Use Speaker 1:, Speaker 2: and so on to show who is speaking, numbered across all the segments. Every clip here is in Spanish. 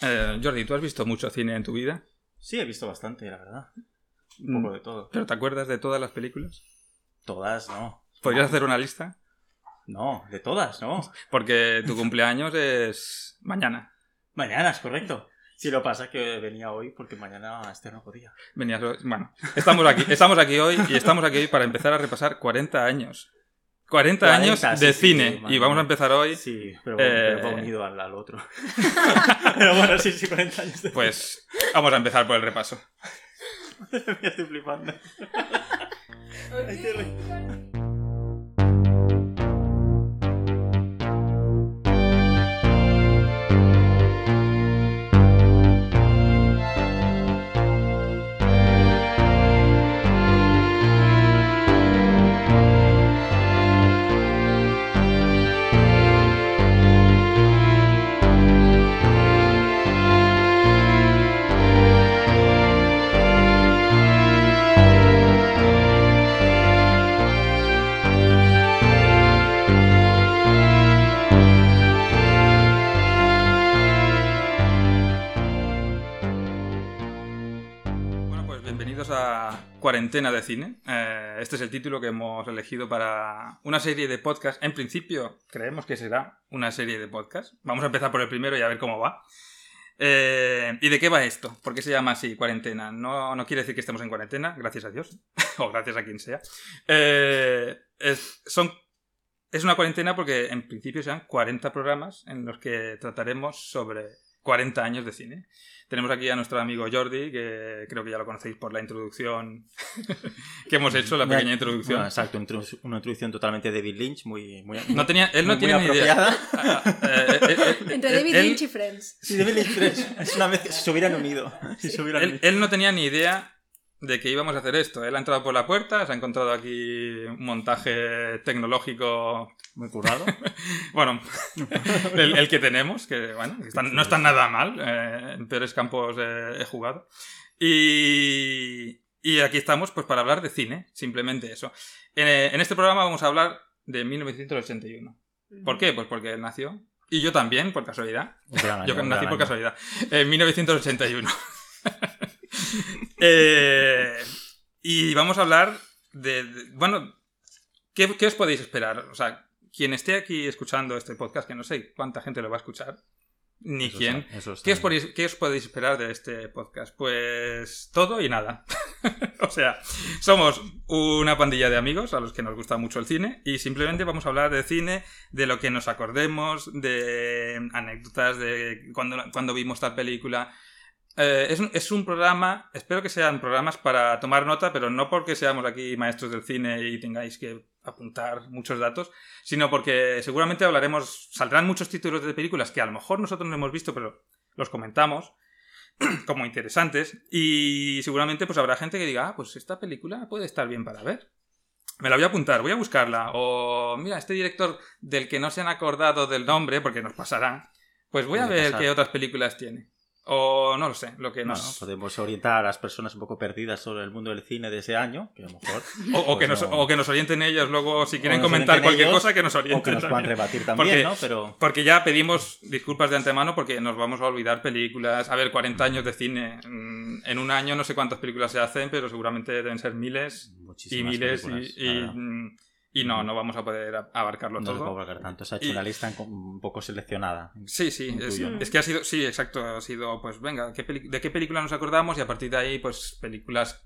Speaker 1: Eh, Jordi, ¿tú has visto mucho cine en tu vida?
Speaker 2: Sí, he visto bastante, la verdad.
Speaker 1: Mm.
Speaker 2: Un poco de todo.
Speaker 1: ¿Pero te acuerdas de todas las películas?
Speaker 2: Todas, no.
Speaker 1: ¿Podrías hacer una lista?
Speaker 2: No, de todas, no.
Speaker 1: Porque tu cumpleaños es mañana.
Speaker 2: Mañana, es correcto. Si lo pasa que venía hoy porque mañana este no podía.
Speaker 1: Venías hoy- Bueno, estamos aquí, estamos aquí hoy y estamos aquí hoy para empezar a repasar 40 años. 40,
Speaker 2: 40,
Speaker 1: años
Speaker 2: sí,
Speaker 1: de
Speaker 2: sí,
Speaker 1: cine.
Speaker 2: sí,
Speaker 1: y
Speaker 2: madre
Speaker 1: vamos a
Speaker 2: mía.
Speaker 1: empezar hoy,
Speaker 2: Sí, pero bueno, pero
Speaker 1: Eh.
Speaker 2: va unido al, al otro. pero bueno, sí, sí, 40 años de...
Speaker 1: pues vamos a empezar por el repaso.
Speaker 2: Me estoy flipando. Ay, qué rico.
Speaker 1: Bueno, pues bienvenidos a Cuarentena de Cine. Eh, este es el título que hemos elegido para una serie de podcast. En principio, creemos que será una serie de podcast. Vamos a empezar por el primero y a ver cómo va. Eh, ¿Y de qué va esto? ¿Por qué se llama así cuarentena? No, no quiere decir que estemos en cuarentena, gracias a Dios, o gracias a quien sea. Eh, es, son, es una cuarentena porque en principio serán 40 programas en los que trataremos sobre 40 años de cine. Tenemos aquí a nuestro amigo Jordi, que creo que ya lo conocéis por la introducción que hemos hecho, la pequeña introducción.
Speaker 2: Bueno, exacto, introdu- una introducción totalmente de David Lynch, muy... muy
Speaker 1: No tenía, él no
Speaker 2: muy
Speaker 1: tiene ni idea.
Speaker 2: apropiada.
Speaker 1: Ah, eh, eh, eh,
Speaker 3: Entre
Speaker 1: él-
Speaker 3: David
Speaker 1: él-
Speaker 3: Lynch y Friends.
Speaker 2: Sí, David Lynch 3. Es una vez que se hubieran unido. Si se hubieran
Speaker 1: Él,
Speaker 2: unido.
Speaker 1: él no tenía ni idea de que íbamos a hacer esto. Él ha entrado por la puerta, se ha encontrado aquí un montaje tecnológico,
Speaker 2: Muy currado.
Speaker 1: bueno, el, el que tenemos, que bueno, está- no está nada mal, eh, en peores campos eh, he jugado. Y, y aquí estamos pues para hablar de cine, simplemente eso. En, eh, en este programa vamos a hablar de 1981. ¿Por qué? Pues porque él nació. Y yo también, por casualidad.
Speaker 2: Un gran año,
Speaker 1: Yo
Speaker 2: un
Speaker 1: nací
Speaker 2: gran
Speaker 1: por
Speaker 2: año.
Speaker 1: casualidad. En 1981. Eh, y vamos a hablar de. de- bueno, ¿qué, qué os podéis esperar? O sea, quien esté aquí escuchando este podcast, que no sé cuánta gente lo va a escuchar, ni
Speaker 2: Eso
Speaker 1: quién.
Speaker 2: está- eso está
Speaker 1: ¿Qué os,
Speaker 2: bien.
Speaker 1: podéis, qué os podéis esperar de este podcast? Pues todo y nada. o sea, somos una pandilla de amigos a los que nos gusta mucho el cine y simplemente vamos a hablar de cine, de lo que nos acordemos, de anécdotas, de cuando, cuando vimos tal película. Eh, es, un, es un programa, espero que sean programas para tomar nota, pero no porque seamos aquí maestros del cine y tengáis que apuntar muchos datos, sino porque seguramente hablaremos, saldrán muchos títulos de películas que a lo mejor nosotros no hemos visto, pero los comentamos como interesantes y seguramente pues habrá gente que diga, ah, pues esta película puede estar bien para ver. Me la voy a apuntar, voy a buscarla. O mira, este director del que no se han acordado del nombre, porque nos pasará, pues voy a
Speaker 2: Puede
Speaker 1: ver
Speaker 2: pasar.
Speaker 1: qué otras películas tiene. O no lo sé, lo que
Speaker 2: Bueno, pues,
Speaker 1: nos...
Speaker 2: podemos orientar a las personas un poco perdidas sobre el mundo del cine de ese año, que a lo mejor.
Speaker 1: O, o
Speaker 2: pues
Speaker 1: que nos,
Speaker 2: no-
Speaker 1: o que nos orienten ellos luego, si quieren
Speaker 2: nos
Speaker 1: comentar
Speaker 2: orienten
Speaker 1: cualquier
Speaker 2: ellos,
Speaker 1: cosa, que nos orienten.
Speaker 2: o que nos puedan
Speaker 1: también.
Speaker 2: rebatir también,
Speaker 1: Porque-
Speaker 2: ¿no? Pero
Speaker 1: Porque ya pedimos disculpas de antemano porque nos vamos a olvidar películas. A ver, 40 años de cine. mm, En un año no sé cuántas películas se hacen, pero seguramente deben ser miles y
Speaker 2: muchísimas
Speaker 1: miles.
Speaker 2: películas,
Speaker 1: Y, y,
Speaker 2: la verdad.
Speaker 1: mm, y no, no vamos a poder a- abarcarlo
Speaker 2: no les puedo
Speaker 1: todo.
Speaker 2: abarcar tanto. Se ha hecho
Speaker 1: Y-
Speaker 2: una lista en- un poco seleccionada.
Speaker 1: Sí, sí, es,
Speaker 2: Intuyo.
Speaker 1: es que ha sido, sí, exacto, ha sido, pues venga, ¿qué peli- ¿de qué película nos acordamos? Y a partir de ahí, pues películas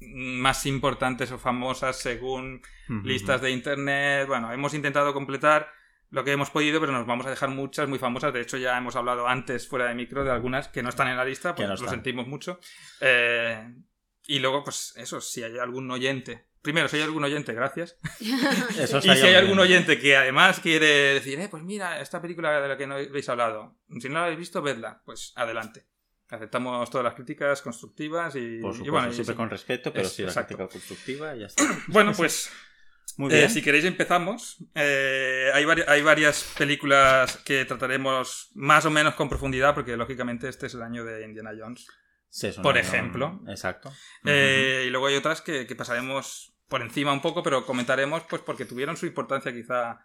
Speaker 1: más importantes o famosas según listas de internet. Bueno, hemos intentado completar lo que hemos podido, pero nos vamos a dejar muchas muy famosas. De hecho, ya hemos hablado antes fuera de micro de algunas que no están en la lista,
Speaker 2: Que
Speaker 1: pues lo
Speaker 2: no están.
Speaker 1: sentimos mucho. Eh, y luego, pues eso, si hay algún oyente. Primero, si hay algún oyente, gracias.
Speaker 2: Eso
Speaker 1: Y si hay algún oyente que además quiere decir, eh, pues mira, esta película de la que no habéis hablado, si no la habéis visto, vedla. Pues adelante. Aceptamos todas las críticas constructivas y,
Speaker 2: Por
Speaker 1: y
Speaker 2: supuesto,
Speaker 1: bueno, y-
Speaker 2: siempre con respeto, pero
Speaker 1: Es-
Speaker 2: sí la
Speaker 1: exacto.
Speaker 2: crítica constructiva y ya está.
Speaker 1: bueno, pues
Speaker 2: Muy
Speaker 1: Eh,
Speaker 2: bien.
Speaker 1: si queréis empezamos. Eh, hay, vari- hay varias películas que trataremos más o menos con profundidad, porque lógicamente este es el año de Indiana Jones.
Speaker 2: Sí, es un
Speaker 1: por
Speaker 2: año-
Speaker 1: ejemplo.
Speaker 2: Exacto.
Speaker 1: Eh, Y luego hay otras que, que pasaremos por encima un poco, pero comentaremos pues porque tuvieron su importancia quizá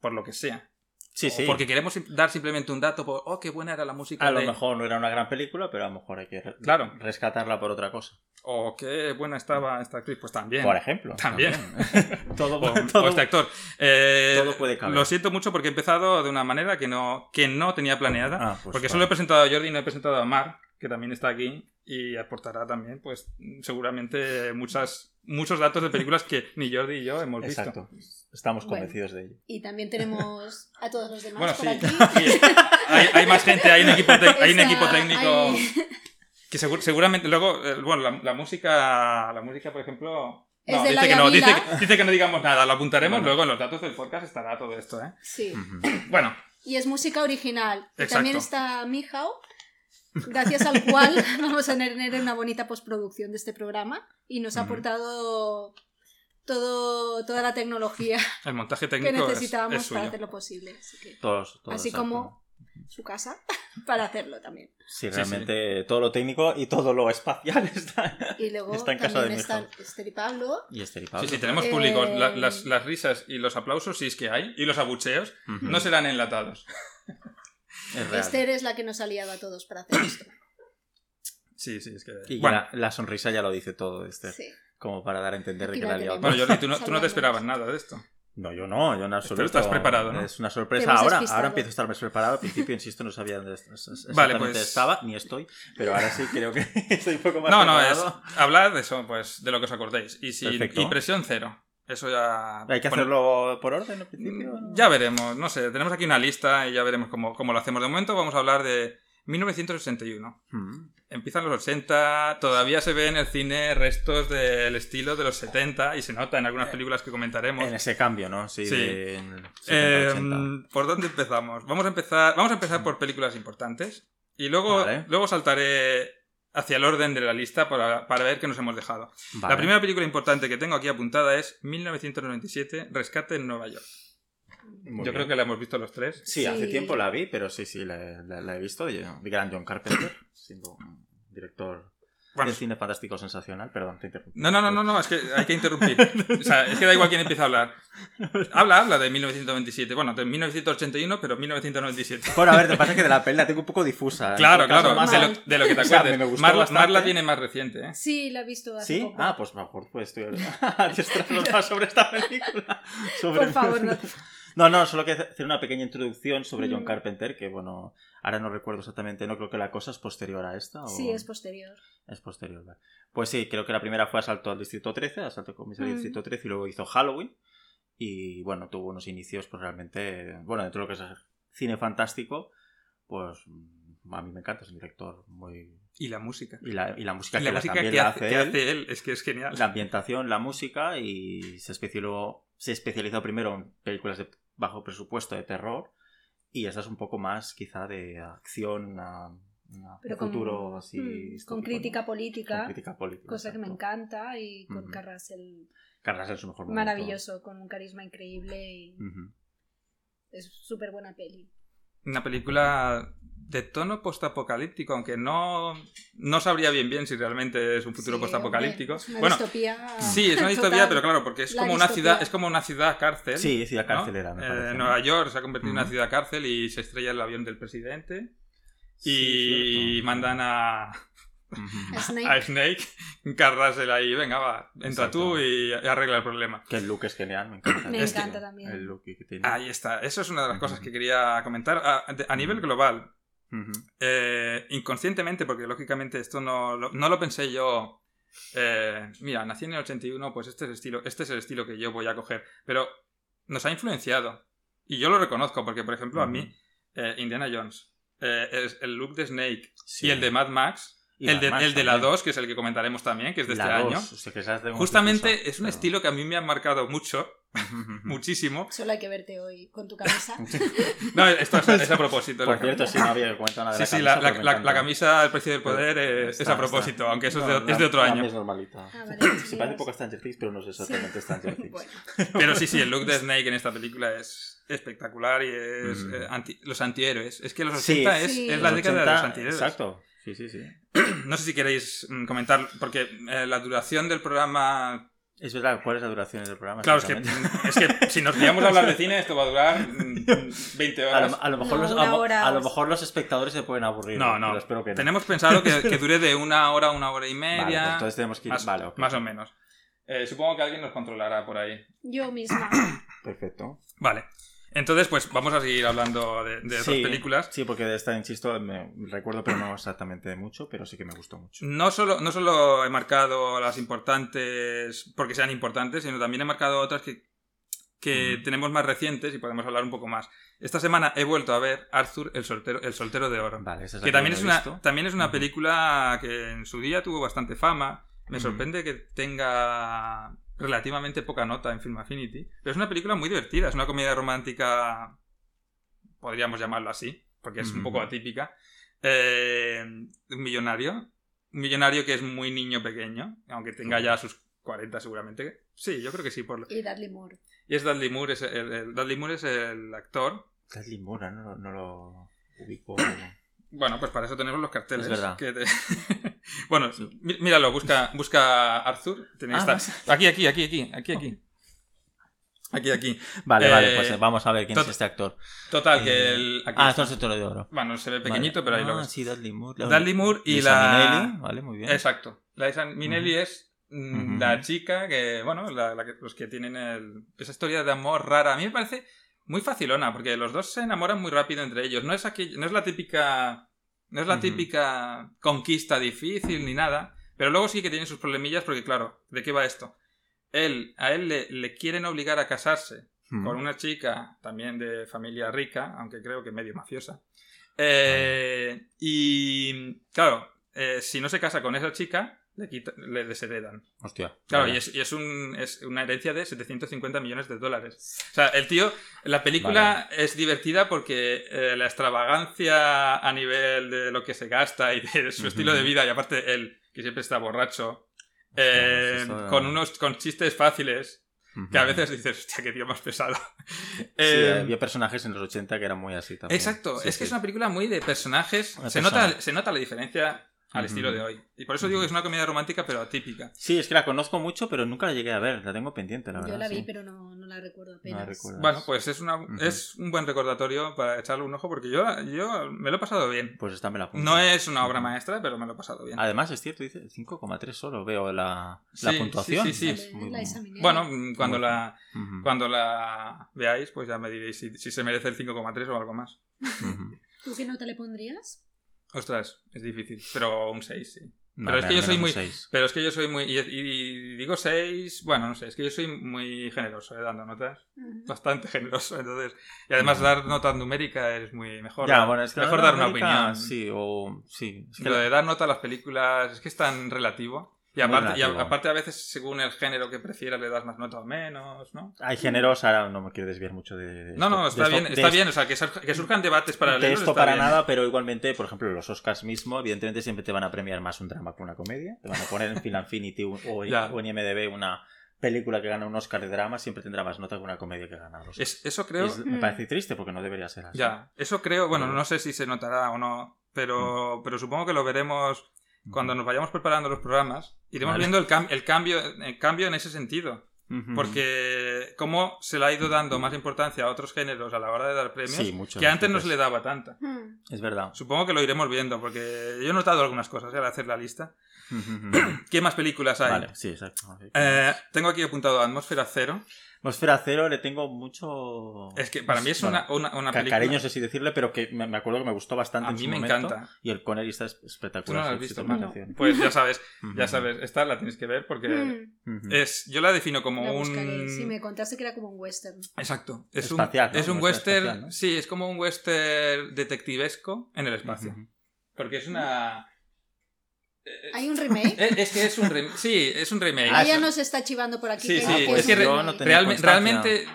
Speaker 1: por lo que sea.
Speaker 2: Sí,
Speaker 1: O
Speaker 2: sí.
Speaker 1: Porque queremos sim- dar simplemente un dato por, oh, qué buena era la música
Speaker 2: A lo
Speaker 1: de-
Speaker 2: mejor no era una gran película, pero a lo mejor hay que re-
Speaker 1: Claro.
Speaker 2: rescatarla por otra cosa.
Speaker 1: O qué buena estaba esta actriz. Pues también.
Speaker 2: Por ejemplo.
Speaker 1: También.
Speaker 2: todo,
Speaker 1: O,
Speaker 2: todo-
Speaker 1: o este actor. Eh,
Speaker 2: todo puede caber.
Speaker 1: Lo siento mucho porque he empezado de una manera que no, que no tenía planeada.
Speaker 2: Ah, pues
Speaker 1: porque
Speaker 2: vale.
Speaker 1: solo he presentado a Jordi y no he presentado a Mar, que también está aquí y aportará también, pues, seguramente muchas, muchos datos de películas que ni Jordi y yo hemos visto.
Speaker 2: Exacto. Estamos
Speaker 3: Bueno.
Speaker 2: convencidos de ello.
Speaker 3: Y también tenemos a todos los demás
Speaker 1: Bueno,
Speaker 3: por
Speaker 1: sí.
Speaker 3: aquí.
Speaker 1: Sí. Hay, hay más gente, hay un equipo, tec- hay un
Speaker 3: O sea,
Speaker 1: equipo técnico
Speaker 3: hay-
Speaker 1: que segur- seguramente luego, eh, bueno, la, la música, la música, por ejemplo,
Speaker 3: Es
Speaker 1: no,
Speaker 3: de
Speaker 1: dice que
Speaker 3: Laia
Speaker 1: no, dice,
Speaker 3: Vila.
Speaker 1: que- dice que no digamos nada, lo apuntaremos
Speaker 2: Bueno.
Speaker 1: luego en los datos del podcast estará todo esto, ¿eh?
Speaker 3: Sí.
Speaker 1: Bueno,
Speaker 3: Y es música original. Y
Speaker 1: Exacto.
Speaker 3: también está Mijao, gracias al cual vamos a tener una bonita postproducción de este programa. Y nos ha
Speaker 1: Ujú.
Speaker 3: aportado todo, toda la tecnología
Speaker 1: el montaje
Speaker 3: que
Speaker 1: técnico es,
Speaker 3: necesitábamos
Speaker 1: es suyo.
Speaker 3: para hacerlo posible. Así que
Speaker 2: Todos, todos,
Speaker 3: Así
Speaker 2: exacto.
Speaker 3: como- su casa para hacerlo también.
Speaker 2: Sí,
Speaker 1: Sí,
Speaker 2: realmente todo lo técnico y todo lo espacial está.
Speaker 3: Y luego
Speaker 2: Está en casa
Speaker 3: también
Speaker 2: de
Speaker 3: están
Speaker 2: Mijao.
Speaker 3: Esther y Pablo.
Speaker 2: Y este
Speaker 1: Sí, sí, tenemos público.
Speaker 3: Eh,
Speaker 1: La- las, las risas y los aplausos, si es que hay, y los abucheos, no serán enlatados.
Speaker 2: es real.
Speaker 3: Esther es la que nos ha liado a todos para hacer esto.
Speaker 1: Sí, sí, es que.
Speaker 2: Y
Speaker 1: bueno,
Speaker 2: la, la sonrisa ya lo dice todo, Esther.
Speaker 3: Sí.
Speaker 2: Como para dar a entender de
Speaker 3: Aquí
Speaker 2: que
Speaker 3: la
Speaker 2: la ha liado.
Speaker 3: tenemos.
Speaker 1: bueno, Jordi, tú no, tú no te
Speaker 3: Salvándonos.
Speaker 1: esperabas nada de esto.
Speaker 2: No, yo no, yo en absoluto.
Speaker 1: estás preparado, ¿no?
Speaker 2: Es una
Speaker 3: Te
Speaker 2: sorpresa.
Speaker 3: hemos
Speaker 2: Ahora,
Speaker 3: despistado.
Speaker 2: ahora empiezo a estar más preparado. Al principio, insisto, no sabía dónde est- exactamente
Speaker 1: Vale, pues-
Speaker 2: estaba, ni estoy. Pero ahora sí creo que estoy un poco más
Speaker 1: No, no, es.
Speaker 2: preparado.
Speaker 1: Hablar de eso, pues, de lo que os acordéis. Y, sin,
Speaker 2: Perfecto.
Speaker 1: y presión cero. Eso ya.
Speaker 2: Hay que
Speaker 1: bueno,
Speaker 2: hacerlo por orden al principio. ¿no?
Speaker 1: Mm, Ya veremos, no sé. Tenemos aquí una lista y ya veremos cómo, cómo lo hacemos. De momento vamos a hablar de 1961.
Speaker 2: Mm.
Speaker 1: Empiezan los 80, todavía se ve en el cine restos del estilo de los 70 y se nota en algunas películas que comentaremos.
Speaker 2: En ese cambio, ¿no? Sí.
Speaker 1: Sí.
Speaker 2: de-
Speaker 1: Eh,
Speaker 2: 70-80.
Speaker 1: ¿Por dónde empezamos? Vamos a empezar, vamos a empezar por películas importantes y luego,
Speaker 2: Vale.
Speaker 1: luego saltaré hacia el orden de la lista para, para ver qué nos hemos dejado.
Speaker 2: Vale.
Speaker 1: La primera película importante que tengo aquí apuntada es 1997, Rescate en Nueva York.
Speaker 2: Muy
Speaker 1: Yo
Speaker 2: bien.
Speaker 1: creo que la hemos visto los tres.
Speaker 2: Sí, hace
Speaker 3: Sí.
Speaker 2: tiempo la vi, pero sí, sí, la, la- la he visto. Y, eh, Gran John Carpenter, siendo un director
Speaker 1: Bueno,
Speaker 2: de cine fantástico sensacional. Perdón, te interrumpí.
Speaker 1: no, no, no, no, no, es que hay que interrumpir. O sea, es que da igual quién empieza a hablar. Habla, habla de 1927. Bueno, de 1981, pero 1997.
Speaker 2: Bueno, a ver, lo que pasa es que de la peli la tengo un poco difusa. ¿eh? En
Speaker 1: Claro,
Speaker 2: todo caso,
Speaker 1: claro,
Speaker 2: más
Speaker 1: de
Speaker 3: mal.
Speaker 1: lo, de lo que te
Speaker 2: O sea,
Speaker 1: acuerdes.
Speaker 2: me gustó
Speaker 1: Marla,
Speaker 2: bastante.
Speaker 1: Marla tiene más reciente, ¿eh?
Speaker 3: Sí, la he visto hace
Speaker 2: ¿Sí?
Speaker 3: poco.
Speaker 2: Ah, pues mejor pues estoy adiestrando más sobre esta película. Sobre-
Speaker 3: Por favor, no.
Speaker 2: No, no, solo que hacer una pequeña introducción sobre John
Speaker 3: Mm.
Speaker 2: Carpenter, que bueno, ahora no recuerdo exactamente, no creo que la cosa es posterior a esta. o-
Speaker 3: Sí, es posterior.
Speaker 2: es posterior. vale. Pues sí, creo que la primera fue Asalto al Distrito 13, Asalto al Comisario
Speaker 3: Mm.
Speaker 2: del Distrito 13 y luego hizo Halloween. Y bueno, tuvo unos inicios pues realmente, bueno, dentro de lo que es cine fantástico, pues mm, a mí me encanta, es un director muy...
Speaker 1: Y la música.
Speaker 2: Y la, y la
Speaker 1: Y
Speaker 2: música que
Speaker 1: la
Speaker 2: la-
Speaker 1: música
Speaker 2: también
Speaker 1: que
Speaker 2: la
Speaker 1: hace,
Speaker 2: hace
Speaker 1: que
Speaker 2: él.
Speaker 1: hace él es que es genial.
Speaker 2: la ambientación, la música y se especializó, se especializó primero en películas de bajo presupuesto de terror y esta es un poco más quizá de acción, una- una-
Speaker 3: Pero
Speaker 2: un
Speaker 3: con,
Speaker 2: futuro así.
Speaker 3: mm,
Speaker 2: distópico,
Speaker 3: con
Speaker 2: ¿no?
Speaker 3: crítica
Speaker 2: Con
Speaker 3: política,
Speaker 2: crítica política.
Speaker 3: cosa que me
Speaker 2: exacto.
Speaker 3: encanta, y con
Speaker 2: Ujú.
Speaker 3: Carrasel
Speaker 2: Carras en su mejor momento.
Speaker 3: maravilloso, con un carisma increíble y
Speaker 2: Ujú.
Speaker 3: es súper buena peli.
Speaker 1: Una película de tono postapocalíptico, aunque no, no sabría bien bien si realmente es un futuro
Speaker 3: Sí,
Speaker 1: postapocalíptico.
Speaker 3: hombre, es una
Speaker 1: Bueno,
Speaker 3: distopía
Speaker 1: sí, es una distopía,
Speaker 3: total.
Speaker 1: pero claro, porque es
Speaker 3: La
Speaker 1: como una
Speaker 3: distopía.
Speaker 1: ciudad, es como una ciudad cárcel.
Speaker 2: Sí, sí, la
Speaker 1: ¿no?
Speaker 2: carcelera, me
Speaker 1: Eh,
Speaker 2: parece. ¿no?
Speaker 1: Nueva York se ha convertido en una
Speaker 2: Ujú.
Speaker 1: ciudad cárcel y se estrella el avión del presidente
Speaker 2: Sí,
Speaker 1: y
Speaker 2: cierto.
Speaker 1: mandan a,
Speaker 2: Ujú.
Speaker 3: A Snake.
Speaker 1: a Snake, Carrasel ahí, venga, va, entra
Speaker 2: Exacto.
Speaker 1: tú y arregla el problema.
Speaker 2: Que el look es genial, me encanta.
Speaker 3: Me
Speaker 2: el
Speaker 1: encanta
Speaker 2: estilo,
Speaker 3: también.
Speaker 2: El look que tiene.
Speaker 1: Ahí está, eso es una de las cosas
Speaker 2: Ujú.
Speaker 1: que quería comentar. A, de- a nivel global,
Speaker 2: Ujú.
Speaker 1: Eh, inconscientemente, porque lógicamente esto no, lo- no lo pensé yo. eh, mira, nací en el 81, pues este es el estilo, este es el estilo que yo voy a coger. Pero nos ha influenciado. Y yo lo reconozco, porque por ejemplo, a mí, eh, Indiana Jones, eh, es el look de Snake
Speaker 2: Sí.
Speaker 1: y el de Mad Max,
Speaker 2: Y
Speaker 1: el, de,
Speaker 2: Batman
Speaker 1: el de la
Speaker 2: también.
Speaker 1: 2, que es el que comentaremos también, que es de
Speaker 2: La
Speaker 1: este
Speaker 2: dos,
Speaker 1: año.
Speaker 2: o sea, que esas de un
Speaker 1: Justamente
Speaker 2: proceso,
Speaker 1: es un
Speaker 2: pero-
Speaker 1: estilo que a mí me ha marcado mucho,
Speaker 2: Ujú, ujú.
Speaker 1: muchísimo.
Speaker 3: Solo hay que verte hoy con tu camisa.
Speaker 1: No, esto es, a- es a propósito.
Speaker 2: Por
Speaker 1: la-
Speaker 2: cierto, sí, no había comentado nada. de
Speaker 1: Sí, sí, la,
Speaker 2: camisa, pero
Speaker 1: la-
Speaker 2: me
Speaker 1: la-
Speaker 2: encanta.
Speaker 1: la camisa El Precio del Poder eh,
Speaker 2: Está,
Speaker 1: es a
Speaker 2: está.
Speaker 1: propósito, aunque eso es
Speaker 2: No,
Speaker 1: de,
Speaker 2: la-
Speaker 1: es de otro
Speaker 2: la
Speaker 1: año.
Speaker 2: mía es normalita.
Speaker 3: Ah, vale,
Speaker 2: Se parece
Speaker 3: sí, es-
Speaker 2: un poco a Stranger Things, pero no es exactamente
Speaker 3: Sí.
Speaker 2: Stranger Things.
Speaker 3: Bueno,
Speaker 1: Pero sí, sí, el look de Snake en esta película es espectacular y es
Speaker 2: Mm.
Speaker 1: eh, anti- los antihéroes. Es que los
Speaker 2: Sí.
Speaker 1: 80 es,
Speaker 3: Sí.
Speaker 1: es la
Speaker 2: Los
Speaker 1: década
Speaker 2: 80,
Speaker 1: de los antihéroes.
Speaker 2: Exacto. Sí, sí, sí.
Speaker 1: No sé si queréis mm, comentar, porque eh, la duración del programa
Speaker 2: Es verdad, ¿cuál es la duración del programa?
Speaker 1: Claro, es que,
Speaker 2: exactamente?
Speaker 1: es que si nos pillamos a hablar de cine, esto va a durar mm, 20
Speaker 2: A
Speaker 1: horas.
Speaker 2: lo, a lo mejor
Speaker 3: No,
Speaker 2: los, a,
Speaker 3: una
Speaker 2: mo-
Speaker 3: hora
Speaker 2: a lo
Speaker 3: o-
Speaker 2: mejor los espectadores se pueden aburrir.
Speaker 1: No, no.
Speaker 2: pero espero que no.
Speaker 1: Tenemos pensado que, que dure de una hora a una hora y
Speaker 2: Vale,
Speaker 1: media.
Speaker 2: pues entonces tenemos que ir.
Speaker 1: más,
Speaker 2: vale, ok.
Speaker 1: más o menos. Eh, supongo que alguien nos controlará por ahí.
Speaker 3: Yo misma.
Speaker 2: Perfecto.
Speaker 1: Vale. Entonces, pues vamos a seguir hablando de, de esas
Speaker 2: Sí,
Speaker 1: películas.
Speaker 2: Sí, porque de esta, insisto, me recuerdo, pero no exactamente mucho, pero sí que me gustó mucho.
Speaker 1: No solo, no solo he marcado las importantes porque sean importantes, sino también he marcado otras que, que
Speaker 2: Mm.
Speaker 1: tenemos más recientes y podemos hablar un poco más. Esta semana he vuelto a ver Arthur, el soltero, el soltero de oro.
Speaker 2: Vale, esa es la
Speaker 1: que también
Speaker 2: no
Speaker 1: es,
Speaker 2: he
Speaker 1: una,
Speaker 2: visto.
Speaker 1: también es una
Speaker 2: Ujú.
Speaker 1: película que en su día tuvo bastante fama. Me
Speaker 2: Ujú.
Speaker 1: sorprende que tenga relativamente poca nota en Film Affinity. Pero es una película muy divertida, es una comedia romántica, podríamos llamarlo así, porque es un poco
Speaker 2: Ujú.
Speaker 1: atípica. Eh, un millonario, un millonario que es muy niño pequeño, aunque tenga ya sus 40 seguramente. Sí, yo creo que sí. Por... lo-
Speaker 3: Y Dudley Moore.
Speaker 1: Y es Dudley Moore, es el- el- Dudley Moore es el actor
Speaker 2: Dudley Moore, no, lo- no lo ubico.
Speaker 1: Bueno, pues para eso tenemos los carteles.
Speaker 2: Es verdad.
Speaker 1: que te- bueno,
Speaker 2: Sí.
Speaker 1: mí- míralo, busca, busca Arthur. Tiene que
Speaker 2: Ah,
Speaker 1: estar-
Speaker 2: vas
Speaker 1: Aquí, aquí, aquí, aquí, aquí, aquí. Aquí, aquí.
Speaker 2: Vale, vale,
Speaker 1: Eh,
Speaker 2: pues eh, vamos a ver quién es
Speaker 1: tot-
Speaker 2: este actor.
Speaker 1: Total,
Speaker 2: Eh,
Speaker 1: que el. aquí
Speaker 2: ah,
Speaker 1: está.
Speaker 2: esto es el toro de oro.
Speaker 1: Bueno, se ve pequeñito, pero ahí
Speaker 2: Vale.
Speaker 1: lo
Speaker 2: Ah,
Speaker 1: ves.
Speaker 2: Sí, Dudley Moore.
Speaker 1: Dudley Moore y
Speaker 2: Liza
Speaker 1: la-
Speaker 2: Minnelli, Vale, muy bien.
Speaker 1: Exacto. La Liza Minnelli es mm,
Speaker 2: Ujú.
Speaker 1: la chica que, bueno, la- la que- los que tienen el- esa historia de amor rara. A mí me parece muy facilona, porque los dos se enamoran muy rápido entre ellos. No es, aquí, no es la típica. No es la
Speaker 2: Ujú.
Speaker 1: típica conquista difícil ni nada. Pero luego sí que tienen sus problemillas, porque claro, ¿de qué va esto? Él, a él le, le quieren obligar a casarse
Speaker 2: Mm.
Speaker 1: con una chica también de familia rica, aunque creo que medio mafiosa. Eh, y claro, eh, si no se casa con esa chica, le, quita- le desheredan.
Speaker 2: Hostia.
Speaker 1: Claro,
Speaker 2: Vale.
Speaker 1: y, es, y es, un- es una herencia de 750 millones de dólares. O sea, el tío, la película es divertida porque eh, la extravagancia a nivel de lo que se gasta y de su
Speaker 2: Ujú.
Speaker 1: estilo de vida, y aparte él, que siempre está borracho,
Speaker 2: Hostia,
Speaker 1: eh,
Speaker 2: pues eso-
Speaker 1: con, unos, con chistes fáciles,
Speaker 2: Ujú.
Speaker 1: que a veces dices, hostia, qué tío más pesado.
Speaker 2: Sí,
Speaker 1: Eh,
Speaker 2: había personajes en los 80 que eran muy así también.
Speaker 1: Exacto,
Speaker 2: Sí,
Speaker 1: es que
Speaker 2: sí.
Speaker 1: es una película muy de personajes.
Speaker 2: Una
Speaker 1: se,
Speaker 2: persona.
Speaker 1: nota, se nota la diferencia al
Speaker 2: Ujú.
Speaker 1: estilo de hoy. Y por eso digo
Speaker 2: Ujú.
Speaker 1: que es una comedia romántica, pero atípica.
Speaker 2: Sí, es que la conozco mucho, pero nunca la llegué a ver. La tengo pendiente, la verdad.
Speaker 3: Yo la vi,
Speaker 2: sí.
Speaker 3: pero no, no la recuerdo apenas.
Speaker 2: recuerdo.
Speaker 1: Bueno, pues es, una,
Speaker 2: Ujú.
Speaker 1: es un buen recordatorio para echarle un ojo, porque yo, yo me lo he pasado bien.
Speaker 2: Pues esta me la apunto.
Speaker 1: No es una obra
Speaker 2: Ujú.
Speaker 1: maestra, pero me lo he pasado bien.
Speaker 2: Además, es cierto, dice 5,3 solo. Veo la, la
Speaker 1: Sí,
Speaker 2: puntuación.
Speaker 1: sí, sí, sí.
Speaker 2: Es muy
Speaker 3: La
Speaker 2: bueno.
Speaker 3: examiné.
Speaker 1: Bueno, mm, cuando
Speaker 2: Bueno.
Speaker 1: la,
Speaker 2: Ujú.
Speaker 1: cuando la veáis, pues ya me diréis si, si se merece el 5,3 o algo más.
Speaker 2: Ujú.
Speaker 3: ¿Tú qué nota le pondrías?
Speaker 1: Ostras, es difícil, pero un 6, sí.
Speaker 2: No,
Speaker 1: Pero es
Speaker 2: me-
Speaker 1: que yo
Speaker 2: me
Speaker 1: soy
Speaker 2: da un
Speaker 1: muy-
Speaker 2: seis.
Speaker 1: Pero es que yo soy muy... Y, y digo 6, bueno, no sé, es que yo soy muy generoso eh, dando notas. bastante generoso. Entonces, y además dar nota numérica es muy mejor.
Speaker 2: Ya, bueno, es que
Speaker 1: mejor
Speaker 2: la
Speaker 1: dar una
Speaker 2: América,
Speaker 1: opinión.
Speaker 2: Sí, o. Sí. es que
Speaker 1: Lo
Speaker 2: la-
Speaker 1: de dar nota a las películas es que es tan relativo. Y
Speaker 2: Muy
Speaker 1: aparte, y a-
Speaker 2: relativo.
Speaker 1: aparte a veces según el género que prefieras le das más nota o menos, ¿no?
Speaker 2: Hay géneros, ahora no me quiero desviar mucho de. de
Speaker 1: No,
Speaker 2: esto-
Speaker 1: no,
Speaker 2: de
Speaker 1: está
Speaker 2: esto-
Speaker 1: bien,
Speaker 2: de
Speaker 1: está
Speaker 2: esto-
Speaker 1: bien, o sea, que, sur- que surjan debates
Speaker 2: de
Speaker 1: paralelos.
Speaker 2: esto
Speaker 1: está
Speaker 2: para
Speaker 1: bien.
Speaker 2: nada, pero igualmente, por ejemplo, los Oscars mismo, evidentemente siempre te van a premiar más un drama que una comedia. Te van a poner en Film Affinity un- o, en-
Speaker 1: Ya.
Speaker 2: o en IMDb una película que gana un Oscar de drama, siempre tendrá más nota que una comedia que gana dos.
Speaker 1: Es- eso creo,
Speaker 2: Es- me
Speaker 3: Mm.
Speaker 2: parece triste porque no debería ser así.
Speaker 1: ya, eso creo, bueno, no sé si se notará o no,
Speaker 2: Mm.
Speaker 1: pero, pero supongo que lo veremos cuando nos vayamos preparando los programas. Iremos
Speaker 2: Vale.
Speaker 1: viendo el, cam- el, cambio, el cambio en ese sentido.
Speaker 2: Ujú.
Speaker 1: Porque cómo se le ha ido dando más importancia a otros géneros a la hora de dar premios
Speaker 2: Sí, mucho,
Speaker 1: que antes no se
Speaker 2: entonces-
Speaker 1: le daba tanta.
Speaker 3: Mm.
Speaker 2: Es verdad.
Speaker 1: Supongo que lo iremos viendo, porque yo he notado algunas cosas ¿eh? al hacer la lista.
Speaker 2: Ujú.
Speaker 1: ¿Qué más películas hay?
Speaker 2: vale, sí, exacto.
Speaker 1: Eh, tengo aquí apuntado Atmósfera Cero.
Speaker 2: Atmósfera cero le tengo mucho.
Speaker 1: Es que para mí es
Speaker 2: Bueno,
Speaker 1: una, una, una
Speaker 2: ca-
Speaker 1: película...
Speaker 2: Cariño, no sé si decirle, pero que me me acuerdo que me gustó bastante.
Speaker 1: a
Speaker 2: en
Speaker 1: mí
Speaker 2: su
Speaker 1: me
Speaker 2: momento.
Speaker 1: encanta.
Speaker 2: Y el Connery está es-
Speaker 1: Tú no
Speaker 2: espectacular.
Speaker 1: la has
Speaker 2: su- su
Speaker 1: visto, ¿no?
Speaker 2: interpretación.
Speaker 1: Pues ya sabes,
Speaker 2: Ujú.
Speaker 1: ya sabes, esta la tienes que ver porque
Speaker 3: Mm.
Speaker 2: Ujú.
Speaker 1: es, yo la defino como
Speaker 3: La buscaré.
Speaker 1: un...
Speaker 3: Sí, me contaste que era como un western.
Speaker 1: Exacto. Es
Speaker 2: Espacial,
Speaker 1: un,
Speaker 2: ¿no?
Speaker 1: es un
Speaker 2: Una
Speaker 1: western...
Speaker 2: espacial, ¿no?
Speaker 1: Sí, es como un western detectivesco en el espacio.
Speaker 2: Ujú.
Speaker 1: Porque es una... eh,
Speaker 3: ¿Hay un remake?
Speaker 1: Eh, Es que es un remake. Sí, es un remake.
Speaker 2: Ah,
Speaker 3: Ella
Speaker 2: eso-
Speaker 3: nos está chivando por aquí.
Speaker 1: Sí,
Speaker 2: sí,
Speaker 3: que
Speaker 2: es
Speaker 3: un
Speaker 2: que re-
Speaker 3: remake.
Speaker 2: yo no tenía-
Speaker 1: Realme-
Speaker 2: constancia.
Speaker 1: realmente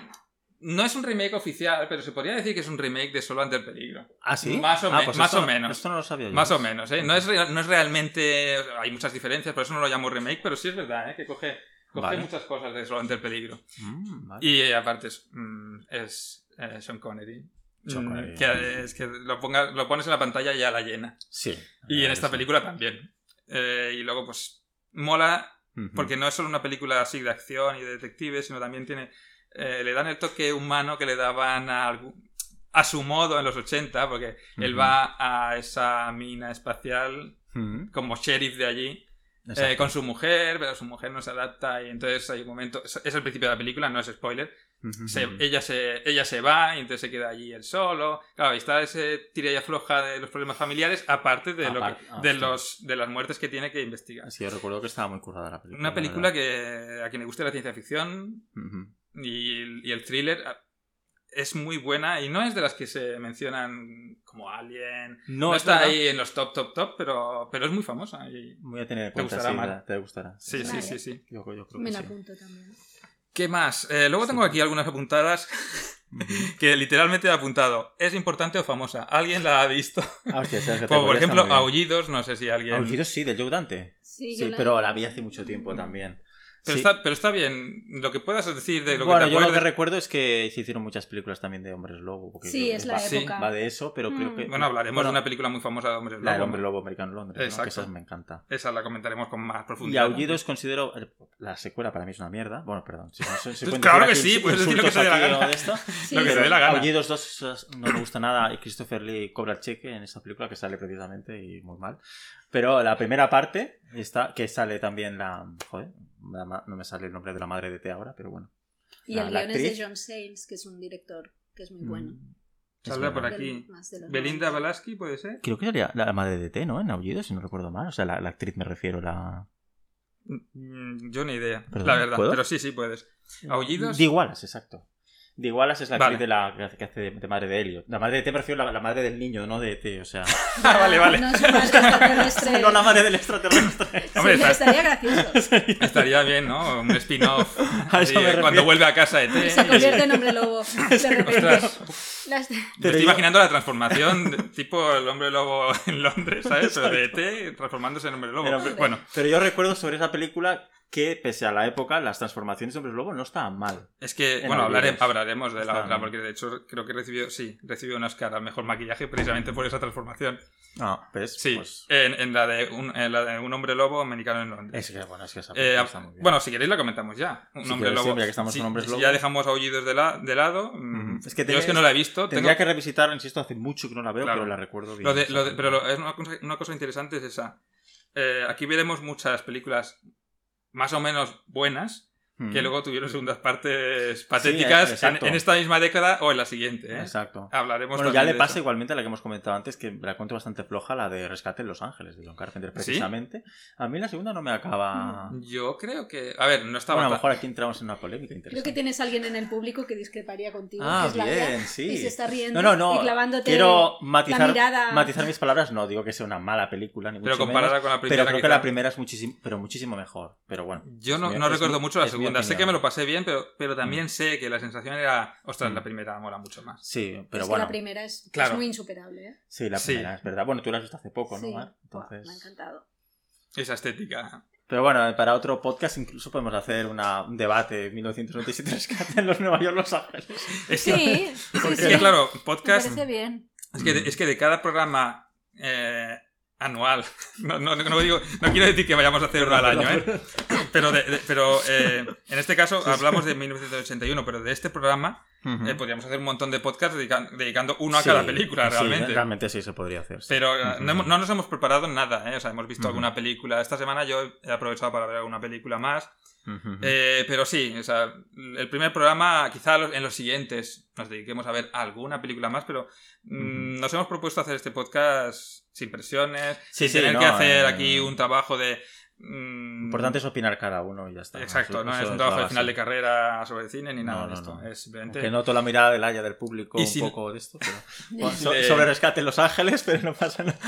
Speaker 1: no es un remake oficial, pero se podría decir que es un remake de Solo ante el peligro.
Speaker 2: ¿Ah, sí?
Speaker 1: Más o
Speaker 2: Ah,
Speaker 1: me-
Speaker 2: pues
Speaker 1: más
Speaker 2: esto-
Speaker 1: o menos.
Speaker 2: Esto no lo sabía yo.
Speaker 1: Más o menos, ¿eh? No es, re- no es realmente. o sea, hay muchas diferencias, por eso no lo llamo remake, pero sí es verdad, ¿eh? Que coge, coge
Speaker 2: Vale.
Speaker 1: muchas cosas de Solo ante el peligro.
Speaker 2: Mm, vale.
Speaker 1: Y eh, aparte es, mm, es, eh, Sean Connery.
Speaker 2: Sean
Speaker 1: Mm,
Speaker 2: Connery.
Speaker 1: Que, es que lo, ponga- lo pones en la pantalla y ya la llena.
Speaker 2: Sí.
Speaker 1: Y en
Speaker 2: Claro,
Speaker 1: esta
Speaker 2: sí.
Speaker 1: película también. Eh, y luego, pues, mola
Speaker 2: Ujú.
Speaker 1: Porque no es solo una película así de acción y de detectives, sino también tiene. eh, le dan el toque humano que le daban a, algún- a su modo en los 80, porque él
Speaker 2: Ujú.
Speaker 1: va a esa mina espacial
Speaker 2: Ujú.
Speaker 1: como sheriff de allí, eh,
Speaker 2: Exacto.
Speaker 1: con su mujer, pero su mujer no se adapta y entonces hay un momento. Es es el principio de la película, no es spoiler.
Speaker 2: Ujú.
Speaker 1: Se- ella, se, ella se va y entonces se queda allí él solo. Claro, ahí está ese tira y afloja de los problemas familiares, aparte de, lo que-
Speaker 2: Aparte- ah,
Speaker 1: de,
Speaker 2: hostia.
Speaker 1: los, de las muertes que tiene que investigar.
Speaker 2: Sí, yo recuerdo que estaba muy currada la película.
Speaker 1: Una película que a quien le guste la ciencia ficción
Speaker 2: que...
Speaker 1: y, el- y el thriller a- es muy buena y no es de las que se mencionan como Alien. No,
Speaker 2: No, es
Speaker 1: está
Speaker 2: verdad.
Speaker 1: ahí en los top, top, top, pero, pero es muy famosa. y-
Speaker 2: Voy a tener en
Speaker 1: Te
Speaker 2: cuenta,
Speaker 1: gustará,
Speaker 2: sí,
Speaker 1: Mar.
Speaker 2: te gustará.
Speaker 1: Sí, sí,
Speaker 3: Vale.
Speaker 1: sí, sí.
Speaker 2: Yo, yo creo
Speaker 3: Me
Speaker 2: que
Speaker 3: la
Speaker 2: sí.
Speaker 3: apunto también.
Speaker 1: ¿Qué más? Eh, luego tengo
Speaker 2: Sí.
Speaker 1: aquí algunas apuntadas
Speaker 2: Ujú.
Speaker 1: que literalmente he apuntado. ¿Es importante o famosa? ¿Alguien la ha visto?
Speaker 2: Ah, hostia, esa categoría
Speaker 1: Como por
Speaker 2: está
Speaker 1: ejemplo,
Speaker 2: muy bien.
Speaker 1: Aullidos, no sé si alguien...
Speaker 2: Aullidos sí, del Joe Dante.
Speaker 3: Sí, yo
Speaker 2: Sí,
Speaker 3: la-
Speaker 2: pero la vi hace mucho tiempo también.
Speaker 1: Pero,
Speaker 2: Sí.
Speaker 1: está, pero está bien, lo que puedas decir de lo
Speaker 2: bueno,
Speaker 1: que te
Speaker 2: yo lo que
Speaker 1: acuerdes...
Speaker 2: recuerdo es que se hicieron muchas películas también de hombres lobo. porque
Speaker 3: Sí,
Speaker 2: creo
Speaker 3: es
Speaker 2: que
Speaker 3: la
Speaker 2: va,
Speaker 1: sí.
Speaker 3: época.
Speaker 2: va de eso, pero creo
Speaker 3: Mm.
Speaker 2: que...
Speaker 1: Bueno, hablaremos
Speaker 2: Bueno,
Speaker 1: de una película muy famosa de Hombres
Speaker 2: La del
Speaker 1: Lobo,
Speaker 2: hombre lobo americano en Londres, ¿no?
Speaker 1: Exacto.
Speaker 2: que esa me encanta.
Speaker 1: Esa la comentaremos con más
Speaker 2: Y
Speaker 1: profundidad.
Speaker 2: Aullidos considero... La secuela para mí es una mierda. Bueno, perdón. si no se- se pueden
Speaker 1: Pues Claro
Speaker 2: decir
Speaker 1: que
Speaker 2: aquí
Speaker 1: sí, puedes decir lo que te dé
Speaker 2: insultos
Speaker 1: la
Speaker 2: aquí o
Speaker 1: gana.
Speaker 2: de esto.
Speaker 3: Sí,
Speaker 1: lo que
Speaker 3: sí.
Speaker 1: se dé la gana.
Speaker 2: Aullidos 2 esas, no me gusta nada y Christopher Lee cobra el cheque en esa película que sale precisamente y muy mal. Pero la primera parte está que sale también la... Joder, la ma- no me sale el nombre de la madre de T ahora, pero bueno.
Speaker 3: Y el
Speaker 2: la
Speaker 3: guion es
Speaker 2: actriz.
Speaker 3: de John Sayles, que es un director que es muy bueno.
Speaker 2: Mm, es
Speaker 1: Saldrá
Speaker 2: verdad.
Speaker 1: por
Speaker 3: Del-
Speaker 1: aquí.
Speaker 3: más de los
Speaker 1: Belinda
Speaker 3: 90.
Speaker 1: Balaski, ¿puede ser?
Speaker 2: Creo que sería la madre de T, ¿no? En Aullidos, si no recuerdo mal. O sea, la, la actriz me refiero, la...
Speaker 1: Mm, Yo ni idea,
Speaker 2: Perdón,
Speaker 1: la verdad.
Speaker 2: ¿puedo?
Speaker 1: Pero sí, sí puedes. Aullidos.
Speaker 2: De Igualas, exacto. De Igualas es la
Speaker 1: Vale.
Speaker 2: actriz de la que hace de, de madre de Helio. La madre de T me refiero a la, la madre del niño, no de T, o sea...
Speaker 1: Ah, vale, vale.
Speaker 3: No es un más extraterrestre.
Speaker 2: no la madre del extraterrestre.
Speaker 3: Sí,
Speaker 1: Hombre, está-
Speaker 3: estaría gracioso.
Speaker 1: Estaría bien, ¿no? Un spin-off.
Speaker 2: A eso
Speaker 1: Sí,
Speaker 2: me refiero.
Speaker 1: cuando vuelve a casa de T.
Speaker 3: Se convierte en hombre lobo. De repente.
Speaker 1: Ostras,
Speaker 3: Las-
Speaker 1: me
Speaker 2: Pero
Speaker 1: estoy
Speaker 2: yo-
Speaker 1: imaginando la transformación, de- tipo el hombre lobo en Londres, ¿sabes? O de E T transformándose en hombre lobo.
Speaker 2: En hombre-
Speaker 1: Bueno,
Speaker 2: Pero yo recuerdo sobre esa película que, pese a la época, las transformaciones de hombres lobo no estaban mal.
Speaker 1: es que,
Speaker 2: En
Speaker 1: bueno, hablare-
Speaker 2: Aullidos.
Speaker 1: hablaremos de la
Speaker 2: Está
Speaker 1: otra,
Speaker 2: bien.
Speaker 1: porque de hecho creo que recibió, sí, recibió un Oscar al mejor maquillaje precisamente por esa transformación.
Speaker 2: Ah, ¿ves?
Speaker 1: Sí,
Speaker 2: Pues-
Speaker 1: en, en la de un, en la de un hombre lobo americano en Londres.
Speaker 2: Es que, bueno, es que esa
Speaker 1: Eh,
Speaker 2: película está muy bien.
Speaker 1: bueno, si queréis la comentamos ya. Un
Speaker 2: Si
Speaker 1: hombre
Speaker 2: queréis,
Speaker 1: lobo.
Speaker 2: sí, ya que estamos
Speaker 1: Si-
Speaker 2: con hombres
Speaker 1: si
Speaker 2: lobo.
Speaker 1: ya dejamos aullidos de, la- de lado. mm,
Speaker 2: Ujú. Es que
Speaker 1: yo es que
Speaker 2: tenéis-
Speaker 1: no la he visto.
Speaker 2: Tendría
Speaker 1: tengo-
Speaker 2: que revisitar, insisto, hace mucho que no la veo,
Speaker 1: Claro.
Speaker 2: pero la recuerdo bien.
Speaker 1: lo de-
Speaker 2: esa
Speaker 1: lo de- pero
Speaker 2: película.
Speaker 1: lo- es una cosa, una cosa interesante es esa. Eh, aquí veremos muchas películas más o menos buenas
Speaker 2: Mm.
Speaker 1: que luego tuvieron segundas partes patéticas
Speaker 2: eh,
Speaker 1: en,
Speaker 2: exacto.
Speaker 1: en esta misma década o en la siguiente. ¿eh?
Speaker 2: Exacto.
Speaker 1: Hablaremos
Speaker 2: Bueno, ya
Speaker 1: también
Speaker 2: le
Speaker 1: de
Speaker 2: pasa
Speaker 1: eso.
Speaker 2: igualmente a la que hemos comentado antes, que la cuento bastante floja, la de Rescate en Los Ángeles, de John
Speaker 1: ¿Ah,
Speaker 2: Carpenter, precisamente. A mí la segunda no me acaba...
Speaker 3: Mm.
Speaker 1: Yo creo que. A ver, no estaba.
Speaker 2: Bueno, a lo
Speaker 1: tan-
Speaker 2: mejor aquí entramos en una polémica
Speaker 3: Creo que
Speaker 2: interesante.
Speaker 3: tienes alguien en el público que discreparía contigo. que
Speaker 2: Ah,
Speaker 3: es la
Speaker 2: bien,
Speaker 3: verdad,
Speaker 2: sí.
Speaker 3: Y se está riendo
Speaker 2: No, no, no.
Speaker 3: y clavándote
Speaker 2: Quiero
Speaker 3: la
Speaker 2: matizar,
Speaker 3: mirada.
Speaker 2: matizar mis palabras. No digo que sea una mala película, ni
Speaker 1: Pero
Speaker 2: mucho
Speaker 1: comparada
Speaker 2: menos,
Speaker 1: con la primera.
Speaker 2: pero creo que
Speaker 1: quizá.
Speaker 2: la primera es muchísimo, pero muchísimo mejor. Pero bueno.
Speaker 1: Yo no,
Speaker 2: Es mi-
Speaker 1: no
Speaker 2: es
Speaker 1: recuerdo
Speaker 2: mi-
Speaker 1: mucho la
Speaker 2: es mi
Speaker 1: segunda. Sé
Speaker 2: opinión.
Speaker 1: que me lo pasé bien, pero, pero también sé que la sensación era. Ostras,
Speaker 2: Mm.
Speaker 1: la primera mola mucho más.
Speaker 2: Sí, pero
Speaker 3: es que
Speaker 2: bueno.
Speaker 3: la primera es, es
Speaker 1: Claro.
Speaker 3: muy insuperable. ¿eh?
Speaker 2: sí, la
Speaker 1: Sí.
Speaker 2: primera, es verdad. Bueno, tú la has visto hace poco, ¿no,
Speaker 3: Sí.
Speaker 2: Mar?
Speaker 3: Buah,
Speaker 2: Entonces...
Speaker 3: Me ha encantado.
Speaker 1: Esa estética.
Speaker 2: Pero bueno, para otro podcast incluso podemos hacer una, un debate 1997 rescate en los Nueva York, Los Ángeles.
Speaker 1: Es que,
Speaker 3: Sí, sí,
Speaker 1: es
Speaker 3: sí.
Speaker 1: que, claro,
Speaker 3: Me
Speaker 1: podcast.
Speaker 3: parece bien.
Speaker 1: Es
Speaker 2: Mm.
Speaker 1: que, de, es que de cada programa eh, anual. No, no, no digo, no quiero decir que vayamos a hacer uno al año, ¿eh? Pero, de- de- pero eh, en este caso hablamos de 1981, pero de este programa eh, podríamos hacer un montón de podcasts dedica- dedicando uno a
Speaker 2: Mm. Sí,
Speaker 1: cada película,
Speaker 2: sí,
Speaker 1: realmente.
Speaker 2: realmente sí se podría hacer. sí.
Speaker 1: Pero eh,
Speaker 2: Ujú.
Speaker 1: no, hemos- no nos hemos preparado nada, ¿eh? O sea, hemos visto
Speaker 2: Ujú.
Speaker 1: alguna película. Esta semana yo he aprovechado para ver alguna película más.
Speaker 2: Ujú.
Speaker 1: Eh, pero sí, o sea, el primer programa, quizá los- en los siguientes nos dediquemos a ver alguna película más, pero mm, nos hemos propuesto hacer este podcast sin presiones,
Speaker 2: Sí,
Speaker 1: sin
Speaker 2: sí,
Speaker 1: tener
Speaker 2: no,
Speaker 1: que hacer
Speaker 2: eh,
Speaker 1: aquí un trabajo de... mm,
Speaker 2: Lo importante es opinar cada uno y ya está.
Speaker 1: Exacto,
Speaker 2: Eso-
Speaker 1: no
Speaker 2: eso
Speaker 1: es un
Speaker 2: la
Speaker 1: trabajo de
Speaker 2: base.
Speaker 1: final de carrera sobre cine ni nada
Speaker 2: No,
Speaker 1: de
Speaker 2: no,
Speaker 1: esto.
Speaker 2: no.
Speaker 1: Es simplemente...
Speaker 2: Que noto la mirada del haya del público
Speaker 1: Y
Speaker 2: un
Speaker 1: si-
Speaker 2: poco de esto, pero... Bueno, so-
Speaker 1: De-
Speaker 2: sobre rescate en Los Ángeles, pero no pasa nada.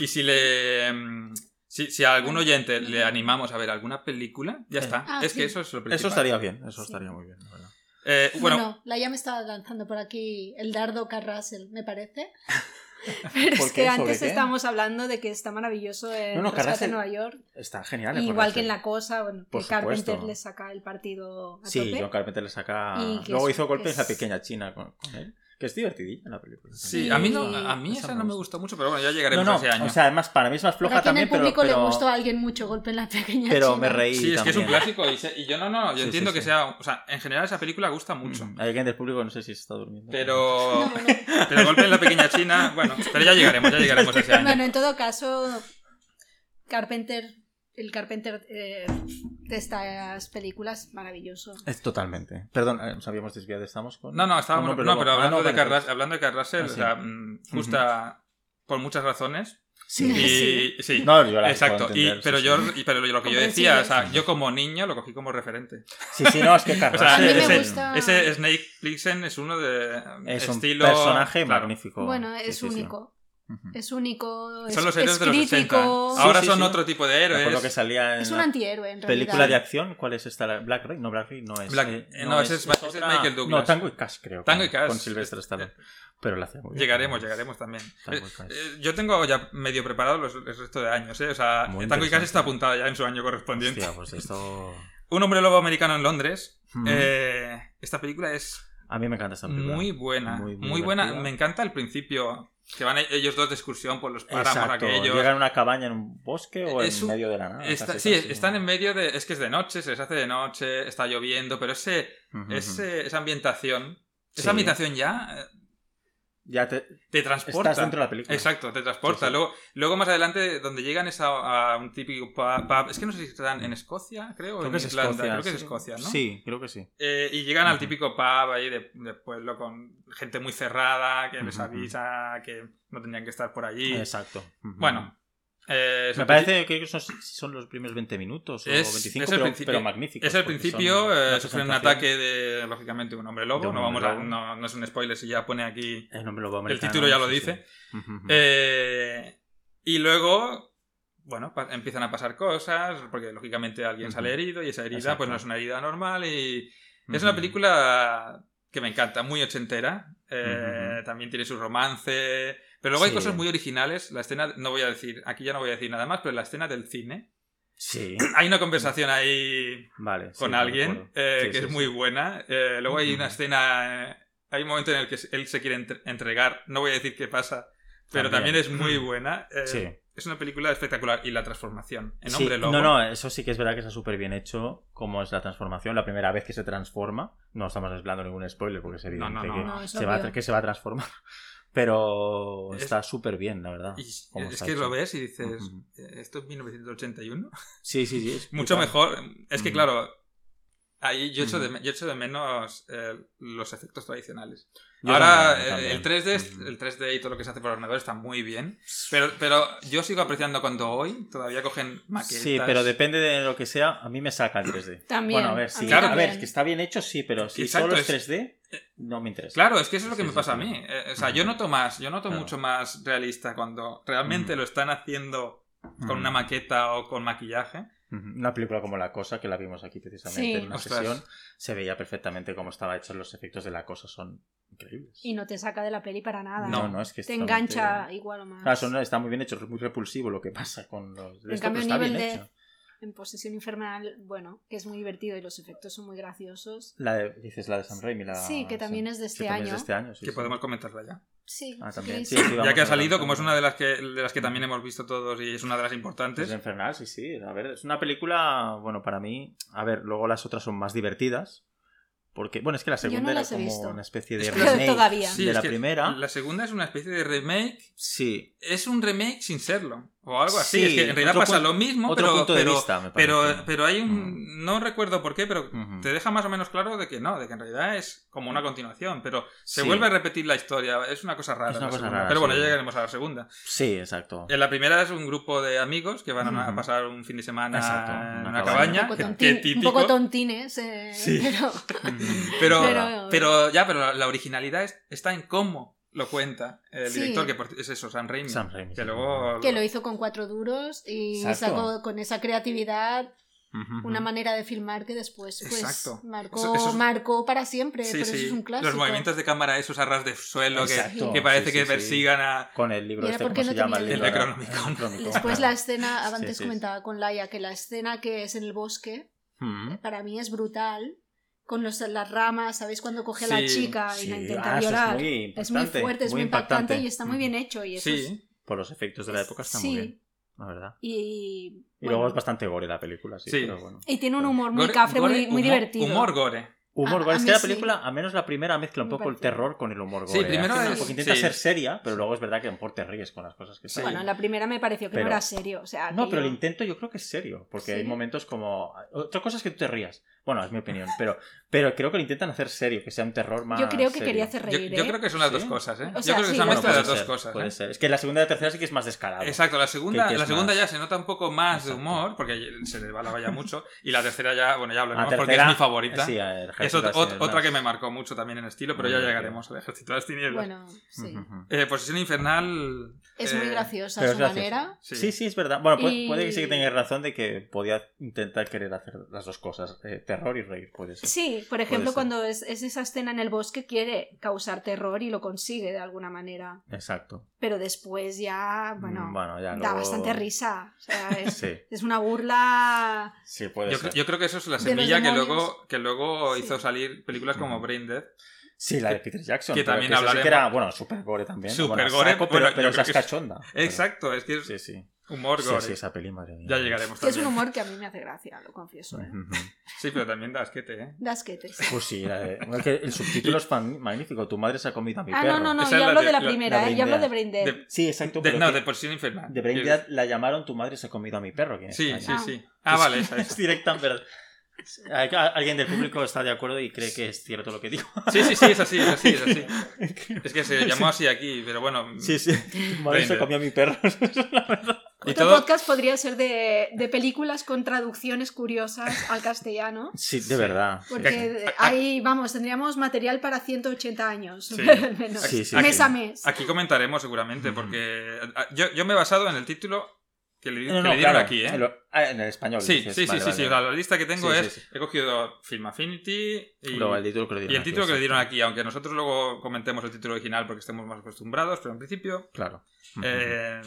Speaker 1: Y si le... mm, Si, si a algún oyente le animamos a ver alguna película, ya
Speaker 2: Sí.
Speaker 1: está.
Speaker 3: Ah,
Speaker 1: es
Speaker 3: sí.
Speaker 1: que eso es lo principal.
Speaker 2: Eso estaría bien, eso
Speaker 3: Sí.
Speaker 2: estaría muy bien, la verdad.
Speaker 1: Eh,
Speaker 3: Bueno,
Speaker 1: bueno,
Speaker 3: Laia me estaba lanzando por aquí el dardo Carrasel, me parece. Pero
Speaker 2: ¿Por
Speaker 3: es
Speaker 2: qué?
Speaker 3: que
Speaker 2: ¿Sobre
Speaker 3: antes
Speaker 2: qué?
Speaker 3: estábamos hablando de que está maravilloso en
Speaker 2: No, no,
Speaker 3: Rescate
Speaker 2: Carrasel-
Speaker 3: en Nueva York.
Speaker 2: Está genial. ¿eh? el
Speaker 3: igual
Speaker 2: Corrección.
Speaker 3: que en La Cosa, bueno,
Speaker 2: Por
Speaker 3: que Carpenter
Speaker 2: supuesto.
Speaker 3: le saca el partido a
Speaker 2: Sí,
Speaker 3: tope.
Speaker 2: John Carpenter le saca...
Speaker 3: Y que
Speaker 2: Luego
Speaker 3: es-
Speaker 2: hizo golpe
Speaker 3: que
Speaker 2: en la
Speaker 3: es-
Speaker 2: pequeña China con, con él. Que es divertidilla la película.
Speaker 1: Sí, a mí, no,
Speaker 3: Y-
Speaker 1: a mí esa,
Speaker 2: esa me
Speaker 1: no me gustó mucho, pero bueno, ya llegaremos
Speaker 2: no,
Speaker 1: a ese año.
Speaker 2: O sea, además, para mí es más floja
Speaker 3: Aquí en
Speaker 2: también,
Speaker 3: el público
Speaker 2: pero,
Speaker 3: le
Speaker 2: pero,
Speaker 3: gustó a alguien mucho golpe en la pequeña
Speaker 2: pero
Speaker 3: China.
Speaker 2: me reí
Speaker 1: sí, es que es un
Speaker 2: también.
Speaker 1: clásico y, se- y yo no, no, yo
Speaker 2: Sí,
Speaker 1: entiendo
Speaker 2: sí,
Speaker 1: que
Speaker 2: sí.
Speaker 1: sea, o sea, en general esa película gusta mucho.
Speaker 2: Mm, Alguien del público no sé si se está durmiendo.
Speaker 1: Pero,
Speaker 3: No, no.
Speaker 1: pero golpe en la pequeña China, bueno, pero ya llegaremos, ya llegaremos a ese año.
Speaker 3: Bueno, en todo caso, Carpenter, el Carpenter eh, de estas películas, maravilloso.
Speaker 2: Es totalmente. Perdón, eh, nos habíamos desviado, estamos con...
Speaker 1: No, no, estábamos,
Speaker 2: con un
Speaker 1: no,
Speaker 2: prólogo.
Speaker 1: pero
Speaker 2: Ah,
Speaker 1: hablando,
Speaker 2: no,
Speaker 1: de
Speaker 2: vale,
Speaker 1: Carl Rus- hablando de Carl Russell,
Speaker 2: Ah, sí.
Speaker 1: o sea, mm, justa por muchas razones.
Speaker 3: Sí.
Speaker 1: Y, sí.
Speaker 2: No, yo la
Speaker 1: Exacto,
Speaker 2: puedo
Speaker 1: y,
Speaker 2: entender,
Speaker 1: pero,
Speaker 2: sí,
Speaker 1: yo,
Speaker 2: sí.
Speaker 1: y- pero lo que yo decía, o sea,
Speaker 2: Comprensible.
Speaker 1: yo como niño lo cogí como referente.
Speaker 2: Sí, sí, no, es que Carl
Speaker 1: O sea,
Speaker 3: A mí me
Speaker 1: ese,
Speaker 3: gusta-
Speaker 1: ese Snake Plissken es uno de
Speaker 2: es un
Speaker 1: estilo,
Speaker 2: personaje
Speaker 1: claro.
Speaker 2: magnífico.
Speaker 3: Bueno,
Speaker 2: Oh, Sí,
Speaker 3: es
Speaker 2: sí, sí.
Speaker 3: único.
Speaker 2: Ujú.
Speaker 3: Es único. Es,
Speaker 1: Son los héroes
Speaker 3: es
Speaker 1: de los 80.
Speaker 3: crítico.
Speaker 1: Ahora
Speaker 2: Sí, sí,
Speaker 1: son
Speaker 2: sí.
Speaker 1: otro tipo de
Speaker 2: Me acuerdo que
Speaker 1: héroes.
Speaker 2: salía en
Speaker 3: Es un
Speaker 2: la
Speaker 3: antihéroe, en realidad.
Speaker 2: película de acción. ¿Cuál es esta? ¿La- ¿Black Rain? No, Black Rain no es.
Speaker 1: Black-
Speaker 2: eh,
Speaker 1: eh, no, ese es- ese es Michael Douglas.
Speaker 2: No, Tango y Cash, creo.
Speaker 1: Tango
Speaker 2: con-
Speaker 1: y Cash.
Speaker 2: Con Sylvester Stallone. Pero la hacía muy bien.
Speaker 1: Llegaremos, llegaremos también.
Speaker 2: Tango
Speaker 1: Eh,
Speaker 2: y Cash.
Speaker 1: eh, yo tengo ya medio preparado los, el resto de años, ¿eh? O sea,
Speaker 2: Muy
Speaker 1: Tango y Cash
Speaker 2: interesante.
Speaker 1: está apuntada ya en su año correspondiente.
Speaker 2: Hostia, pues esto.
Speaker 1: Un hombre lobo americano en Londres.
Speaker 2: Hmm.
Speaker 1: Eh, esta película es
Speaker 2: A mí me encanta esta película.
Speaker 1: muy buena. Muy,
Speaker 2: Muy, muy
Speaker 1: buena.
Speaker 2: divertida.
Speaker 1: Me encanta el principio. Que van e- ellos dos de excursión por los páramos
Speaker 2: Exacto.
Speaker 1: aquellos.
Speaker 2: Llegan a una cabaña en un bosque o
Speaker 1: Es
Speaker 2: en
Speaker 1: un-
Speaker 2: medio de la nada.
Speaker 1: Está-
Speaker 2: casi,
Speaker 1: sí,
Speaker 2: casi.
Speaker 1: están en medio de. Es que es de noche, se les hace de noche, está lloviendo, pero ese,
Speaker 2: Ujú, ujú.
Speaker 1: ese- esa ambientación.
Speaker 2: Sí.
Speaker 1: Esa ambientación ya eh,
Speaker 2: Ya te.
Speaker 1: te transporta.
Speaker 2: Estás dentro de la película.
Speaker 1: Exacto, te transporta.
Speaker 2: Sí, sí.
Speaker 1: Luego, luego más adelante, donde llegan es a, a un típico pub, pub- Es que no sé si están en Escocia, creo, o
Speaker 2: Creo
Speaker 1: en
Speaker 2: que es
Speaker 1: Irlanda.
Speaker 2: Escocia.
Speaker 1: creo que es
Speaker 2: sí.
Speaker 1: Escocia, ¿no?
Speaker 2: Sí, creo que sí.
Speaker 1: Eh, y llegan al
Speaker 2: Ujú.
Speaker 1: típico pub ahí de, de pueblo con gente muy cerrada, que les
Speaker 2: Ujú,
Speaker 1: avisa que no tendrían que estar por allí.
Speaker 2: Exacto. Ujú.
Speaker 1: Bueno. eh, es
Speaker 2: Me
Speaker 1: el
Speaker 2: parece que son, son los primeros 20 minutos o
Speaker 1: Es-
Speaker 2: 25,
Speaker 1: es el
Speaker 2: pero,
Speaker 1: principio.
Speaker 2: pero magníficos.
Speaker 1: Es el
Speaker 2: porque
Speaker 1: principio, eh,
Speaker 2: son una
Speaker 1: sufre un
Speaker 2: presentación.
Speaker 1: ataque de, lógicamente, un hombre lobo.
Speaker 2: De un
Speaker 1: no, vamos
Speaker 2: hombre
Speaker 1: a,
Speaker 2: lobo.
Speaker 1: no, no es un spoiler si ya pone aquí.
Speaker 2: El nombre
Speaker 1: El
Speaker 2: lobo americano,
Speaker 1: título ya lo
Speaker 2: sí,
Speaker 1: dice.
Speaker 2: sí. Ujú, ujú.
Speaker 1: Eh, y luego, bueno, pa- empiezan a pasar cosas, porque lógicamente alguien
Speaker 2: Ujú.
Speaker 1: sale herido y esa herida,
Speaker 2: Exacto.
Speaker 1: pues no es una herida normal. Y es
Speaker 2: Ujú.
Speaker 1: una película que me encanta, muy ochentera. Eh, También tiene su romance. Pero luego hay
Speaker 2: Sí.
Speaker 1: cosas muy originales. La escena, no voy a decir, aquí ya no voy a decir nada más, pero la escena del cine.
Speaker 2: Sí,
Speaker 1: Hay una conversación ahí
Speaker 2: vale. sí,
Speaker 1: con
Speaker 2: me
Speaker 1: alguien
Speaker 2: acuerdo.
Speaker 1: eh,
Speaker 2: Sí,
Speaker 1: que
Speaker 2: sí,
Speaker 1: es
Speaker 2: sí.
Speaker 1: muy buena. Eh, luego hay
Speaker 2: Ujú.
Speaker 1: una escena, eh, hay un momento en el que él se quiere entre- entregar, no voy a decir qué pasa, pero también,
Speaker 2: También. Mm.
Speaker 1: es muy buena. Eh,
Speaker 2: Sí.
Speaker 1: Es una película espectacular y la transformación en
Speaker 2: Sí,
Speaker 1: hombre lobo.
Speaker 2: No, no, eso sí que es verdad que está súper bien hecho, como es la transformación, la primera vez que se transforma. No estamos desvelando ningún spoiler porque es evidente
Speaker 1: no, no.
Speaker 2: que,
Speaker 3: No, es
Speaker 2: se va a,
Speaker 3: obvio.
Speaker 2: que se va a transformar. Pero
Speaker 1: Es-
Speaker 2: está súper bien, la verdad.
Speaker 1: Y
Speaker 2: cómo
Speaker 1: es
Speaker 2: está
Speaker 1: que lo
Speaker 2: hecho.
Speaker 1: ves y dices, eh,
Speaker 2: Ujú.
Speaker 1: esto es 1981.
Speaker 2: Sí, sí, sí. es
Speaker 1: Mucho
Speaker 2: brutal.
Speaker 1: mejor. Es que
Speaker 2: Ujú.
Speaker 1: claro, ahí yo echo de,
Speaker 2: Ujú.
Speaker 1: me- yo echo de menos eh, los efectos tradicionales.
Speaker 2: Yo
Speaker 1: Ahora
Speaker 2: también, Mm.
Speaker 1: eh, el
Speaker 2: también.
Speaker 1: 3D, es-
Speaker 2: Ujú.
Speaker 1: el 3D y todo lo que se hace por ordenador está muy bien. Pero, pero yo sigo apreciando cuando hoy todavía cogen maquetas.
Speaker 2: Sí, pero depende de lo que sea, a mí me saca el 3D.
Speaker 3: También,
Speaker 2: Bueno, a ver,
Speaker 3: a
Speaker 2: sí.
Speaker 3: mí
Speaker 1: Claro.
Speaker 2: a
Speaker 3: también.
Speaker 2: ver, que está bien hecho, sí, pero si
Speaker 1: Exacto,
Speaker 2: solo
Speaker 1: es- eh,
Speaker 2: es 3D, no me interesa.
Speaker 1: Claro, es que eso es lo que
Speaker 2: Sí,
Speaker 1: me
Speaker 2: sí,
Speaker 1: pasa a
Speaker 2: sí.
Speaker 1: mí. Eh, o sea, yo noto más, yo noto
Speaker 2: Claro. Mm.
Speaker 1: mucho más realista cuando realmente
Speaker 2: Ujú.
Speaker 1: lo están haciendo con una
Speaker 2: máquina
Speaker 1: maqueta o con maquillaje.
Speaker 2: Ujú. Una película como La Cosa, que la vimos aquí precisamente
Speaker 3: Sí.
Speaker 2: en una
Speaker 1: Ostras.
Speaker 2: sesión, se veía perfectamente cómo estaba hecho. Los efectos de La Cosa son increíbles.
Speaker 3: Y no te saca de la peli para nada.
Speaker 1: No,
Speaker 2: no, no, es que
Speaker 3: Te
Speaker 2: está-
Speaker 3: engancha igual o más.
Speaker 2: Claro, Ah, son- está muy bien hecho, es muy repulsivo lo que pasa con los. de
Speaker 3: En
Speaker 2: esto, pero
Speaker 3: cambio, el
Speaker 2: está
Speaker 3: nivel
Speaker 2: bien
Speaker 3: de-
Speaker 2: hecho.
Speaker 3: En Posesión Infernal, bueno, que es muy divertido y los efectos son muy graciosos.
Speaker 2: La de- dices la de Sam Raimi. la-
Speaker 3: Sí, que también es de este
Speaker 2: que también
Speaker 3: año.
Speaker 2: es de este año. sí,
Speaker 1: que
Speaker 2: sí.
Speaker 1: podemos comentarla ya.
Speaker 3: Sí,
Speaker 2: Ah,
Speaker 3: si
Speaker 2: también.
Speaker 3: queréis-
Speaker 2: Sí, sí,
Speaker 1: ya
Speaker 2: vamos
Speaker 1: que ha
Speaker 2: adelantando.
Speaker 1: salido, como es una de las que, de las que también hemos visto todos y es una de las importantes.
Speaker 2: Es infernal, sí, sí. A ver, es una película, bueno, para mí, a ver, luego las otras son más divertidas. Porque, bueno, es que la
Speaker 3: Yo no
Speaker 2: segunda era
Speaker 3: las he
Speaker 2: como
Speaker 3: visto.
Speaker 2: una especie de
Speaker 1: Es que-
Speaker 2: remake
Speaker 3: Todavía.
Speaker 1: Sí,
Speaker 2: de
Speaker 1: es
Speaker 2: la
Speaker 1: que
Speaker 2: primera.
Speaker 1: La segunda es una especie de remake.
Speaker 2: Sí,
Speaker 1: Es un remake sin serlo. O algo así.
Speaker 2: Sí,
Speaker 1: es que en realidad
Speaker 2: otro
Speaker 1: pasa
Speaker 2: pu-
Speaker 1: lo mismo,
Speaker 2: otro
Speaker 1: pero,
Speaker 2: punto de
Speaker 1: pero-
Speaker 2: vista, me parece. Mm.
Speaker 1: Pero, pero hay un. No recuerdo por qué, pero
Speaker 2: Ujú.
Speaker 1: te deja más o menos claro de que no, de que en realidad es como una continuación. Pero se
Speaker 2: Mm. Sí.
Speaker 1: vuelve a repetir la historia. Es una cosa rara.
Speaker 2: Es una
Speaker 1: la
Speaker 2: cosa
Speaker 1: segunda.
Speaker 2: rara,
Speaker 1: pero bueno,
Speaker 2: sí.
Speaker 1: ya llegaremos a la segunda.
Speaker 2: Sí, exacto.
Speaker 1: En la primera es un grupo de amigos que van a- a
Speaker 2: Ujú.
Speaker 1: pasar un fin de semana
Speaker 2: Exacto,
Speaker 1: en
Speaker 2: una
Speaker 1: una
Speaker 2: cabaña.
Speaker 1: cabaña.
Speaker 3: un poco,
Speaker 1: que-
Speaker 3: tontín-
Speaker 1: que
Speaker 3: un
Speaker 1: típico.
Speaker 3: poco tontines, eh,
Speaker 1: Sí.
Speaker 3: pero
Speaker 1: Pero,
Speaker 3: Pero-
Speaker 1: pero ya, pero la, la originalidad es- está en cómo lo cuenta el
Speaker 3: Sí.
Speaker 1: director, que por- es eso, Sam Raimi.
Speaker 2: Sam Raimi,
Speaker 1: Que
Speaker 2: sí.
Speaker 1: luego...
Speaker 3: que lo hizo con cuatro duros y
Speaker 2: Exacto.
Speaker 3: sacó con esa creatividad
Speaker 2: Ujú,
Speaker 3: una
Speaker 2: ujú.
Speaker 3: manera de filmar que después pues,
Speaker 1: Exacto.
Speaker 3: marcó,
Speaker 1: Eso- eso es-
Speaker 3: marcó para siempre,
Speaker 1: Sí,
Speaker 3: pero
Speaker 1: sí.
Speaker 3: eso es un clásico.
Speaker 1: Los movimientos de cámara, esos arras de suelo que,
Speaker 2: Exacto,
Speaker 1: que parece
Speaker 2: sí, sí,
Speaker 1: que
Speaker 2: sí.
Speaker 1: persigan a...
Speaker 2: Con el libro
Speaker 3: Mira,
Speaker 2: este,
Speaker 3: ¿por
Speaker 2: ¿cómo
Speaker 3: qué
Speaker 2: se
Speaker 3: no
Speaker 2: llama?
Speaker 3: tenía
Speaker 2: libro
Speaker 1: El
Speaker 2: ahora?
Speaker 1: Necronomicon.
Speaker 2: El Necronomicon.
Speaker 3: Después la escena,
Speaker 2: Sí,
Speaker 3: antes
Speaker 2: sí, sí.
Speaker 3: comentaba con Laia que la escena que es en el bosque
Speaker 2: Ujú.
Speaker 3: para mí es brutal con los, las ramas, ¿sabéis? Cuando coge a la
Speaker 1: Sí,
Speaker 3: chica y la
Speaker 2: Sí,
Speaker 3: intenta
Speaker 2: ah, eso
Speaker 3: violar.
Speaker 2: Es muy,
Speaker 3: Es muy
Speaker 2: impactante,
Speaker 3: fuerte, es muy impactante, y está muy bien hecho. Y eso es-
Speaker 1: Sí,
Speaker 2: Por los efectos de la época está
Speaker 3: Sí.
Speaker 2: muy bien, la verdad.
Speaker 3: Y,
Speaker 2: Y
Speaker 3: bueno,
Speaker 2: luego es bastante gore la película, sí,
Speaker 1: Sí.
Speaker 2: pero bueno.
Speaker 3: y tiene un
Speaker 2: Gore-
Speaker 3: humor muy
Speaker 1: Gore-
Speaker 3: cafre,
Speaker 1: gore-
Speaker 3: muy,
Speaker 1: humor-
Speaker 3: muy divertido.
Speaker 1: Humor gore.
Speaker 2: Humor
Speaker 3: A-
Speaker 2: gore.
Speaker 3: a
Speaker 2: Es que
Speaker 3: mí
Speaker 2: la
Speaker 3: sí.
Speaker 2: película, al menos la primera, mezcla un
Speaker 3: Me
Speaker 2: poco el
Speaker 3: parece.
Speaker 2: terror con el humor
Speaker 1: Sí,
Speaker 2: gore.
Speaker 1: primero
Speaker 2: Hace un
Speaker 1: es-
Speaker 2: poco intenta
Speaker 1: sí.
Speaker 2: ser seria, pero luego es verdad que a lo mejor te ríes con las cosas que
Speaker 1: Sí.
Speaker 2: salen.
Speaker 3: Bueno, la primera me pareció que
Speaker 2: Pero-
Speaker 3: no era serio. O sea,
Speaker 2: No,
Speaker 3: que
Speaker 2: pero el
Speaker 3: yo-
Speaker 2: intento yo creo que es serio, porque hay
Speaker 3: Sí.
Speaker 2: momentos como... ah, Otra cosa es que tú te rías. Bueno, es mi opinión, pero, pero creo que lo intentan hacer serio, que sea un terror más
Speaker 3: yo creo que
Speaker 2: serio.
Speaker 3: quería hacer
Speaker 1: Yo,
Speaker 3: reír.
Speaker 1: yo
Speaker 3: ¿eh?
Speaker 1: creo que son las dos
Speaker 2: Sí.
Speaker 1: cosas, ¿eh?
Speaker 3: O sea,
Speaker 1: yo creo que
Speaker 3: sí,
Speaker 1: es una
Speaker 3: bueno,
Speaker 1: mezcla de
Speaker 2: puede
Speaker 1: las dos
Speaker 2: ser,
Speaker 1: cosas.
Speaker 2: Puede
Speaker 1: ¿eh?
Speaker 2: ser. Es que la segunda y la tercera sí que es más descarado.
Speaker 1: Exacto, la segunda,
Speaker 2: Que- que es
Speaker 1: la segunda
Speaker 2: más-
Speaker 1: ya se nota un poco más de
Speaker 2: Exacto.
Speaker 1: humor, porque se le va la valla mucho. Y la tercera ya, bueno, ya
Speaker 2: La
Speaker 1: hablaremos porque
Speaker 2: tercera,
Speaker 1: es mi favorita.
Speaker 2: sí, a ver,
Speaker 1: es
Speaker 2: Ejército
Speaker 1: ot-
Speaker 2: de las
Speaker 1: ot- otra
Speaker 2: Tinieblas.
Speaker 1: que me marcó mucho también en estilo, pero ya
Speaker 2: Muy bien.
Speaker 1: llegaremos al Ejército de las Tinieblas.
Speaker 3: Bueno, sí.
Speaker 2: Ujú, ujú.
Speaker 1: Eh, Posesión Infernal.
Speaker 3: Es
Speaker 1: eh,
Speaker 3: muy graciosa
Speaker 2: pero
Speaker 3: su
Speaker 2: es graciosa.
Speaker 3: manera.
Speaker 2: Sí. sí, es verdad. Bueno, puede,
Speaker 3: Y-
Speaker 2: puede que sí que tengas razón de que podía intentar querer hacer las dos cosas, eh, terror y reír, puede ser.
Speaker 3: Sí, por
Speaker 2: Puede
Speaker 3: ejemplo,
Speaker 2: ser.
Speaker 3: cuando es, es esa escena en el bosque quiere causar terror y lo consigue de alguna manera.
Speaker 2: Exacto.
Speaker 3: Pero después ya, bueno,
Speaker 2: Mm, bueno, ya
Speaker 3: da
Speaker 2: luego-
Speaker 3: bastante risa. O sea, es,
Speaker 2: Sí,
Speaker 3: es una burla.
Speaker 2: sí, puede
Speaker 1: Yo,
Speaker 2: ser.
Speaker 1: cre- yo creo que eso es la
Speaker 3: De los
Speaker 1: semilla que
Speaker 3: demonios.
Speaker 1: luego, que luego
Speaker 3: Sí.
Speaker 1: hizo salir películas como
Speaker 2: Ujú.
Speaker 1: Brain Dead.
Speaker 2: Sí, la de Peter Jackson.
Speaker 1: que
Speaker 2: pero
Speaker 1: también
Speaker 2: esa sí
Speaker 1: hablaremos.
Speaker 2: que era, bueno, super gore también.
Speaker 1: Super
Speaker 2: Bueno,
Speaker 1: gore,
Speaker 2: saco,
Speaker 1: bueno,
Speaker 2: pero,
Speaker 1: yo
Speaker 2: pero
Speaker 1: creo
Speaker 2: esa es
Speaker 1: que es-
Speaker 2: cachonda. Pero-
Speaker 1: Exacto, es que es
Speaker 2: Sí, sí.
Speaker 1: humor
Speaker 2: Sí,
Speaker 1: gore.
Speaker 2: sí, esa peli, madre mía.
Speaker 1: Ya llegaremos
Speaker 3: Es
Speaker 1: también.
Speaker 3: un humor que a mí me hace gracia, lo confieso. ¿eh?
Speaker 2: Ujú.
Speaker 1: Sí, pero también da asquete, ¿eh?
Speaker 3: Dasquetes.
Speaker 2: Pues sí, la de- bueno, es que el subtítulo es fan- magnífico. Tu madre se ha comido a mi
Speaker 3: Ah,
Speaker 2: perro.
Speaker 3: no, no, no,
Speaker 1: Esa
Speaker 3: yo
Speaker 1: es la
Speaker 3: hablo
Speaker 1: de-
Speaker 3: de la
Speaker 1: la- la
Speaker 3: primera, ¿eh? Yo hablo de Brain Dead.
Speaker 1: De-
Speaker 2: Sí, exacto.
Speaker 1: De-
Speaker 2: pero
Speaker 1: no,
Speaker 2: que-
Speaker 1: de Posesión Infernal.
Speaker 2: de Brain Dead eh, la llamaron Tu madre se ha comido a mi perro. aquí en
Speaker 1: Sí, sí,
Speaker 2: España.
Speaker 1: sí. Ah, vale, esa es.
Speaker 2: Es directa, pero... Al- Alguien del público está de acuerdo y cree que es cierto lo que digo.
Speaker 1: Sí, sí, sí, es así, es así, es así. Es que se llamó así aquí, pero bueno.
Speaker 2: Sí, sí. Tu madre se
Speaker 1: Brain
Speaker 2: comió a mi perro.
Speaker 1: Y
Speaker 3: Otro
Speaker 1: todo.
Speaker 3: podcast podría ser de, de películas con traducciones curiosas al castellano.
Speaker 2: Sí, de verdad. sí,
Speaker 3: Porque
Speaker 2: sí.
Speaker 3: eh, ahí, vamos, tendríamos material para 180 años,
Speaker 1: Sí.
Speaker 3: al menos.
Speaker 2: Sí, sí,
Speaker 3: mes
Speaker 2: sí.
Speaker 3: a mes.
Speaker 1: Aquí comentaremos
Speaker 2: Mm.
Speaker 1: seguramente, porque ah, yo, yo me he basado en el título que le, que
Speaker 2: No, no,
Speaker 1: le dieron
Speaker 2: claro,
Speaker 1: aquí, ¿eh?
Speaker 2: En, lo- ah, en el español.
Speaker 1: Sí,
Speaker 2: dices,
Speaker 1: sí, sí,
Speaker 2: vale,
Speaker 1: sí, sí.
Speaker 2: vale.
Speaker 1: o sea, La lista que tengo
Speaker 2: Sí,
Speaker 1: es,
Speaker 2: sí, sí.
Speaker 1: he cogido Film Affinity y,
Speaker 2: Luego el título que le
Speaker 1: y
Speaker 2: dieron
Speaker 1: el título que le dieron
Speaker 2: exacto.
Speaker 1: aquí, aunque nosotros luego comentemos el título original porque estemos más acostumbrados, pero en principio,
Speaker 2: Claro.
Speaker 1: eh,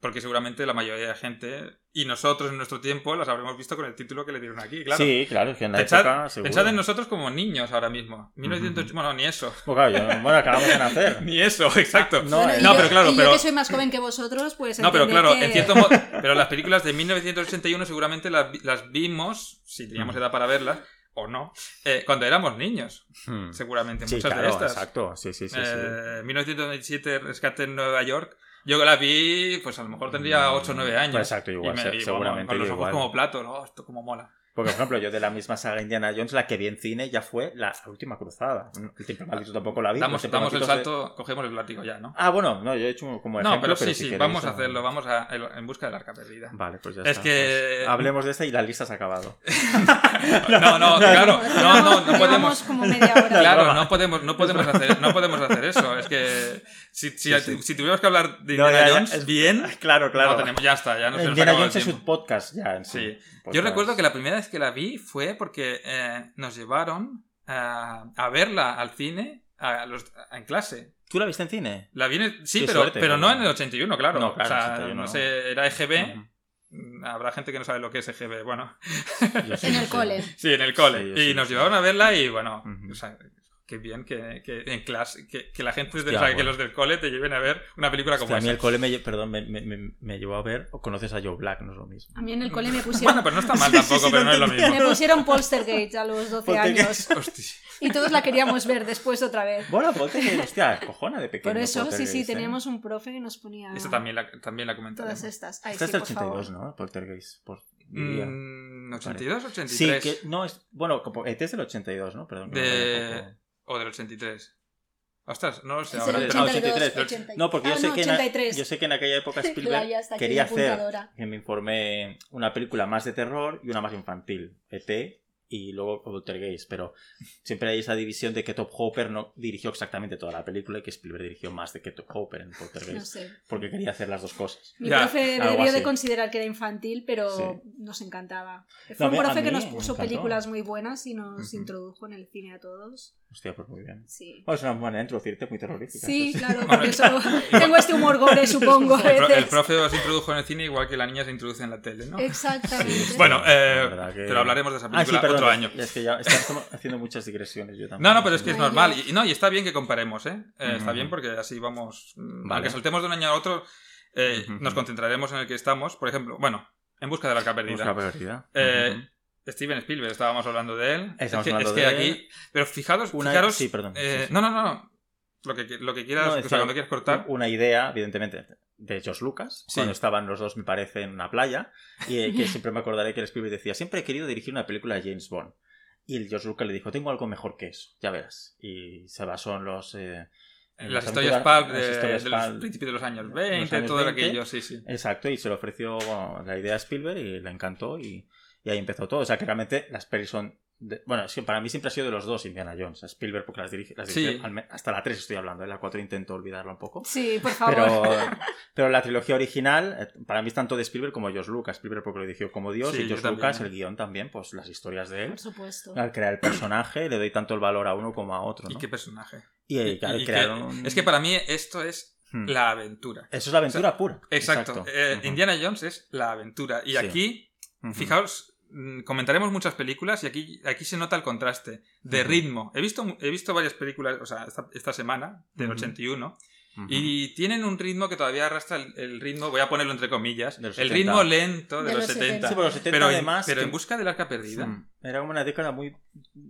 Speaker 1: porque seguramente la mayoría de gente y nosotros en nuestro tiempo las habremos visto con el título que le dieron aquí, claro.
Speaker 2: Sí, claro, es que en la
Speaker 1: Pensad,
Speaker 2: época seguro.
Speaker 1: pensad en nosotros como niños ahora mismo. 1908, bueno, ni eso.
Speaker 2: Bueno, claro, yo- bueno, acabamos de nacer.
Speaker 1: Ni eso, exacto.
Speaker 2: No,
Speaker 3: Bueno,
Speaker 2: eh,
Speaker 3: y
Speaker 1: no,
Speaker 3: yo-
Speaker 1: pero claro,
Speaker 3: y
Speaker 1: pero-
Speaker 3: yo que soy más joven que vosotros, pues.
Speaker 1: No, pero
Speaker 3: entended
Speaker 1: claro,
Speaker 3: que-
Speaker 1: en cierto modo. Pero las películas de 1981 seguramente las, vi- las vimos, si teníamos edad para verlas, o no, eh, cuando éramos niños,
Speaker 2: Hmm.
Speaker 1: seguramente,
Speaker 2: Sí,
Speaker 1: muchas
Speaker 2: claro,
Speaker 1: de estas.
Speaker 2: exacto. Sí, sí, sí. sí.
Speaker 1: Eh, 1927, Rescate en Nueva York. Yo que la vi, pues a lo mejor tendría
Speaker 2: Mm,
Speaker 1: 8 o 9 años.
Speaker 2: exacto, igual, se-
Speaker 1: vamos,
Speaker 2: seguramente
Speaker 1: Con los
Speaker 2: yo
Speaker 1: ojos
Speaker 2: igual.
Speaker 1: como platos, oh, esto como mola.
Speaker 2: Porque, por ejemplo, yo de la misma saga Indiana Jones, la que vi en cine ya fue la última cruzada. Mm, El tiempo maldito tampoco la vi.
Speaker 1: Damos,
Speaker 2: los
Speaker 1: damos el
Speaker 2: Templos Malditos de-
Speaker 1: salto, cogemos el látigo ya, ¿no?
Speaker 2: Ah, bueno, no, yo he hecho como ejemplo.
Speaker 1: no, pero sí,
Speaker 2: si
Speaker 1: sí,
Speaker 2: queréis,
Speaker 1: vamos a
Speaker 2: ah,
Speaker 1: hacerlo, vamos a, el- en busca del arca perdida.
Speaker 2: Vale, pues ya
Speaker 1: Es
Speaker 2: está.
Speaker 1: que-
Speaker 2: pues hablemos de esta y la lista se ha acabado.
Speaker 1: No, no, claro, no, no, no
Speaker 3: llevamos
Speaker 1: podemos.
Speaker 3: como media hora.
Speaker 1: Claro,
Speaker 2: broma.
Speaker 1: no podemos, no podemos hacer, no podemos hacer eso. Es que si, si,
Speaker 2: Sí, sí.
Speaker 1: si tuviéramos que hablar de
Speaker 2: No,
Speaker 1: Indiana
Speaker 2: ya, ya,
Speaker 1: Jones
Speaker 2: es-
Speaker 1: bien,
Speaker 2: Claro, claro.
Speaker 1: no tenemos, ya está, ya Ah, no se nos
Speaker 2: Indiana
Speaker 1: acabó el
Speaker 2: Jones es
Speaker 1: tiempo.
Speaker 2: un Pues podcast ya. en
Speaker 1: Sí. Yo
Speaker 2: Podcast.
Speaker 1: recuerdo que la primera vez que la vi fue porque eh, nos llevaron a, a verla al cine a los, a- en clase.
Speaker 2: ¿Tú la viste en cine?
Speaker 1: La vi en el- sí,
Speaker 2: Qué
Speaker 1: pero,
Speaker 2: suerte,
Speaker 1: pero
Speaker 2: ¿no?
Speaker 1: no en el 81, claro.
Speaker 2: No, claro,
Speaker 1: o sea,
Speaker 2: 81
Speaker 1: no
Speaker 2: no.
Speaker 1: sé, era EGB.
Speaker 2: Ujú.
Speaker 1: Habrá gente que no sabe lo que es EGB. Bueno,
Speaker 2: Yo sí,
Speaker 3: En
Speaker 2: yo
Speaker 3: el
Speaker 2: sí.
Speaker 3: cole.
Speaker 1: Sí, en el cole.
Speaker 2: Sí, yo
Speaker 1: y
Speaker 2: sí,
Speaker 1: nos
Speaker 2: sí.
Speaker 1: llevaron a verla y bueno,
Speaker 2: Ujú.
Speaker 1: o sea, qué bien que, que en clase, que, que la gente,
Speaker 2: Hostia,
Speaker 1: del- o sea, que
Speaker 2: bueno.
Speaker 1: los del cole te lleven a ver una película como
Speaker 2: Hostia, a mí
Speaker 1: esa.
Speaker 2: el cole me, lle- perdón, me, me- me- me llevó a ver o conoces a Joe Black, no es lo mismo.
Speaker 3: A mí en el cole me
Speaker 1: Bueno,
Speaker 3: pusieron,
Speaker 1: pero no está mal
Speaker 2: Sí, sí,
Speaker 1: tampoco,
Speaker 2: sí,
Speaker 1: pero
Speaker 2: lo
Speaker 1: no es lo
Speaker 2: entendía.
Speaker 1: mismo.
Speaker 3: me pusieron Polstergate a los 12
Speaker 2: Poltergeist.
Speaker 3: años
Speaker 1: Hostia.
Speaker 3: y todos la queríamos ver después otra vez.
Speaker 2: Bueno, Poltergeist, hostia, cojona de pequeño.
Speaker 3: Por eso, sí,
Speaker 2: Poltergeist,
Speaker 3: sí,
Speaker 2: ¿eh?
Speaker 3: teníamos un profe que nos ponía
Speaker 1: Esta Este también la, también la
Speaker 3: Ah. todas
Speaker 1: comentaremos.
Speaker 3: estas. Ay,
Speaker 2: Esta
Speaker 3: sí,
Speaker 2: Este es del
Speaker 3: por favor.
Speaker 2: 82, ¿no? Poltergeist. Por... diría.
Speaker 1: Mm, 82,
Speaker 2: Sí,
Speaker 1: 83.
Speaker 2: que no es. Bueno, como- ET es del 82, ¿no? Perdón. que me
Speaker 1: De-
Speaker 2: vaya un poco.
Speaker 1: O del 83. Ostras, no lo sé
Speaker 3: Este Es
Speaker 1: ahora. ah,
Speaker 3: el
Speaker 1: pero-
Speaker 3: 82,
Speaker 2: 83.
Speaker 3: 80.
Speaker 2: No, porque yo,
Speaker 3: Ah,
Speaker 2: sé
Speaker 3: no,
Speaker 2: que en a-
Speaker 3: 83.
Speaker 2: yo sé que en aquella época
Speaker 3: Claro,
Speaker 2: Spielberg
Speaker 3: ya está aquí
Speaker 2: quería
Speaker 3: mi
Speaker 2: hacer,
Speaker 3: apuntadora.
Speaker 2: que me informé, una película más de terror y una más infantil, ET y luego Poltergeist, pero siempre hay esa división de que Top Hopper no dirigió exactamente toda la película y que Spielberg dirigió más de que Top Hopper en Poltergeist,
Speaker 3: No sé.
Speaker 2: porque quería hacer las dos cosas.
Speaker 3: Mi
Speaker 1: Ya,
Speaker 3: profe
Speaker 2: algo
Speaker 3: debió
Speaker 2: así.
Speaker 3: de considerar que era infantil, pero
Speaker 2: Sí.
Speaker 3: nos encantaba.
Speaker 2: No,
Speaker 3: Fue
Speaker 2: a mí-
Speaker 3: un
Speaker 2: a
Speaker 3: profe
Speaker 2: mí
Speaker 3: que nos
Speaker 2: me
Speaker 3: puso
Speaker 2: encantó.
Speaker 3: películas muy buenas y nos
Speaker 2: Ujú.
Speaker 3: introdujo en el cine a todos.
Speaker 2: Hostia, pues muy bien.
Speaker 3: Sí.
Speaker 2: Bueno, es una manera de introducirte muy terrorífica.
Speaker 3: Sí,
Speaker 2: eso
Speaker 3: claro, por eso tengo este humor gore, supongo, ¿eh? a
Speaker 1: El, pro- el
Speaker 3: veces.
Speaker 1: profe os introdujo en el cine igual que la niña se introduce en la tele, ¿no?
Speaker 3: Exactamente.
Speaker 2: Sí.
Speaker 1: Bueno, eh,
Speaker 2: verdad que-
Speaker 1: pero hablaremos de esa
Speaker 2: Ah, sí,
Speaker 1: película
Speaker 2: perdón,
Speaker 1: otro año.
Speaker 2: Es que ya estás como haciendo muchas digresiones yo también.
Speaker 1: No, no, pero es que es
Speaker 3: Ay,
Speaker 1: normal.
Speaker 3: ya.
Speaker 1: Y, no, y está bien que comparemos, ¿eh? Eh, Está
Speaker 2: Ujú.
Speaker 1: bien porque así vamos. mm,
Speaker 2: Vale.
Speaker 1: Aunque saltemos de un año a otro, eh,
Speaker 2: Ujú.
Speaker 1: nos concentraremos en el que estamos. Por ejemplo, bueno, en busca de la arca perdida.
Speaker 2: Busca prioridad.
Speaker 1: Eh, Steven Spielberg, estábamos hablando de él.
Speaker 2: Estamos
Speaker 1: es que,
Speaker 2: hablando
Speaker 1: es que
Speaker 2: de
Speaker 1: aquí. Pero fijaros,
Speaker 2: Una-
Speaker 1: fijaros.
Speaker 2: sí, perdón.
Speaker 1: eh,
Speaker 2: Sí, sí.
Speaker 1: No, no, no. no. Lo que, lo que quieras,
Speaker 2: No,
Speaker 1: o sea,
Speaker 2: decía-
Speaker 1: cuando quieras cortar.
Speaker 2: Una idea, evidentemente, de George Lucas,
Speaker 1: Sí.
Speaker 2: cuando estaban los dos, me parece, en una playa, y eh, que siempre me acordaré que el Spielberg decía, siempre he querido dirigir una película de James Bond. Y el George Lucas le dijo, tengo algo mejor que eso, ya verás. Y se basó en los... eh, en
Speaker 1: Las
Speaker 2: aventuras-
Speaker 1: historias pulp de,
Speaker 2: las historias
Speaker 1: de los
Speaker 2: pulp.
Speaker 1: principios de los años
Speaker 2: Los
Speaker 1: 20,
Speaker 2: años
Speaker 1: todo
Speaker 2: 20.
Speaker 1: aquello, sí, sí.
Speaker 2: Exacto, y se le ofreció bueno, la idea a Spielberg y le encantó y, y ahí empezó todo. O sea, que realmente las pelis son... de- bueno, es que para mí siempre ha sido de los dos Indiana Jones. Spielberg porque las dirige... Las
Speaker 1: Sí.
Speaker 2: dirige al me- hasta la 3 estoy hablando, ¿eh? la 4 intento olvidarla un poco.
Speaker 3: Sí, por favor.
Speaker 2: Pero, pero la trilogía original, eh, para mí es tanto de Spielberg como George Lucas. Spielberg porque lo dirigió como Dios
Speaker 1: Sí,
Speaker 2: y
Speaker 1: yo
Speaker 2: George
Speaker 1: también,
Speaker 2: Lucas,
Speaker 1: ¿eh?
Speaker 2: el guión también, pues las historias de él.
Speaker 3: Por supuesto.
Speaker 2: Al crear el personaje le doy tanto el valor a uno como a otro. ¿no?
Speaker 1: Y qué personaje.
Speaker 2: Y, eh,
Speaker 1: Y-
Speaker 2: claro,
Speaker 1: y que-
Speaker 2: crearon-
Speaker 1: Es que para mí esto es
Speaker 2: Hmm.
Speaker 1: la aventura.
Speaker 2: Eso es la aventura
Speaker 1: o
Speaker 2: pura.
Speaker 1: Exacto. Eh,
Speaker 2: Ujú.
Speaker 1: Indiana Jones es la aventura. Y
Speaker 2: Sí.
Speaker 1: aquí,
Speaker 2: Ujú.
Speaker 1: fijaos, mm, comentaremos muchas películas y aquí, aquí se nota el contraste de
Speaker 2: Ujú.
Speaker 1: ritmo. He visto, mu- he visto varias películas, o sea, esta, esta semana, del
Speaker 2: Ujú.
Speaker 1: 81,
Speaker 2: Ujú.
Speaker 1: y tienen un ritmo que todavía arrastra el, el ritmo, voy a ponerlo entre comillas,
Speaker 2: De los
Speaker 1: el
Speaker 2: 70.
Speaker 1: ritmo lento de,
Speaker 3: De
Speaker 1: los
Speaker 3: los
Speaker 1: 70.
Speaker 3: 70.
Speaker 2: Sí, pero los 70
Speaker 1: Pero, en-
Speaker 2: además...
Speaker 1: pero
Speaker 2: que-
Speaker 1: en busca del arca perdida.
Speaker 2: Mm. Era como una década muy...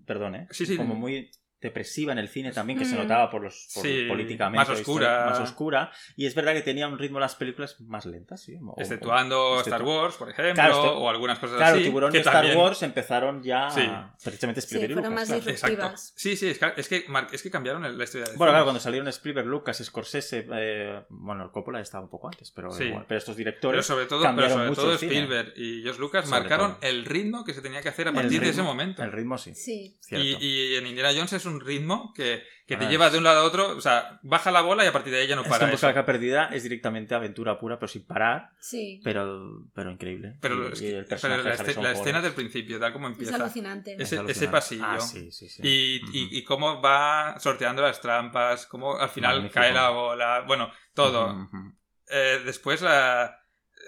Speaker 2: Perdón, ¿eh?
Speaker 1: Hmm. Sí, sí.
Speaker 2: Como muy depresiva en el cine también, que se
Speaker 3: Mm.
Speaker 2: notaba por los por-
Speaker 1: Sí,
Speaker 2: políticamente.
Speaker 1: más oscura.
Speaker 2: histori- Más oscura. Y es verdad que tenía un ritmo las películas más lentas, sí. o- o-
Speaker 1: Este Exceptuando Star
Speaker 2: exceptu-
Speaker 1: Wars, por ejemplo,
Speaker 2: Claro, este-
Speaker 1: o algunas cosas
Speaker 2: Claro,
Speaker 1: así.
Speaker 2: Tiburón y
Speaker 1: que
Speaker 2: Star
Speaker 1: también-
Speaker 2: Wars empezaron ya
Speaker 1: Sí.
Speaker 2: precisamente
Speaker 3: Sí, fueron
Speaker 2: Spielberg y Lucas.
Speaker 3: más
Speaker 2: claro.
Speaker 3: disruptivos.
Speaker 1: Exacto.
Speaker 3: Activas.
Speaker 1: Sí, sí, es que, es que, mar- es que cambiaron el- la historia de
Speaker 2: Bueno, claro, cuando salieron Spielberg, Lucas, Scorsese, eh, bueno, Coppola estaba un poco antes, pero,
Speaker 1: Sí.
Speaker 2: igual. pero estos
Speaker 1: pero
Speaker 2: directores
Speaker 1: sobre todo, pero
Speaker 2: cambiaron
Speaker 1: sobre
Speaker 2: mucho
Speaker 1: todo
Speaker 2: el cine.
Speaker 1: Spielberg y George Lucas
Speaker 2: Sobre
Speaker 1: marcaron
Speaker 2: todo.
Speaker 1: el ritmo que se tenía que hacer a
Speaker 2: El
Speaker 1: partir de ese
Speaker 2: ritmo,
Speaker 1: momento.
Speaker 2: el ritmo sí,
Speaker 3: Sí.
Speaker 2: cierto.
Speaker 1: Y, y en Indiana Jones es un ritmo que, que te
Speaker 2: Ah,
Speaker 1: lleva
Speaker 2: es-
Speaker 1: de un lado a otro, o sea, baja la bola y a partir de ahí ya no
Speaker 2: Es que
Speaker 1: para
Speaker 2: en
Speaker 1: eso.
Speaker 2: busca de la Arca perdida es directamente aventura pura, pero sin parar,
Speaker 3: Sí.
Speaker 2: pero, pero increíble.
Speaker 1: Pero,
Speaker 2: Y-
Speaker 1: es
Speaker 2: y
Speaker 1: que-
Speaker 2: el
Speaker 1: pero
Speaker 2: personaje de
Speaker 1: la, esce-
Speaker 2: Harrison
Speaker 1: la
Speaker 2: Ford
Speaker 1: escena del principio, tal como
Speaker 3: Es
Speaker 1: empieza.
Speaker 3: alucinante.
Speaker 1: ese- ese
Speaker 2: alucinante.
Speaker 1: pasillo.
Speaker 2: Ah, sí, sí, sí.
Speaker 1: Y,
Speaker 2: Ujú.
Speaker 1: y- y cómo va sorteando las trampas, cómo al final
Speaker 2: Magnífico.
Speaker 1: cae la bola, bueno, todo.
Speaker 2: Ujú, ujú.
Speaker 1: Eh, después, la-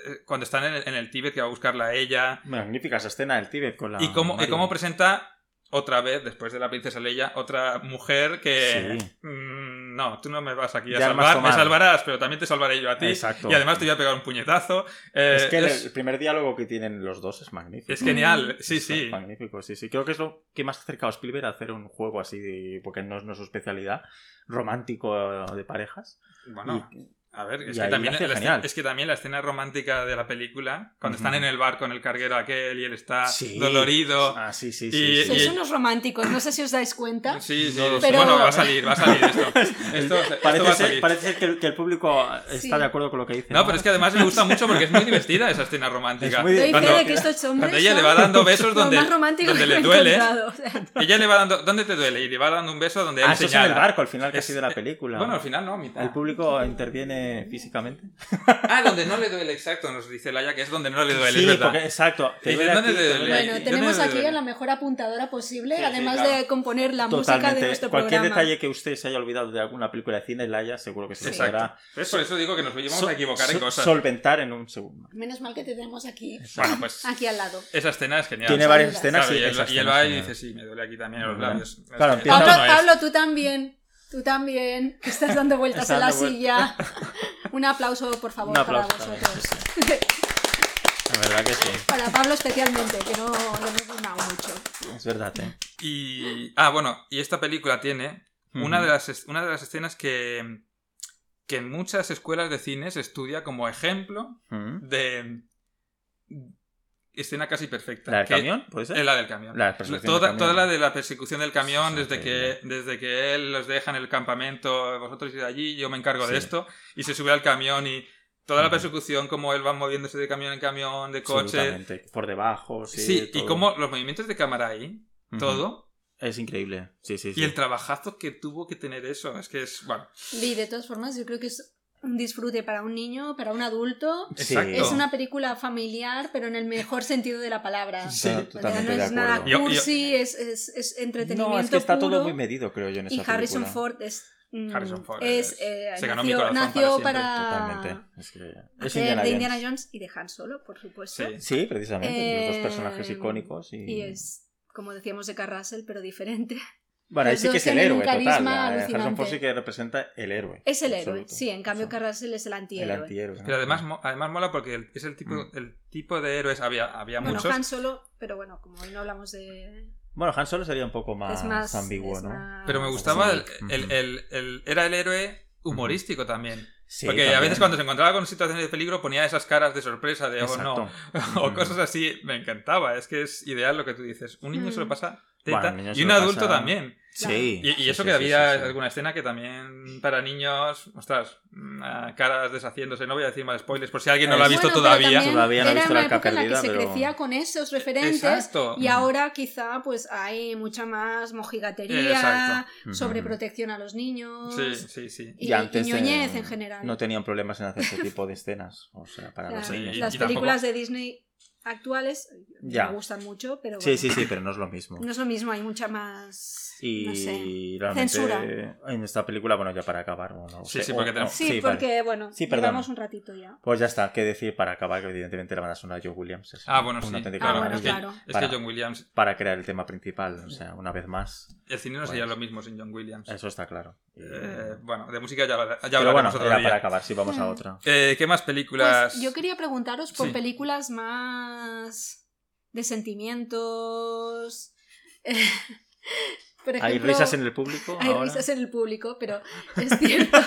Speaker 1: eh, cuando están en el, en el Tíbet, que va a buscarla a ella,
Speaker 2: Magnífica esa escena del Tíbet con la.
Speaker 1: Y cómo, y
Speaker 2: Marion.
Speaker 1: cómo presenta otra vez, después de la princesa Leia, otra mujer que...
Speaker 2: Sí.
Speaker 1: mm, no, tú no me vas aquí a
Speaker 2: Ya lo has
Speaker 1: salvar, me
Speaker 2: tomado.
Speaker 1: salvarás, pero también te salvaré yo a ti.
Speaker 2: Exacto.
Speaker 1: Y además te voy a pegar un puñetazo. Eh,
Speaker 2: Es que el-
Speaker 1: es-
Speaker 2: el primer diálogo que tienen los dos es magnífico.
Speaker 1: es genial, sí,
Speaker 2: Está
Speaker 1: sí.
Speaker 2: Magnífico, sí, sí. Creo que es lo que más acerca a Spielberg a hacer un juego así, de- porque no es, no es su especialidad, romántico eh, de parejas.
Speaker 1: Bueno,
Speaker 2: Y-
Speaker 1: a ver, es
Speaker 2: y
Speaker 1: que,
Speaker 2: ahí
Speaker 1: también
Speaker 2: hace
Speaker 1: la escena,
Speaker 2: genial.
Speaker 1: es que también la escena romántica de la película, cuando
Speaker 2: Ujú.
Speaker 1: están en el bar con el carguero aquel y él está
Speaker 2: Sí.
Speaker 1: dolorido.
Speaker 2: Ah, sí, sí,
Speaker 1: Y-
Speaker 2: sí. sí.
Speaker 3: Sois unos románticos, no sé si os dais cuenta.
Speaker 1: Sí, sí,
Speaker 2: No lo
Speaker 1: sí.
Speaker 3: sé.
Speaker 1: Bueno,
Speaker 3: Pero-
Speaker 1: va a salir, va a salir esto. Esto- esto va
Speaker 2: Parece
Speaker 1: a salir.
Speaker 2: ser, parece ser que, que el público está
Speaker 3: Sí.
Speaker 2: de acuerdo con lo que dice.
Speaker 1: No, pero es que además me gusta mucho porque es muy divertida esa escena romántica.
Speaker 2: Es muy
Speaker 3: Doy
Speaker 1: Cuando-
Speaker 3: fe de que estos hombres
Speaker 1: cuando ella
Speaker 3: son
Speaker 1: le va dando besos
Speaker 3: los
Speaker 1: donde,
Speaker 3: más románticos
Speaker 1: donde
Speaker 3: que
Speaker 1: le
Speaker 3: me he
Speaker 1: duele,
Speaker 3: encontrado, o sea.
Speaker 1: ella le va dando, ¿dónde te duele? Y le va dando un beso donde él
Speaker 2: Ah, eso es en
Speaker 1: señala.
Speaker 2: el barco, al final que
Speaker 1: Es-
Speaker 2: ha sido la película.
Speaker 1: Bueno, al final no, a mitad.
Speaker 2: el público interviene físicamente.
Speaker 1: Ah, donde no le duele, exacto, nos dice Laia que es donde no le duele, es
Speaker 2: sí,
Speaker 1: verdad.
Speaker 2: porque exacto. te
Speaker 1: Dice,
Speaker 2: duele
Speaker 1: ¿dónde
Speaker 2: aquí,
Speaker 1: te
Speaker 2: te
Speaker 1: duele?
Speaker 2: duele
Speaker 1: Yo
Speaker 3: Bueno,
Speaker 1: te-
Speaker 3: tenemos
Speaker 1: yo te-
Speaker 3: aquí a la mejor apuntadora posible,
Speaker 1: Sí, sí,
Speaker 3: además
Speaker 1: claro.
Speaker 3: de componer la música de
Speaker 2: Totalmente.
Speaker 3: nuestro
Speaker 2: Cualquier
Speaker 3: programa.
Speaker 2: detalle que usted se haya olvidado de alguna película de cine, Laia, seguro que se
Speaker 3: Sí.
Speaker 1: Exacto.
Speaker 2: podrá
Speaker 1: Es por eso digo que nos llevamos
Speaker 2: so-
Speaker 1: a equivocar en
Speaker 2: so-
Speaker 1: cosas.
Speaker 2: solventar en un segundo.
Speaker 3: Menos mal que te tenemos aquí,
Speaker 1: Bueno, pues
Speaker 3: aquí al lado.
Speaker 1: esa escena es genial.
Speaker 2: Tiene
Speaker 3: sí,
Speaker 2: varias
Speaker 3: sí.
Speaker 2: escenas.
Speaker 1: Claro,
Speaker 2: sí,
Speaker 1: y, él,
Speaker 2: esa
Speaker 1: y él
Speaker 2: escena
Speaker 1: va
Speaker 2: es
Speaker 1: y
Speaker 2: genial.
Speaker 1: dice, sí, me duele aquí también en los
Speaker 2: Ajá.
Speaker 1: labios.
Speaker 2: Claro,
Speaker 1: Es que-
Speaker 2: empieza-
Speaker 1: esto
Speaker 3: Pablo,
Speaker 1: no es.
Speaker 3: Pablo, tú también, tú también, que estás dando vueltas
Speaker 2: Está
Speaker 3: en la
Speaker 2: dando vuelt-
Speaker 3: silla. Un aplauso, por favor,
Speaker 2: Un aplauso
Speaker 3: para
Speaker 2: también,
Speaker 3: vosotros.
Speaker 2: La verdad que sí.
Speaker 3: Para Pablo especialmente, que no lo hemos mimado mucho.
Speaker 2: Es verdad, ¿eh?
Speaker 1: Y. Ah, bueno, y esta película tiene una,
Speaker 2: Ujú.
Speaker 1: de las, es- una de las escenas que. que en muchas escuelas de cine se estudia como ejemplo
Speaker 2: Ujú.
Speaker 1: de. mm, escena casi perfecta.
Speaker 2: ¿La del
Speaker 1: que-
Speaker 2: camión? ¿Puede ser?
Speaker 1: eh, la del camión.
Speaker 2: La persecución
Speaker 1: toda,
Speaker 2: del
Speaker 1: toda
Speaker 2: camión.
Speaker 1: la de la persecución del camión,
Speaker 2: Sí,
Speaker 1: desde,
Speaker 2: sí,
Speaker 1: que, desde que él los deja en el campamento, vosotros id allí, yo me encargo de
Speaker 2: Sí.
Speaker 1: esto, y se sube al camión y toda la
Speaker 2: Ujú.
Speaker 1: persecución, como él va moviéndose de camión en camión, de coche.
Speaker 2: Absolutamente. Por debajo, sí.
Speaker 1: Sí, y
Speaker 2: todo.
Speaker 1: como los movimientos de cámara ahí,
Speaker 2: Ujú.
Speaker 1: todo,
Speaker 2: Es increíble. Sí, sí, sí.
Speaker 1: y el trabajazo que tuvo que tener eso, es que es, bueno,
Speaker 3: Y de todas formas, yo creo que es un disfrute para un niño, para un adulto.
Speaker 2: Sí.
Speaker 1: exacto.
Speaker 3: Es una película familiar, pero en el mejor sentido de la palabra.
Speaker 2: Sí,
Speaker 3: O sea,
Speaker 2: totalmente
Speaker 3: no
Speaker 2: de
Speaker 3: es nada
Speaker 2: acuerdo.
Speaker 1: Yo- yo-
Speaker 3: cursi, es, es- es entretenimiento
Speaker 2: No, es que está
Speaker 3: puro,
Speaker 2: todo muy medido, creo yo, en esa
Speaker 3: y Harrison
Speaker 2: película.
Speaker 3: Ford es... mm,
Speaker 1: Harrison Ford
Speaker 3: es,
Speaker 1: es-
Speaker 3: eh,
Speaker 1: se ganó mi
Speaker 3: nació,
Speaker 1: corazón para
Speaker 3: nació
Speaker 1: siempre,
Speaker 3: para,
Speaker 2: Totalmente. Es que es
Speaker 3: hacer
Speaker 2: Indiana
Speaker 3: de
Speaker 2: Jones.
Speaker 3: Indiana Jones y de Han Solo, por supuesto.
Speaker 1: Sí.
Speaker 2: Sí, precisamente. Los
Speaker 3: Eh,
Speaker 2: dos personajes icónicos y...
Speaker 3: Y es como decíamos de Carrasel, pero diferente.
Speaker 2: Bueno, ahí
Speaker 3: Los
Speaker 2: sí que
Speaker 3: dos
Speaker 2: es el
Speaker 3: tienen un
Speaker 2: héroe, total.
Speaker 3: carisma
Speaker 2: la- eh, Harrison Ford
Speaker 3: alucinante.
Speaker 2: sí que representa el héroe.
Speaker 3: Es el héroe,
Speaker 2: absoluto.
Speaker 3: sí, en cambio
Speaker 2: Sí.
Speaker 3: Carrasel es el
Speaker 2: El
Speaker 3: antihéroe.
Speaker 2: antihéroe.
Speaker 1: Pero
Speaker 2: ¿no?
Speaker 1: además, mo- además mola porque es el tipo,
Speaker 2: Mm.
Speaker 1: el tipo de héroes. Había, había
Speaker 3: bueno,
Speaker 1: muchos.
Speaker 3: Han Solo, pero bueno, como hoy no hablamos de...
Speaker 2: Bueno, Han Solo sería un poco más,
Speaker 3: es más
Speaker 2: ambiguo,
Speaker 3: es
Speaker 2: ¿no?
Speaker 3: más-
Speaker 1: Pero me
Speaker 2: sí.
Speaker 1: gustaba. El, el-
Speaker 2: Ujú.
Speaker 1: el- el- era el héroe humorístico también.
Speaker 2: Sí,
Speaker 1: porque a
Speaker 2: también.
Speaker 1: veces cuando se encontraba con situaciones de peligro ponía esas caras de sorpresa, de oh no.
Speaker 2: Exacto.
Speaker 1: O cosas así. Me encantaba. Es que es ideal lo que tú dices. Un niño se lo
Speaker 3: Mm.
Speaker 1: pasa
Speaker 2: Bueno,
Speaker 1: teta
Speaker 2: un niño se
Speaker 1: y un
Speaker 2: lo
Speaker 1: adulto
Speaker 2: pasa-
Speaker 1: también.
Speaker 2: Sí.
Speaker 1: Y, y
Speaker 2: sí,
Speaker 1: eso
Speaker 2: sí,
Speaker 1: que
Speaker 2: sí,
Speaker 1: había
Speaker 2: sí, sí.
Speaker 1: alguna escena que también para niños, ostras, mm, ah, caras deshaciéndose, no voy a decir mal spoilers por si alguien no lo ha
Speaker 2: Eh,
Speaker 1: visto
Speaker 3: Bueno, pero
Speaker 1: todavía.
Speaker 3: también
Speaker 2: Todavía no he
Speaker 3: era
Speaker 2: visto
Speaker 3: una
Speaker 2: la
Speaker 3: época en la
Speaker 2: perdida,
Speaker 3: que se
Speaker 2: pero-
Speaker 3: crecía con esos referentes
Speaker 1: Exacto.
Speaker 3: y ahora quizá pues hay mucha más mojigatería,
Speaker 1: Eh, Exacto.
Speaker 3: sobreprotección a los niños
Speaker 1: Sí, sí, sí.
Speaker 3: y,
Speaker 2: Y antes,
Speaker 3: y ñoñez
Speaker 2: eh,
Speaker 3: en general.
Speaker 2: No tenían problemas en hacer ese tipo de escenas. O sea, para
Speaker 3: Las-
Speaker 2: los
Speaker 1: Sí,
Speaker 2: niños.
Speaker 1: y-
Speaker 3: las
Speaker 1: y tampoco-
Speaker 3: películas de Disney actuales
Speaker 2: Ya.
Speaker 3: me gustan mucho, pero
Speaker 2: Sí,
Speaker 3: bueno,
Speaker 2: sí, sí, pero no es lo mismo.
Speaker 3: no es lo mismo, hay mucha más...
Speaker 2: Y
Speaker 3: no sé.
Speaker 2: realmente
Speaker 3: Censura.
Speaker 2: en esta película, bueno, ya para acabar. o no
Speaker 1: Sí,
Speaker 2: sé,
Speaker 1: sí,
Speaker 2: o-
Speaker 1: porque
Speaker 2: o-
Speaker 1: tenemos-
Speaker 3: Sí,
Speaker 2: vale.
Speaker 3: porque bueno,
Speaker 2: Sí, perdón.
Speaker 3: llevamos un ratito ya.
Speaker 2: Pues ya está, qué decir para acabar, que evidentemente la banda sonora de Joe Williams es
Speaker 1: Ah, bueno,
Speaker 2: una
Speaker 1: sí.
Speaker 2: auténtica
Speaker 3: Ah,
Speaker 1: Claro,
Speaker 3: bueno,
Speaker 1: es que-
Speaker 2: maravilla
Speaker 3: claro.
Speaker 1: Es
Speaker 2: Para-
Speaker 1: que John Williams,
Speaker 2: para crear el tema principal, o sea, una vez más,
Speaker 1: el cine no
Speaker 2: Pues-
Speaker 1: sería lo mismo sin John Williams.
Speaker 2: eso está claro. Y-
Speaker 1: Eh, bueno, de música ya, habla- ya
Speaker 2: Pero bueno,
Speaker 1: hablaremos
Speaker 2: era
Speaker 1: otro día.
Speaker 2: para acabar, sí, vamos a
Speaker 3: Mm.
Speaker 2: otra.
Speaker 1: Eh, ¿Qué más películas?
Speaker 3: Pues yo quería preguntaros por
Speaker 1: Sí.
Speaker 3: películas más de sentimientos. por
Speaker 2: ¿Hay
Speaker 3: ejemplo,
Speaker 2: risas en el público?
Speaker 3: hay
Speaker 2: ahora?
Speaker 3: risas en el público, pero es cierto.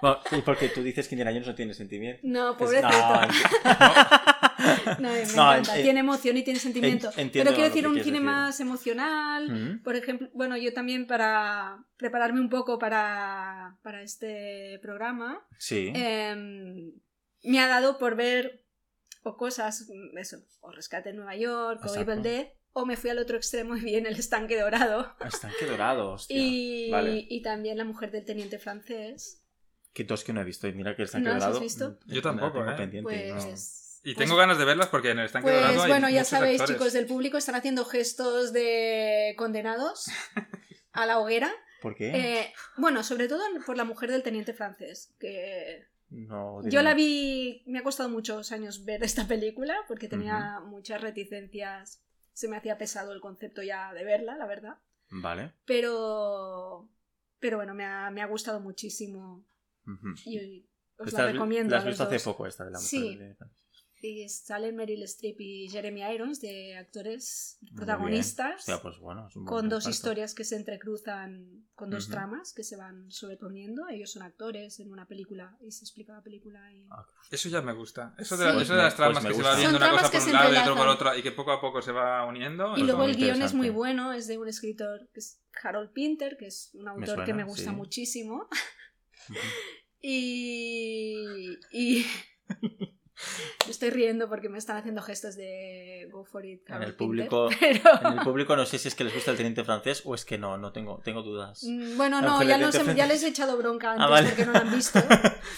Speaker 2: Bueno, sí, porque tú dices que Indiana Jones no tiene sentimiento.
Speaker 3: No,
Speaker 2: Es-
Speaker 3: pobrecito.
Speaker 2: No,
Speaker 3: No, me
Speaker 2: No,
Speaker 3: encanta.
Speaker 2: en-
Speaker 3: tiene emoción y tiene sentimiento.
Speaker 2: en- entiendo
Speaker 3: pero
Speaker 2: lo
Speaker 3: quiero decir
Speaker 2: que
Speaker 3: un
Speaker 2: quieres
Speaker 3: cine
Speaker 2: decir. Mm.
Speaker 3: más emocional.
Speaker 2: ent-
Speaker 3: Por ejemplo, bueno, yo también para prepararme un poco para, para este programa,
Speaker 2: sí.
Speaker 3: em, me ha dado por ver o cosas, mm, eso, o Rescate en Nueva York, o
Speaker 2: Exacto.
Speaker 3: Evil Dead, o me fui al otro extremo y vi en el estanque dorado.
Speaker 2: Estanque dorado, hostia.
Speaker 3: Y,
Speaker 2: Vale.
Speaker 3: y también la mujer del teniente francés.
Speaker 2: Que dos que no he visto. Y mira que el estanque
Speaker 3: ¿No las has
Speaker 2: dorado.
Speaker 3: visto?
Speaker 2: mm,
Speaker 1: Yo tampoco,
Speaker 2: la tengo
Speaker 1: ¿eh?
Speaker 2: pendiente,
Speaker 3: Pues,
Speaker 2: no.
Speaker 1: Y
Speaker 3: pues-
Speaker 1: tengo ganas de verlas porque en el estanque
Speaker 3: Pues
Speaker 1: dorado hay
Speaker 3: bueno, ya
Speaker 1: muchos
Speaker 3: sabéis,
Speaker 1: actores.
Speaker 3: chicos del público están haciendo gestos de condenados a la hoguera.
Speaker 2: ¿Por qué?
Speaker 3: Eh, bueno, sobre todo por la mujer del teniente francés, que
Speaker 2: No,
Speaker 3: Yo
Speaker 2: dime.
Speaker 3: la vi, me ha costado muchos años ver esta película porque tenía muchas reticencias, se me hacía pesado el concepto ya de verla, la verdad,
Speaker 2: Vale.
Speaker 3: pero, pero bueno, me ha, me ha gustado muchísimo
Speaker 2: Ujú.
Speaker 3: y os
Speaker 2: Pues Esta
Speaker 3: la
Speaker 2: has vi-
Speaker 3: recomiendo.
Speaker 2: La
Speaker 3: a
Speaker 2: has
Speaker 3: los
Speaker 2: visto hace
Speaker 3: dos.
Speaker 2: poco, esta de la mujer.
Speaker 3: Sí.
Speaker 2: de-
Speaker 3: Y salen Meryl Streep y Jeremy Irons de actores
Speaker 2: Muy bien.
Speaker 3: protagonistas.
Speaker 2: Hostia, pues bueno, es un buen
Speaker 3: con dos
Speaker 2: reparto.
Speaker 3: historias que se entrecruzan, con dos
Speaker 2: Ujú.
Speaker 3: tramas que se van sobreponiendo. Ellos son actores en una película y se explica la película. y-
Speaker 2: Ah,
Speaker 1: Eso ya me gusta. Eso de,
Speaker 3: Sí.
Speaker 1: la- eso de las
Speaker 2: Pues
Speaker 1: tramas
Speaker 2: me
Speaker 1: que se
Speaker 2: gusta.
Speaker 1: va viendo
Speaker 3: Son
Speaker 1: una
Speaker 3: tramas
Speaker 1: cosa
Speaker 3: que
Speaker 1: por
Speaker 3: se
Speaker 1: un lado y otro por
Speaker 3: entrelazan.
Speaker 1: otra y que poco a poco se va uniendo.
Speaker 3: Y
Speaker 1: Eso
Speaker 3: luego
Speaker 2: muy
Speaker 3: el guión es
Speaker 2: interesante.
Speaker 3: muy bueno, es de un escritor que es Harold Pinter, que es un autor
Speaker 2: suena,
Speaker 3: que me gusta
Speaker 2: sí.
Speaker 3: muchísimo.
Speaker 2: Ujú.
Speaker 3: Y, y- me estoy riendo porque me están haciendo gestos de Go for it,
Speaker 2: En
Speaker 3: Harold
Speaker 2: el público-
Speaker 3: Pinter, pero-
Speaker 2: En el público no sé si es que les gusta el teniente francés o es que no, no tengo, tengo dudas.
Speaker 3: Mm, Bueno,
Speaker 2: A lo
Speaker 3: no,
Speaker 2: mejor
Speaker 3: ya,
Speaker 2: le
Speaker 3: los
Speaker 2: tiento
Speaker 3: he- ya les he echado bronca antes
Speaker 2: Ah, vale.
Speaker 3: porque no la han visto.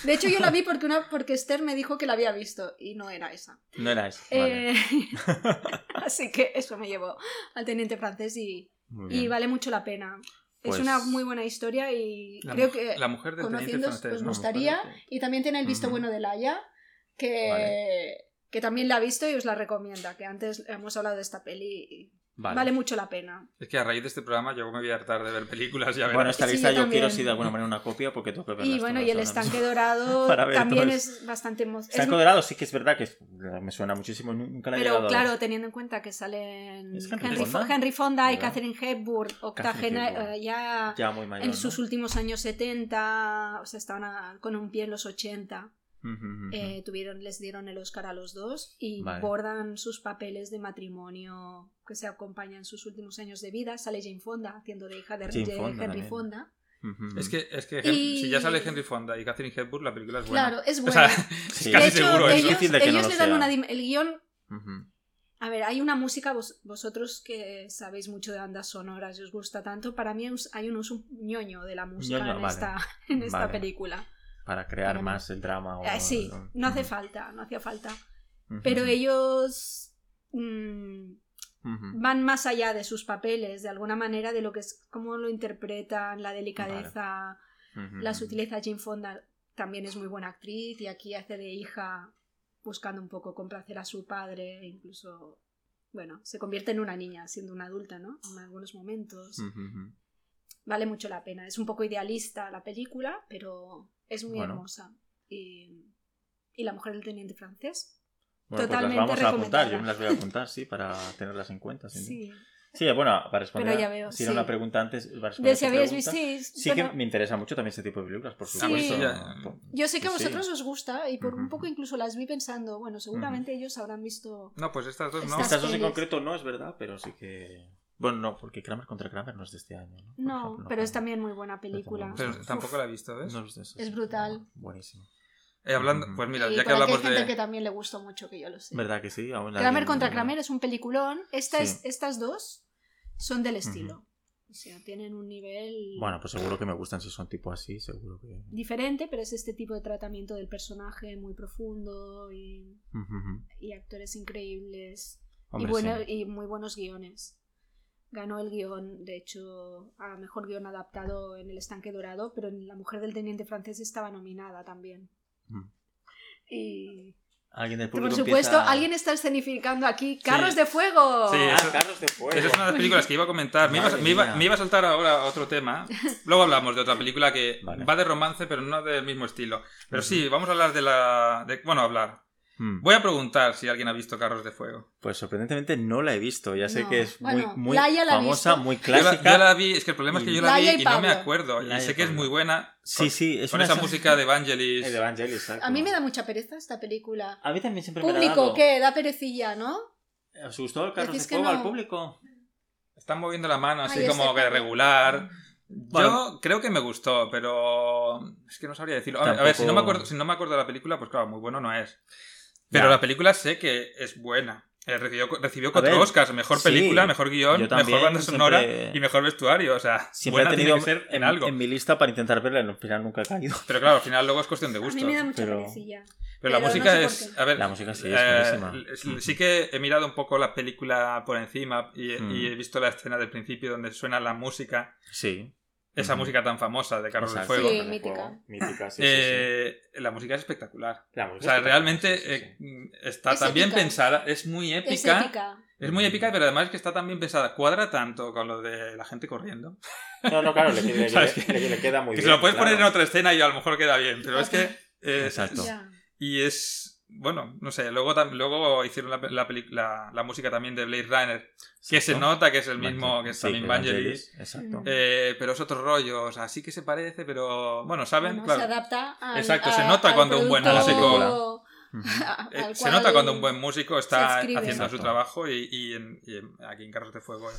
Speaker 3: De hecho, yo la vi porque, una, porque Esther me dijo que la había visto y no era esa.
Speaker 2: No era eso. Vale.
Speaker 3: Eh, así que eso me llevó al teniente francés y,
Speaker 2: Muy
Speaker 3: y
Speaker 2: bien.
Speaker 3: vale mucho la pena.
Speaker 2: Pues-
Speaker 3: Es una muy buena historia y
Speaker 1: La,
Speaker 3: creo
Speaker 1: mu-
Speaker 3: que pues
Speaker 1: la mujer del teniente
Speaker 3: conociéndos
Speaker 1: francés.
Speaker 3: os
Speaker 1: ¿no?
Speaker 3: gustaría.
Speaker 2: parece.
Speaker 3: Y también tiene el visto
Speaker 2: Ujú.
Speaker 3: bueno de Laia, que, que también la ha visto y os la recomienda, que antes hemos hablado de esta peli y
Speaker 2: Vale.
Speaker 3: vale, mucho la pena.
Speaker 1: Es que a raíz de este programa yo me voy a hartar de ver películas, ya verás.
Speaker 2: Bueno, esta
Speaker 3: Sí,
Speaker 2: lista
Speaker 3: yo
Speaker 2: yo,
Speaker 3: también.
Speaker 2: quiero si de alguna manera una copia porque tengo que verlas
Speaker 3: Y bueno,
Speaker 2: todas
Speaker 3: y el
Speaker 2: ahora mismo.
Speaker 3: estanque dorado
Speaker 2: Para ver
Speaker 3: también
Speaker 2: todo
Speaker 3: es
Speaker 2: Estanque
Speaker 3: bastante emocionante.
Speaker 2: dorado sí que es verdad que es- me suena muchísimo, nunca la he llegado
Speaker 3: Pero
Speaker 2: a ver.
Speaker 3: claro, teniendo en cuenta que salen
Speaker 2: Es Henry
Speaker 3: Henry, Fo-
Speaker 2: Fonda.
Speaker 3: Henry Fonda y
Speaker 2: ¿Verdad?
Speaker 3: Catherine Hepburn, Octagena
Speaker 2: Hepburn.
Speaker 3: eh, ya
Speaker 2: ya muy mayor.
Speaker 3: en
Speaker 2: ¿no?
Speaker 3: sus últimos años 70, o sea, estaban a- con un pie en los 80,
Speaker 2: Ujú, ujú.
Speaker 3: eh, tuvieron, les dieron el Oscar a los dos y
Speaker 2: Vale.
Speaker 3: bordan sus papeles de matrimonio que se acompañan en sus últimos años de vida. Sale Jane Fonda haciendo de hija de
Speaker 2: Jane
Speaker 3: de
Speaker 2: Fonda
Speaker 3: Henry
Speaker 2: también.
Speaker 3: Fonda.
Speaker 2: Ujú, ujú.
Speaker 1: Es que, es que
Speaker 3: Y-
Speaker 1: si ya sale Henry Fonda y Catherine Hepburn, la película es buena.
Speaker 3: Claro, es
Speaker 1: O
Speaker 3: bueno.
Speaker 1: sea, casi
Speaker 2: Sí.
Speaker 3: de hecho,
Speaker 1: seguro eso.
Speaker 3: ellos,
Speaker 2: Difícil de que no
Speaker 3: ellos
Speaker 2: lo
Speaker 3: le dan
Speaker 2: sea.
Speaker 3: una... dim- El guión...
Speaker 2: Ujú.
Speaker 3: A ver, hay una música, vos- vosotros que sabéis mucho de bandas sonoras y os gusta tanto, para mí us- hay un uso ñoño de la música
Speaker 2: Ñoño,
Speaker 3: en,
Speaker 2: vale.
Speaker 3: esta, en esta
Speaker 2: Vale.
Speaker 3: película.
Speaker 2: Para crear
Speaker 3: Para-
Speaker 2: más el drama. o-
Speaker 3: Eh, sí, no hace
Speaker 2: Ujú.
Speaker 3: falta, no hacía falta.
Speaker 2: Ujú.
Speaker 3: Pero ellos mm,
Speaker 2: Ujú.
Speaker 3: van más allá de sus papeles, de alguna manera, de lo que es cómo lo interpretan, la delicadeza,
Speaker 2: Ujú.
Speaker 3: la sutileza. Jane Fonda también es muy buena actriz y aquí hace de hija buscando un poco complacer a su padre, e incluso bueno, se convierte en una niña siendo una adulta, ¿no? En algunos momentos.
Speaker 2: Ujú, ujú.
Speaker 3: Vale mucho la pena. Es un poco idealista la película, pero es muy
Speaker 2: Bueno.
Speaker 3: hermosa. Y, y la mujer del teniente francés.
Speaker 2: Bueno, pues las
Speaker 3: Totalmente
Speaker 2: vamos a apuntar,
Speaker 3: recomendada.
Speaker 2: yo me las voy a apuntar, sí, para tenerlas en cuenta. sin duda.
Speaker 3: Sí.
Speaker 2: Sí, bueno, para responder.
Speaker 3: Pero
Speaker 2: a-
Speaker 3: ya veo,
Speaker 2: si era
Speaker 3: sí.
Speaker 2: una pregunta antes, para responder a
Speaker 3: De si
Speaker 2: tu
Speaker 3: habéis
Speaker 2: pregunta,
Speaker 3: visto. Sí,
Speaker 2: Sí
Speaker 3: bueno,
Speaker 2: que me interesa mucho también este tipo de películas, por
Speaker 3: Sí.
Speaker 2: supuesto.
Speaker 1: Ya.
Speaker 2: Por-
Speaker 3: Yo sé que a
Speaker 2: Sí, sí.
Speaker 3: vosotros os gusta y por
Speaker 2: Ujú.
Speaker 3: un poco incluso las vi pensando, bueno, seguramente ellos habrán visto.
Speaker 1: No, pues estas dos no.
Speaker 3: Estas-
Speaker 2: Estas dos en
Speaker 3: pelis.
Speaker 2: concreto no es verdad, pero sí que. Bueno, no, porque Kramer contra Kramer no es de este año. No, Por
Speaker 3: No,
Speaker 2: ejemplo, no.
Speaker 3: pero es también muy buena película.
Speaker 2: también
Speaker 1: Pero tampoco la he visto, ¿ves?
Speaker 2: No Mm. es de esos.
Speaker 3: Es brutal.
Speaker 2: Buenísimo.
Speaker 1: Eh, hablando,
Speaker 2: Ujú.
Speaker 1: pues
Speaker 3: Y
Speaker 1: mira, ya que
Speaker 3: por aquí
Speaker 1: hablamos
Speaker 3: hay gente que
Speaker 1: de.
Speaker 3: también le gustó mucho, que yo lo sé.
Speaker 2: ¿Verdad que sí? Aún la-
Speaker 3: Kramer contra Kramer es un peliculón. Esta
Speaker 2: Sí.
Speaker 3: es- estas dos son del estilo. O sea, tienen un nivel
Speaker 2: Bueno, pues seguro que me gustan si son tipo así, seguro que.
Speaker 3: diferente, pero es este tipo de tratamiento del personaje muy profundo y,
Speaker 2: Ujú, ujú.
Speaker 3: y actores increíbles y,
Speaker 2: Hombre,
Speaker 3: bueno-
Speaker 2: sí.
Speaker 3: y muy buenos guiones. Ganó el guión, de hecho, a mejor guión adaptado en El Estanque Dorado, pero en La Mujer del Teniente Francés estaba nominada también.
Speaker 2: Ujú.
Speaker 3: Y
Speaker 2: Alguien del
Speaker 3: que,
Speaker 2: público.
Speaker 3: por supuesto,
Speaker 2: empieza-
Speaker 3: alguien está escenificando aquí ¡Carros
Speaker 2: Sí.
Speaker 3: de Fuego!
Speaker 1: Sí,
Speaker 2: Ah,
Speaker 1: Eso-
Speaker 2: Carlos de Fuego.
Speaker 1: Esa es una de las películas que iba a comentar. Me iba,
Speaker 2: Madre
Speaker 1: me iba-
Speaker 2: mía.
Speaker 1: me iba a saltar ahora a otro tema. Luego hablamos de otra película que
Speaker 2: Vale.
Speaker 1: va de romance, pero no del mismo estilo. Pero sí, vamos a hablar de la. de- bueno, hablar.
Speaker 2: Mm.
Speaker 1: Voy a preguntar si alguien ha visto Carros de Fuego.
Speaker 2: Pues sorprendentemente no la he visto. Ya sé
Speaker 3: No.
Speaker 2: que es muy,
Speaker 3: Bueno,
Speaker 2: muy
Speaker 3: Laia la ha
Speaker 2: famosa,
Speaker 3: visto.
Speaker 2: muy
Speaker 1: Yo la,
Speaker 2: clásica.
Speaker 1: yo la vi, es que el problema es que yo la vi
Speaker 3: Laia y
Speaker 1: y no me
Speaker 3: Pablo.
Speaker 1: acuerdo. Y
Speaker 2: Laia y
Speaker 1: sé que es
Speaker 2: Pablo.
Speaker 1: muy buena.
Speaker 2: Sí, sí, es
Speaker 1: Con
Speaker 2: una
Speaker 1: esa música de Evangelis.
Speaker 2: Eh, de Evangelis, exacto.
Speaker 3: A mí me da mucha pereza esta película.
Speaker 1: Ah,
Speaker 2: A mí también siempre me ha
Speaker 3: Público,
Speaker 2: dado.
Speaker 3: que da perecilla, ¿no?
Speaker 2: ¿Os gustó el carro de
Speaker 3: Decís que
Speaker 2: fuego
Speaker 3: no.
Speaker 2: al público?
Speaker 1: Están moviendo la mano así
Speaker 3: Ay,
Speaker 1: como
Speaker 3: ese-
Speaker 1: que regular.
Speaker 2: Bueno.
Speaker 1: Yo creo que me gustó, pero es que no sabría decirlo. A ver, a
Speaker 2: Tampoco-
Speaker 1: ver, si no me acuerdo, si no me acuerdo de la película, pues claro, muy bueno no es. Pero
Speaker 2: Ya.
Speaker 1: la película sé que es buena. Eh, recibió, recibió cuatro
Speaker 2: ver,
Speaker 1: Oscars, mejor
Speaker 2: sí.
Speaker 1: película, mejor
Speaker 2: Yo
Speaker 1: guión,
Speaker 2: también,
Speaker 1: mejor banda sonora
Speaker 2: siempre-
Speaker 1: y mejor vestuario. O sea,
Speaker 2: Siempre
Speaker 1: buena
Speaker 2: ha tenido
Speaker 1: tiene que ser en,
Speaker 2: en,
Speaker 1: algo.
Speaker 2: en mi lista para intentar verla, en el final nunca ha caído.
Speaker 1: Pero claro, al final luego es cuestión de
Speaker 3: A
Speaker 1: gustos.
Speaker 3: mí me da mucha
Speaker 2: pero-
Speaker 3: perecilla.
Speaker 1: Pero la
Speaker 3: Pero no
Speaker 1: música
Speaker 3: sé por
Speaker 1: es.
Speaker 3: qué.
Speaker 1: A ver,
Speaker 2: La música sí, es
Speaker 1: eh,
Speaker 2: buenísima.
Speaker 1: l- Sí que he mirado un poco la película por encima y,
Speaker 2: Mm.
Speaker 1: y he visto la escena del principio donde suena la música,
Speaker 2: Sí.
Speaker 1: esa
Speaker 2: Ujú.
Speaker 1: música tan famosa de Carros de
Speaker 2: Exacto.
Speaker 1: Fuego.
Speaker 3: Sí,
Speaker 2: Carros de
Speaker 3: mítica.
Speaker 2: Fuego, Mítica, sí, sí, sí.
Speaker 1: Eh, La música es espectacular.
Speaker 2: La
Speaker 1: O
Speaker 2: música
Speaker 1: sea,
Speaker 2: es
Speaker 1: realmente
Speaker 2: espectacular, sí, sí, sí.
Speaker 1: eh, está
Speaker 3: Es
Speaker 1: tan bien
Speaker 3: épica.
Speaker 1: pensada, es muy
Speaker 3: Es
Speaker 1: épica, es,
Speaker 3: épica.
Speaker 1: muy épica, pero además es que está tan bien pensada, cuadra tanto con lo de la gente corriendo.
Speaker 2: No, no, claro, le, le- le-
Speaker 1: ¿Sabes qué?
Speaker 2: le- le queda muy
Speaker 1: que
Speaker 2: bien.
Speaker 1: se lo puedes
Speaker 2: claro.
Speaker 1: poner en otra escena y a lo mejor queda bien, pero es que... eh,
Speaker 2: Exacto. No.
Speaker 3: Ya.
Speaker 1: Y es. Bueno, no sé, luego, tam- luego hicieron la, pe- la, peli- la- la música también de Blade Runner, que se
Speaker 2: Exacto.
Speaker 1: nota que es el mismo que es
Speaker 2: Sí,
Speaker 1: también
Speaker 2: que
Speaker 1: Vangelis,
Speaker 2: Vangelis, Exacto.
Speaker 3: Mm.
Speaker 1: eh, pero es otro rollo, o sea, sí que se parece, pero bueno, ¿saben?
Speaker 3: Bueno, Se
Speaker 1: claro.
Speaker 3: adapta al,
Speaker 1: Exacto, se
Speaker 3: a-
Speaker 1: nota
Speaker 3: al
Speaker 1: cuando un buen
Speaker 3: producto,
Speaker 1: músico-
Speaker 2: Ujú.
Speaker 3: a-
Speaker 1: Eh,
Speaker 3: al
Speaker 1: se
Speaker 3: cual-
Speaker 1: nota cuando un buen músico está
Speaker 3: se adscribe.
Speaker 1: haciendo
Speaker 2: Exacto.
Speaker 1: su trabajo y, y en- y en- aquí en Carros de Fuego. eh.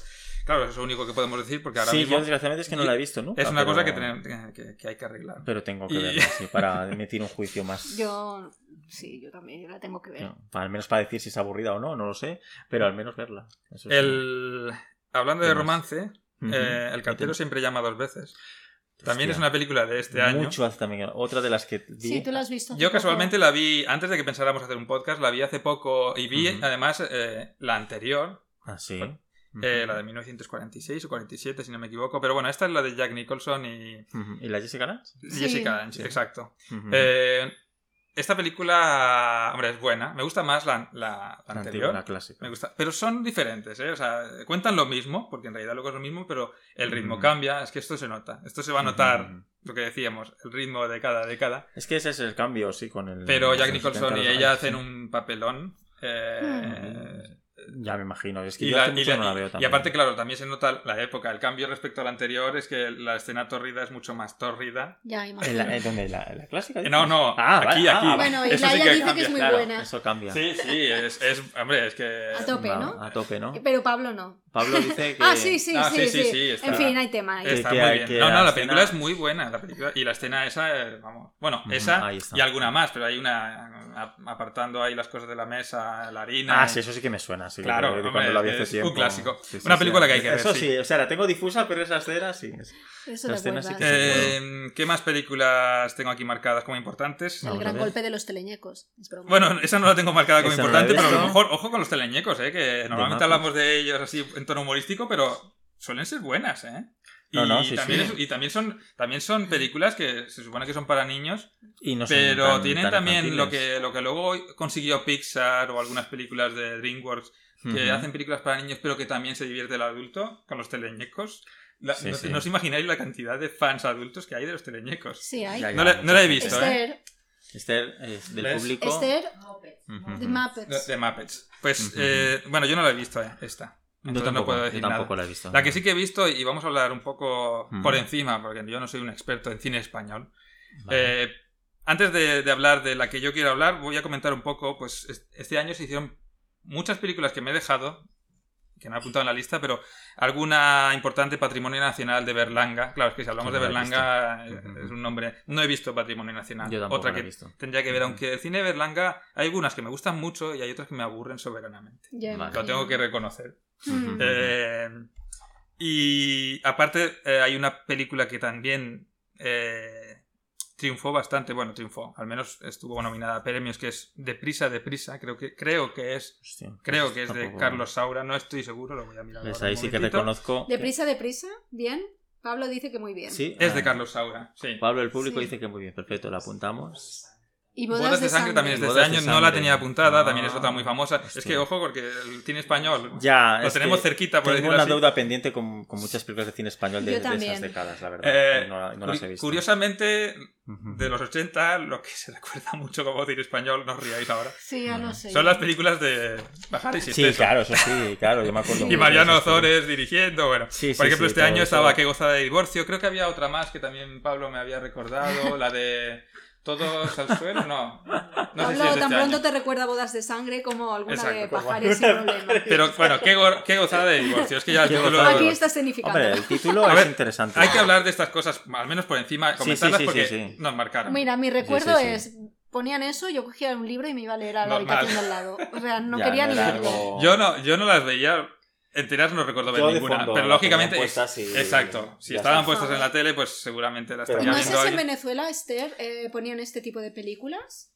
Speaker 1: Claro, eso es lo único que podemos decir porque ahora
Speaker 2: Sí, yo
Speaker 1: mismo
Speaker 2: desgraciadamente es que no la he visto, ¿no?
Speaker 1: es una cosa que, tenemos- que- que hay que arreglar.
Speaker 2: Pero tengo que
Speaker 1: Y-
Speaker 2: verla, sí, para emitir un juicio más.
Speaker 3: Yo, sí, yo también yo la tengo que ver.
Speaker 2: No, para- al menos para decir si es aburrida o no, no lo sé, pero al menos verla. eso sí.
Speaker 1: El- hablando
Speaker 2: ¿Qué
Speaker 1: de
Speaker 2: más?
Speaker 1: romance, eh, El
Speaker 2: Ujú. Entiendo.
Speaker 1: cartero siempre llama dos veces. También es
Speaker 2: Hostia,
Speaker 1: una película de este año.
Speaker 2: Mucho hace también. Otra de las que vi.
Speaker 3: Sí, tú la has visto. hace
Speaker 1: Yo
Speaker 3: poco.
Speaker 1: casualmente la vi, antes de que pensáramos hacer un podcast, la vi hace poco y vi
Speaker 2: Ujú.
Speaker 1: además eh, la anterior,
Speaker 2: Ah, sí.
Speaker 1: eh,
Speaker 2: Ujú.
Speaker 1: la de 1946 o 47, si no me equivoco, pero bueno, esta es la de Jack Nicholson y
Speaker 2: Ujú. ¿Y la Jessica Lange?
Speaker 3: Sí.
Speaker 1: Jessica Lange, exacto.
Speaker 2: Ujú.
Speaker 1: Eh, esta película, hombre, es buena, me gusta más la, la- la
Speaker 2: La
Speaker 1: anterior.
Speaker 2: antigua, la clásica.
Speaker 1: Me gusta. Pero son diferentes, ¿eh? O sea, cuentan lo mismo, porque en realidad luego es lo mismo, pero el ritmo
Speaker 2: Ujú.
Speaker 1: cambia. Es que esto se nota. Esto se va a notar,
Speaker 2: Ujú.
Speaker 1: lo que decíamos, el ritmo de cada década.
Speaker 2: Es que ese es el cambio, sí, con el.
Speaker 1: Pero
Speaker 2: los
Speaker 1: Jack
Speaker 2: 70,
Speaker 1: Nicholson y
Speaker 2: los-
Speaker 1: ella
Speaker 2: ay,
Speaker 1: hacen
Speaker 2: sí.
Speaker 1: un papelón.
Speaker 3: Ah,
Speaker 1: eh,
Speaker 2: Ya me imagino. Es que
Speaker 1: y,
Speaker 2: yo
Speaker 1: la-
Speaker 2: hace
Speaker 1: y
Speaker 2: mucho
Speaker 1: la-
Speaker 2: no la veo
Speaker 1: y
Speaker 2: también.
Speaker 1: aparte, claro, también se nota la época. El cambio respecto al anterior es que la escena torrida es mucho más torrida.
Speaker 3: Ya,
Speaker 2: ¿En
Speaker 3: imagino.
Speaker 2: la, en dónde? ¿La, en la clásica?
Speaker 1: Eh, No, no,
Speaker 2: Ah, vale,
Speaker 1: aquí,
Speaker 2: ah,
Speaker 1: aquí.
Speaker 2: vale.
Speaker 3: Bueno, y
Speaker 1: Eso sí
Speaker 3: Laia
Speaker 1: que
Speaker 3: dice que
Speaker 1: cambia.
Speaker 3: es muy
Speaker 2: Claro,
Speaker 3: buena.
Speaker 2: Eso cambia.
Speaker 1: Sí, sí, es, es- Hombre, es que.
Speaker 3: A tope,
Speaker 2: Va,
Speaker 3: ¿no?
Speaker 2: A tope, ¿no?
Speaker 3: Pero Pablo no.
Speaker 2: Pablo dice que.
Speaker 3: Ah, sí, sí,
Speaker 1: Ah,
Speaker 3: sí,
Speaker 1: sí, sí,
Speaker 3: sí.
Speaker 1: sí, está-
Speaker 3: En fin, hay tema ahí.
Speaker 2: Es-
Speaker 1: Está
Speaker 2: que-
Speaker 1: muy
Speaker 2: que
Speaker 1: bien. No,
Speaker 2: la
Speaker 1: no, la
Speaker 2: escena-
Speaker 1: película es muy buena. La película... Y la escena esa, eh, vamos. Bueno,
Speaker 2: Ujú,
Speaker 1: esa
Speaker 2: ahí está.
Speaker 1: y alguna más, pero hay una a- apartando ahí las cosas de la mesa, la harina.
Speaker 2: Ah, sí, eso sí que me suena. Sí,
Speaker 1: Claro,
Speaker 2: de
Speaker 1: hombre,
Speaker 2: cuando la vi hace
Speaker 1: es un
Speaker 2: tiempo.
Speaker 1: clásico.
Speaker 2: Sí, sí,
Speaker 1: Una
Speaker 2: sí,
Speaker 1: película
Speaker 2: sí.
Speaker 1: que hay que ver,
Speaker 2: Eso sí.
Speaker 1: eh, sí.
Speaker 2: o sea, la tengo difusa, pero esa escena sí. es-
Speaker 3: Eso
Speaker 2: la
Speaker 3: te
Speaker 2: escena sí
Speaker 3: acuerdas.
Speaker 2: que-
Speaker 1: Eh, ¿Qué más películas tengo aquí marcadas como importantes?
Speaker 2: No.
Speaker 3: El
Speaker 2: Vamos a
Speaker 3: gran
Speaker 2: ver.
Speaker 3: golpe de los teleñecos. Es broma.
Speaker 1: Bueno, esa no la tengo marcada como
Speaker 2: Esa no la he
Speaker 1: importante, pero a lo
Speaker 2: visto.
Speaker 1: mejor, ojo con los teleñecos, ¿eh? que normalmente
Speaker 2: mapas.
Speaker 1: hablamos de ellos así en tono humorístico, pero suelen ser buenas, ¿eh? Y,
Speaker 2: No, no, sí,
Speaker 1: también,
Speaker 2: sí.
Speaker 1: es- y también son también son películas que se supone que son para niños,
Speaker 2: Y no son
Speaker 1: Pero
Speaker 2: tan-
Speaker 1: tienen
Speaker 2: tan
Speaker 1: también lo
Speaker 2: infantiles.
Speaker 1: que, lo que luego consiguió Pixar o algunas películas de DreamWorks que
Speaker 2: Ujú.
Speaker 1: hacen películas para niños, pero que también se divierte el adulto con los teleñecos. La-
Speaker 2: Sí,
Speaker 1: no,
Speaker 2: sí.
Speaker 1: no os imagináis la cantidad de fans adultos que hay de los teleñecos.
Speaker 3: Sí, hay.
Speaker 2: Ya, ya,
Speaker 1: No la- no la he
Speaker 2: muchas
Speaker 1: visto, eh.
Speaker 2: gracias.
Speaker 3: Esther,
Speaker 2: Esther es del
Speaker 1: ¿Ves?
Speaker 2: público.
Speaker 3: Esther,
Speaker 2: Ujú.
Speaker 3: The
Speaker 1: De,
Speaker 3: Muppets.
Speaker 1: de Muppets. Pues,
Speaker 2: Ujú.
Speaker 1: eh, bueno, yo no la he visto, eh, esta.
Speaker 2: Yo
Speaker 1: Entonces
Speaker 2: tampoco,
Speaker 1: no puedo
Speaker 2: yo
Speaker 1: decir nada.
Speaker 2: tampoco la he visto.
Speaker 1: La que sí que he visto, y vamos a hablar un poco
Speaker 2: Mm.
Speaker 1: por encima, porque yo no soy un experto en cine español.
Speaker 2: Vale.
Speaker 1: Eh, antes de, de hablar de la que yo quiero hablar, voy a comentar un poco, pues es- este año se hicieron muchas películas que me he dejado, que no he apuntado en la lista, pero alguna importante Patrimonio Nacional de Berlanga. Claro, es que si hablamos
Speaker 2: Sí,
Speaker 1: de
Speaker 2: no la he
Speaker 1: Berlanga
Speaker 2: visto.
Speaker 1: eh, es un nombre... No he visto Patrimonio Nacional.
Speaker 2: yo tampoco
Speaker 1: Otra
Speaker 2: la he
Speaker 1: que
Speaker 2: visto.
Speaker 1: tendría que ver,
Speaker 2: Ujú.
Speaker 1: aunque el cine de Berlanga hay algunas que me gustan mucho y hay otras que me aburren soberanamente.
Speaker 3: Ya,
Speaker 2: Vale.
Speaker 1: Lo tengo que reconocer.
Speaker 3: Mm.
Speaker 1: Eh, y aparte eh, hay una película que también eh, triunfó bastante, bueno, triunfó, al menos estuvo nominada a premios, que es Deprisa, Deprisa, creo que, creo que es,
Speaker 2: Hostia,
Speaker 1: creo
Speaker 2: pues
Speaker 1: que es de
Speaker 2: tampoco-
Speaker 1: Carlos Saura, no estoy seguro, lo voy a mirar.
Speaker 2: Ves,
Speaker 1: ahora
Speaker 2: ahí
Speaker 1: un
Speaker 2: sí que
Speaker 1: momentito.
Speaker 2: reconozco.
Speaker 3: Deprisa, deprisa. Bien. Pablo dice que muy bien.
Speaker 2: Sí,
Speaker 1: Es de
Speaker 2: ah,
Speaker 1: Carlos Saura, sí.
Speaker 2: Pablo, el público
Speaker 3: Sí.
Speaker 2: dice que muy bien, perfecto, la apuntamos.
Speaker 3: Y bodas,
Speaker 1: Bodas, de sangre, también es de este
Speaker 2: Bodas de
Speaker 1: año, no la
Speaker 2: sangre.
Speaker 1: tenía apuntada, también
Speaker 2: Ah,
Speaker 1: es otra muy famosa. Es que
Speaker 2: hostia.
Speaker 1: ojo, porque el cine español
Speaker 2: Ya,
Speaker 1: lo
Speaker 2: es que
Speaker 1: tenemos cerquita, por
Speaker 2: Tengo
Speaker 1: decirlo
Speaker 2: una
Speaker 1: así.
Speaker 2: deuda pendiente con, con muchas películas de cine español de,
Speaker 3: Yo
Speaker 2: de esas
Speaker 3: también.
Speaker 2: décadas, la verdad.
Speaker 1: Eh,
Speaker 2: y no, la- y no las he
Speaker 1: Curi-
Speaker 2: visto.
Speaker 1: Curiosamente,
Speaker 2: Ujú.
Speaker 1: de los 80, lo que se recuerda mucho como cine español, no os riáis ahora.
Speaker 3: Sí, ya lo sé.
Speaker 1: Son las películas de Bajar y
Speaker 2: Sí,
Speaker 1: Sisteso.
Speaker 2: claro, eso sí, claro, yo me acuerdo.
Speaker 1: Y
Speaker 2: mucho
Speaker 1: Mariano
Speaker 2: de esas películas.
Speaker 1: Ozores dirigiendo, bueno.
Speaker 2: Sí, sí,
Speaker 1: Por ejemplo,
Speaker 2: sí,
Speaker 1: este
Speaker 2: todo
Speaker 1: año
Speaker 2: eso.
Speaker 1: estaba Qué gozada de divorcio. Creo que había otra más que también Pablo me había recordado, la de Todos al suelo, no. No sé
Speaker 3: Pablo,
Speaker 1: si es de
Speaker 3: tan
Speaker 1: este
Speaker 3: pronto
Speaker 1: año.
Speaker 3: te recuerda bodas de sangre como alguna de
Speaker 1: Exacto, como
Speaker 3: pajares sin problema.
Speaker 1: Pero bueno, qué, go- qué gozada de divorcio. Es que ya el
Speaker 2: Qué
Speaker 1: título-
Speaker 2: gozada
Speaker 3: Aquí está escenificando.
Speaker 2: Hombre, el título
Speaker 1: A
Speaker 2: es
Speaker 1: ver,
Speaker 2: interesante.
Speaker 1: Hay que hablar de estas cosas, al menos por encima,
Speaker 2: sí,
Speaker 1: comentarlas
Speaker 2: sí, sí,
Speaker 1: porque
Speaker 2: sí.
Speaker 1: nos marcaron.
Speaker 3: Mira, mi recuerdo
Speaker 2: Sí, sí,
Speaker 3: es. Ponían eso, yo cogía un libro y me iba a leer a la
Speaker 1: Normal.
Speaker 3: habitación del lado. O sea, no
Speaker 2: Ya,
Speaker 3: quería ni
Speaker 2: era
Speaker 3: verlo.
Speaker 2: algo-
Speaker 1: Yo no, yo no las veía enteras, no recuerdo ver
Speaker 2: Yo de
Speaker 1: ninguna.
Speaker 2: fondo
Speaker 1: pero
Speaker 2: la
Speaker 1: lógicamente.
Speaker 2: tenía puesta, sí,
Speaker 1: exacto. Si
Speaker 2: ya
Speaker 1: estaban
Speaker 2: está.
Speaker 1: puestas en la tele, pues seguramente las
Speaker 2: Pero
Speaker 1: estaría
Speaker 3: ¿No
Speaker 2: ya
Speaker 3: es
Speaker 1: viendo
Speaker 3: eso en
Speaker 1: alguien.
Speaker 3: Venezuela, Esther? eh, ¿Ponían este tipo de películas?